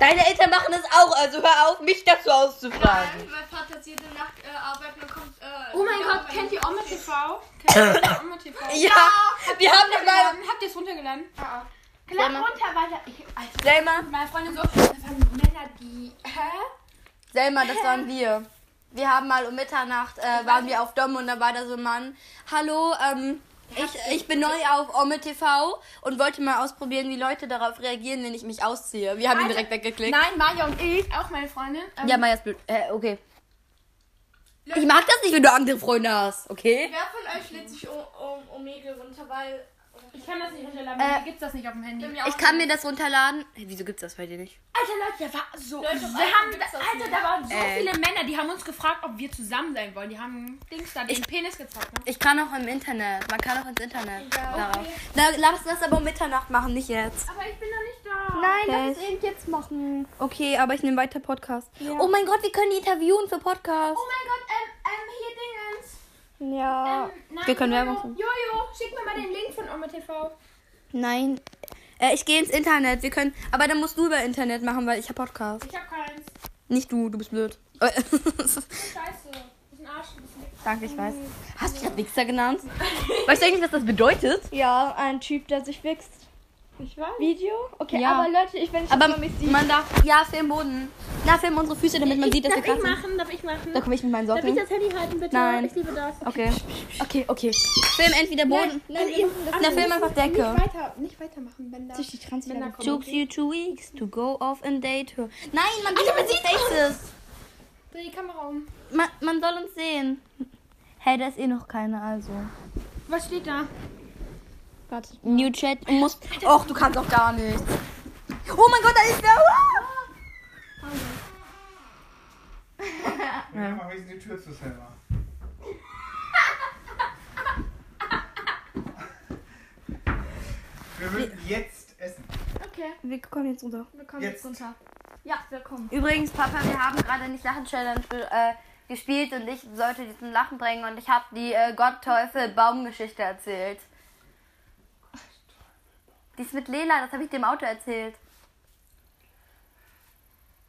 S4: Deine Eltern machen das auch, also hör auf, mich dazu auszufragen.
S22: Nein, mein Vater hat jede Nacht äh, arbeiten und kommt. Äh,
S5: Oh mein
S22: wieder
S5: Gott,
S22: bei
S5: kennt
S22: mir.
S5: ihr Oma TV? Kennt ihr Oma TV?
S4: Ja,
S5: Habt
S4: wir
S5: ihr
S4: haben
S5: runtergeladen?
S4: das
S5: Habt ihr es runtergeladen? Ah, ah.
S4: Gleich
S5: Gleich runter, weiter. Ich, also,
S4: Selma.
S5: Meine Freundin so, das waren Männer, die. Hä?
S4: Selma, das waren wir. Wir haben mal um Mitternacht, äh, waren wir auf Dom und da war da so ein Mann. Hallo, ähm, ich, ich bin neu auf Omme TV und wollte mal ausprobieren, wie Leute darauf reagieren, wenn ich mich ausziehe. Wir haben ihn
S5: Alter.
S4: direkt weggeklickt.
S5: Nein, Maja und ich, auch meine Freundin. ähm,
S4: Ja, Majas Bild. Äh, okay. Ich mag das nicht, wenn du andere Freunde hast, okay?
S1: Wer von euch lädt sich um, um Omegle runter, weil.
S5: Ich kann das nicht runterladen,
S4: Äh,
S5: äh, gibt's das nicht auf dem Handy.
S4: Ich kann mir das runterladen. Hä, wieso gibt's das bei dir nicht?
S5: Alter Leute, da war so.
S1: Leute,
S5: wir
S1: auf
S5: haben,
S1: iPhone gibt's das
S5: Alter,
S1: nicht.
S5: da waren so
S4: Äh.
S5: viele Männer, die haben uns gefragt, ob wir zusammen sein wollen. Die haben Dings da den Penis gezeigt. Ne?
S4: Ich kann auch im Internet. Man kann auch ins Internet.
S5: Ja,
S4: darauf.
S5: okay.
S4: Na, lass das aber um Mitternacht machen, nicht jetzt.
S5: Aber ich bin noch nicht da.
S4: lass es eben jetzt machen. Okay, aber ich nehme weiter Podcast. Oh mein Gott, wir können die interviewen für Podcast.
S5: Oh mein Gott, ähm, ähm, hier Dingens. Hm,
S4: ja.
S5: Nein,
S4: wir können
S5: Jojo,
S4: Werbung machen.
S5: Jojo, schick mir mal den Link von Oma TV.
S4: Nein. Äh, ich gehe ins Internet. Wir können. Aber dann musst du über Internet machen, weil ich habe Podcast.
S5: Ich hab keins.
S4: Nicht du, du bist blöd.
S5: Scheiße. Du bist ein Arsch, du bist ein Dick.
S4: Danke, ich weiß. Hast du dich Wichser genannt? Weißt du eigentlich, was das bedeutet?
S1: Ja, ein Typ, der sich wächst.
S5: Ich weiß.
S1: Video? Okay,
S4: Ja.
S1: aber Leute, ich bin nicht
S4: Aber
S1: auf mich sieht.
S4: man darf. Ja, film Boden. Na, film unsere Füße, damit man sieht, dass wir
S5: Darf
S4: krass
S5: ich
S4: sind.
S5: machen? Darf ich machen?
S4: Da komme ich mit meinen
S5: Darf ich
S4: Socken.
S5: das Handy halten, bitte?
S4: Nein.
S5: Ich liebe das.
S4: Okay. Okay, okay. Film entweder Boden.
S1: Nein, wir machen das
S4: Na, film einfach Decke.
S5: Nicht, weiter, nicht weitermachen, wenn da.
S1: durch die Trans
S5: Wenn da kommt.
S4: Took you two weeks to go off and date her. Nein, man sieht unsere Faces.
S5: Dreh die Kamera um.
S4: Man, man soll uns sehen. Hey, da ist eh noch keine, also.
S5: Was steht da?
S1: Warte.
S4: New Chat. Du musst. Och, du kannst auch gar nichts. Oh mein Gott, da ist der. Ah!
S23: Ja. Mach jetzt die Tür zu Selma. Wir müssen jetzt essen.
S5: Okay,
S4: Wir kommen jetzt runter.
S5: wir kommen
S23: Jetzt.
S5: jetzt runter. Ja, wir kommen.
S4: Übrigens, Papa, wir haben gerade nicht Lachen-Challenge äh, gespielt und ich sollte die zum Lachen bringen und ich habe die äh, Gott-Teufel-Baumgeschichte erzählt. Die ist mit Lela, das habe ich dem Auto erzählt.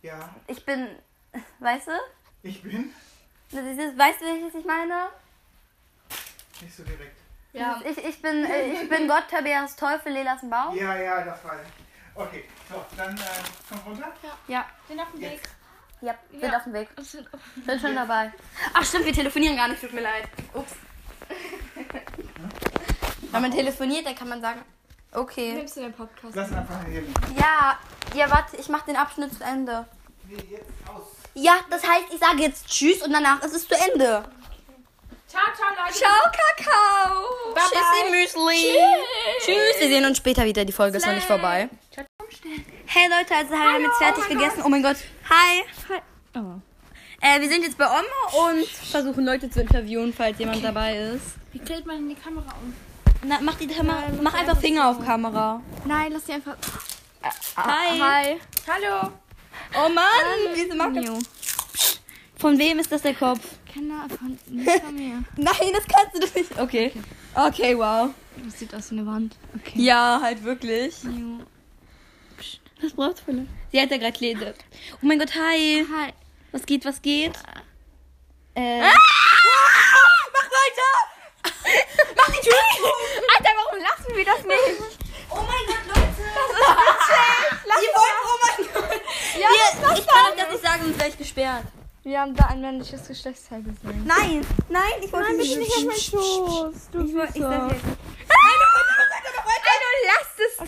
S23: Ja,
S4: Ich bin. Weißt du?
S23: ich bin
S4: Das ist, weißt du, welches ich meine?
S23: nicht so direkt.
S4: Ja. Ich, ich bin, äh, ich bin Gott, Tobias Teufel, Lelas Baum.
S23: Ja, ja, das weiß ich. Okay, so, dann äh, komm runter.
S4: Ja.
S5: Sind auf dem Weg.
S4: Ja, sind auf dem Weg. Bin schon dabei. Ach stimmt, wir telefonieren gar nicht, tut mir leid. Ups. Wenn man telefoniert, dann kann man sagen, okay.
S1: Nimmst du den Podcast?
S23: Lass einfach hier liegen.
S4: Ja, ja, warte, ich mach den Abschnitt zu Ende.
S23: Nee, jetzt aus.
S4: Ja, das heißt, ich sage jetzt Tschüss und danach ist es zu Ende.
S5: Ciao, ciao, Leute.
S4: Ciao, Kakao.
S5: Bye, bye.
S4: Tschüssi, Müsli. Tschüss, wir sehen uns später wieder. Die Folge ist noch nicht vorbei. Hey Leute, also haben wir jetzt fertig gegessen. Oh mein Gott. Hi. Äh, wir sind jetzt bei Oma und versuchen Leute zu interviewen, falls jemand dabei ist.
S5: Wie dreht man die Kamera um?
S4: Na, mach die Kamera, mach einfach Finger auf Kamera.
S1: Nein, lass sie einfach.
S4: Hi.
S1: Hi.
S5: Hallo.
S4: Oh Mann, wieso macht das? Von wem ist das der Kopf?
S1: Kinder von, nicht von mir.
S4: Nein, das kannst du doch nicht. Okay. Okay, wow.
S1: Das sieht aus wie eine Wand. Okay.
S4: Ja, halt wirklich.
S1: New.
S4: Was braucht's für eine? Sie hat ja gerade Lede. Oh mein Gott, hi.
S1: Hi.
S4: Was geht, was geht?
S1: Äh,
S4: Mach weiter! Mach die Tür zu! Alter, warum lassen wir das nicht? Oh mein Gott, Leute! Das ist Ihr wollt, oh mein Gott! Ja, wir, ich kann euch das nicht sagen, sonst wäre ich gesperrt.
S1: Wir haben da ein männliches Geschlechtsteil gesehen.
S4: Nein, nein, ich wollte
S1: Nein, bitte
S4: nicht.
S1: nicht auf meinen Schoß. Du
S4: Ich wollte ich sag jetzt.
S1: lass es doch.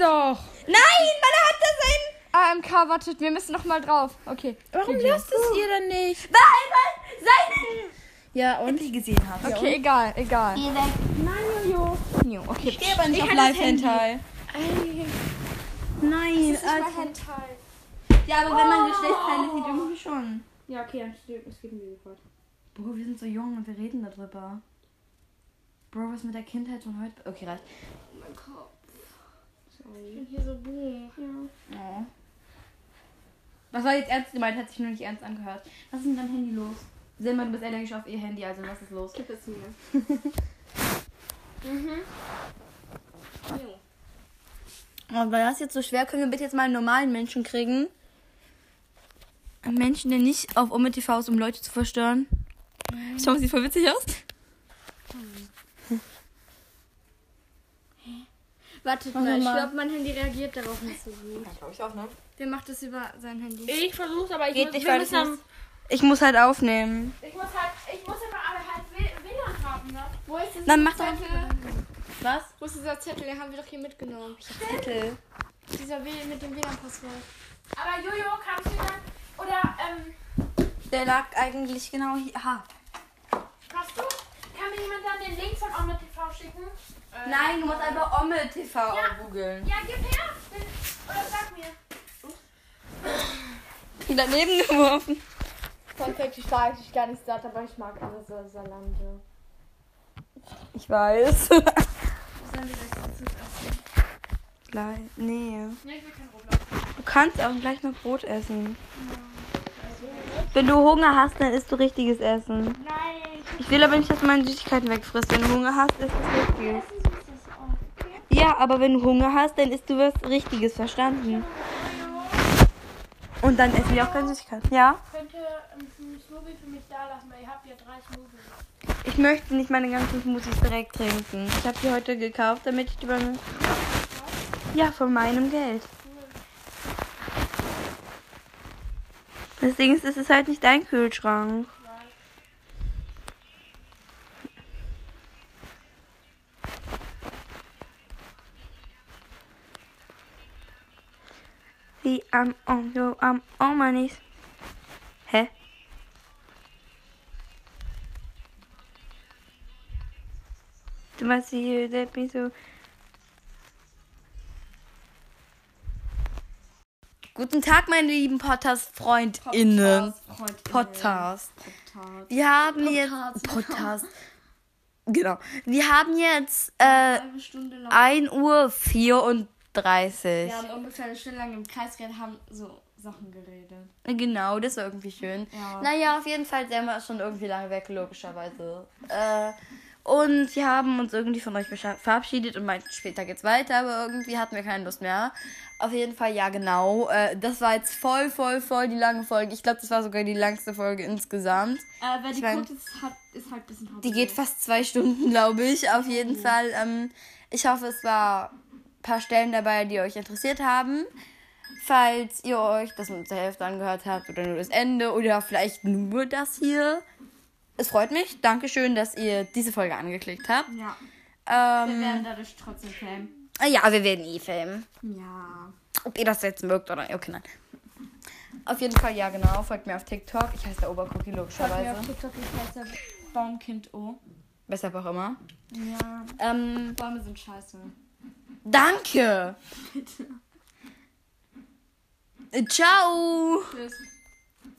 S4: Nein, meine Hand ist ein.
S1: AMK, wartet, wir müssen noch mal drauf. Okay.
S5: Warum lasst es ihr denn nicht?
S4: Nein, nein, nein!
S1: Ja, und?
S4: ich gesehen habe.
S1: Okay, egal, egal.
S4: Geh weg.
S5: Nein, Jojo.
S1: New. Okay.
S4: Geh aber nicht auf
S5: kann das
S4: Live Hentai. Nein, also-
S5: Hentai.
S4: Ja, aber wenn man Geschlechtsteile sieht, irgendwie schon.
S5: Ja, okay, dann stimmt. Es gibt ein Video
S4: Bro, wir sind so jung und wir reden darüber. Bro, was mit der Kindheit von heute. Okay, reicht.
S1: Ich bin hier so boom.
S4: Oh. Was war jetzt ernst gemeint? Hat sich nur nicht ernst angehört. Was ist denn dein Handy los? Selma, du bist allergisch auf ihr Handy, also was ist los?
S5: Gib es mir. Mhm.
S4: Aber war das jetzt so schwer? Können wir bitte jetzt mal einen normalen Menschen kriegen? Einen Menschen, der nicht auf Ome TV ist, um Leute zu verstören. Schau, sieht voll witzig aus.
S1: Wartet
S4: Mach
S1: mal, ich
S4: mal.
S1: glaube, mein Handy reagiert darauf nicht so gut. Ja,
S24: glaube ich auch, ne?
S1: Wer macht das über sein Handy?
S5: Ich versuch's, aber ich
S4: Geht
S5: muss-
S4: nicht,
S5: wir
S4: weil ich
S5: müssen
S4: muss, ich muss halt aufnehmen.
S5: Ich muss halt, ich muss immer aber halt W- WLAN haben, ne?
S1: Wo ist dieser
S4: Dann mach doch-
S1: Zettel?
S4: Was?
S1: Wo ist dieser Zettel? Den haben wir doch hier mitgenommen.
S4: Zettel.
S1: Dieser W mit dem WLAN-Passwort.
S5: Aber Jojo, kannst du dann, oder, ähm,
S4: Der lag eigentlich genau hier. Aha.
S5: hast du, kann mir jemand dann den Link von Omni TV schicken?
S4: Nein, du musst einfach Omme TV
S5: Ja.
S4: googeln.
S5: Ja, gib her, dann, oder sag mir.
S4: Daneben geworfen.
S1: Perfekt, ich war eigentlich gar nicht satt, aber ich mag alle so Salande.
S4: Ich weiß.
S1: Sollen wir das jetzt essen?
S4: Gleich. Nee.
S5: Nee, ich will kein Roblox.
S4: Du kannst auch gleich noch Brot essen. Wenn du Hunger hast, dann isst du richtiges Essen.
S5: Nein.
S4: Ich will aber nicht, dass du meine Süßigkeiten wegfrisst. Wenn du Hunger hast, isst du richtiges. Ja, aber wenn du Hunger hast, dann isst du was Richtiges, verstanden? Und dann essen wir auch keine Süßigkeiten. Ja?
S5: Könnt ihr ähm, einen Smoothie für mich da lassen, weil ihr habt ja drei Smoothies.
S4: Ich möchte nicht meine ganzen Smoothies direkt trinken. Ich habe die heute gekauft, damit ich die bei mir... Ja, von meinem Geld. Das Ding ist, es ist halt nicht dein Kühlschrank. Wie am on yo am on my knees. Hä? Du meinst hier, der bin so. Guten Tag, meine lieben Podcast-FreundInnen. Podcast. Wir haben jetzt. Podcast. genau. Wir haben jetzt äh,
S1: halbe Stunde lang.
S4: 1 Uhr 34.
S1: Wir haben ungefähr eine Stunde lang im Kreis geredet, haben so Sachen geredet.
S4: Genau, das war irgendwie schön.
S1: Ja.
S4: Naja, auf jeden Fall, Selma ist schon irgendwie lange weg, logischerweise. Äh, und wir haben uns irgendwie von euch bescha- verabschiedet und meinten, später geht's weiter, aber irgendwie hatten wir keine Lust mehr. Auf jeden Fall, ja, genau. Äh, das war jetzt voll, voll, voll die lange Folge. Ich glaube, das war sogar die langste Folge insgesamt.
S1: Äh, wer
S4: Ich
S1: die
S4: mein-
S1: guckt, ist, hat, ist halt ein bisschen
S4: Die geht fast zwei Stunden, glaube ich. Auf jeden
S1: Mhm.
S4: Fall. Ähm, ich hoffe, es war ein paar Stellen dabei, die euch interessiert haben. Falls ihr euch das nur zur Hälfte angehört habt oder nur das Ende oder vielleicht nur das hier. Es freut mich. Dankeschön, dass ihr diese Folge angeklickt habt.
S1: Ja.
S4: Ähm,
S1: Wir werden dadurch trotzdem Fame.
S4: äh, ja, wir werden eh filmen.
S1: Ja.
S4: Ob ihr das jetzt mögt oder okay, nein. Auf jeden Fall, ja, genau. Folgt mir auf TikTok. Ich heiße der Obercookie,
S1: Folgt mir auf
S4: logischerweise.
S1: TikTok, ich heiße Baumkind O.
S4: Weshalb auch immer.
S1: Ja.
S4: Ähm,
S1: Bäume sind scheiße.
S4: Danke!
S1: Bitte.
S4: Ciao!
S1: Tschüss.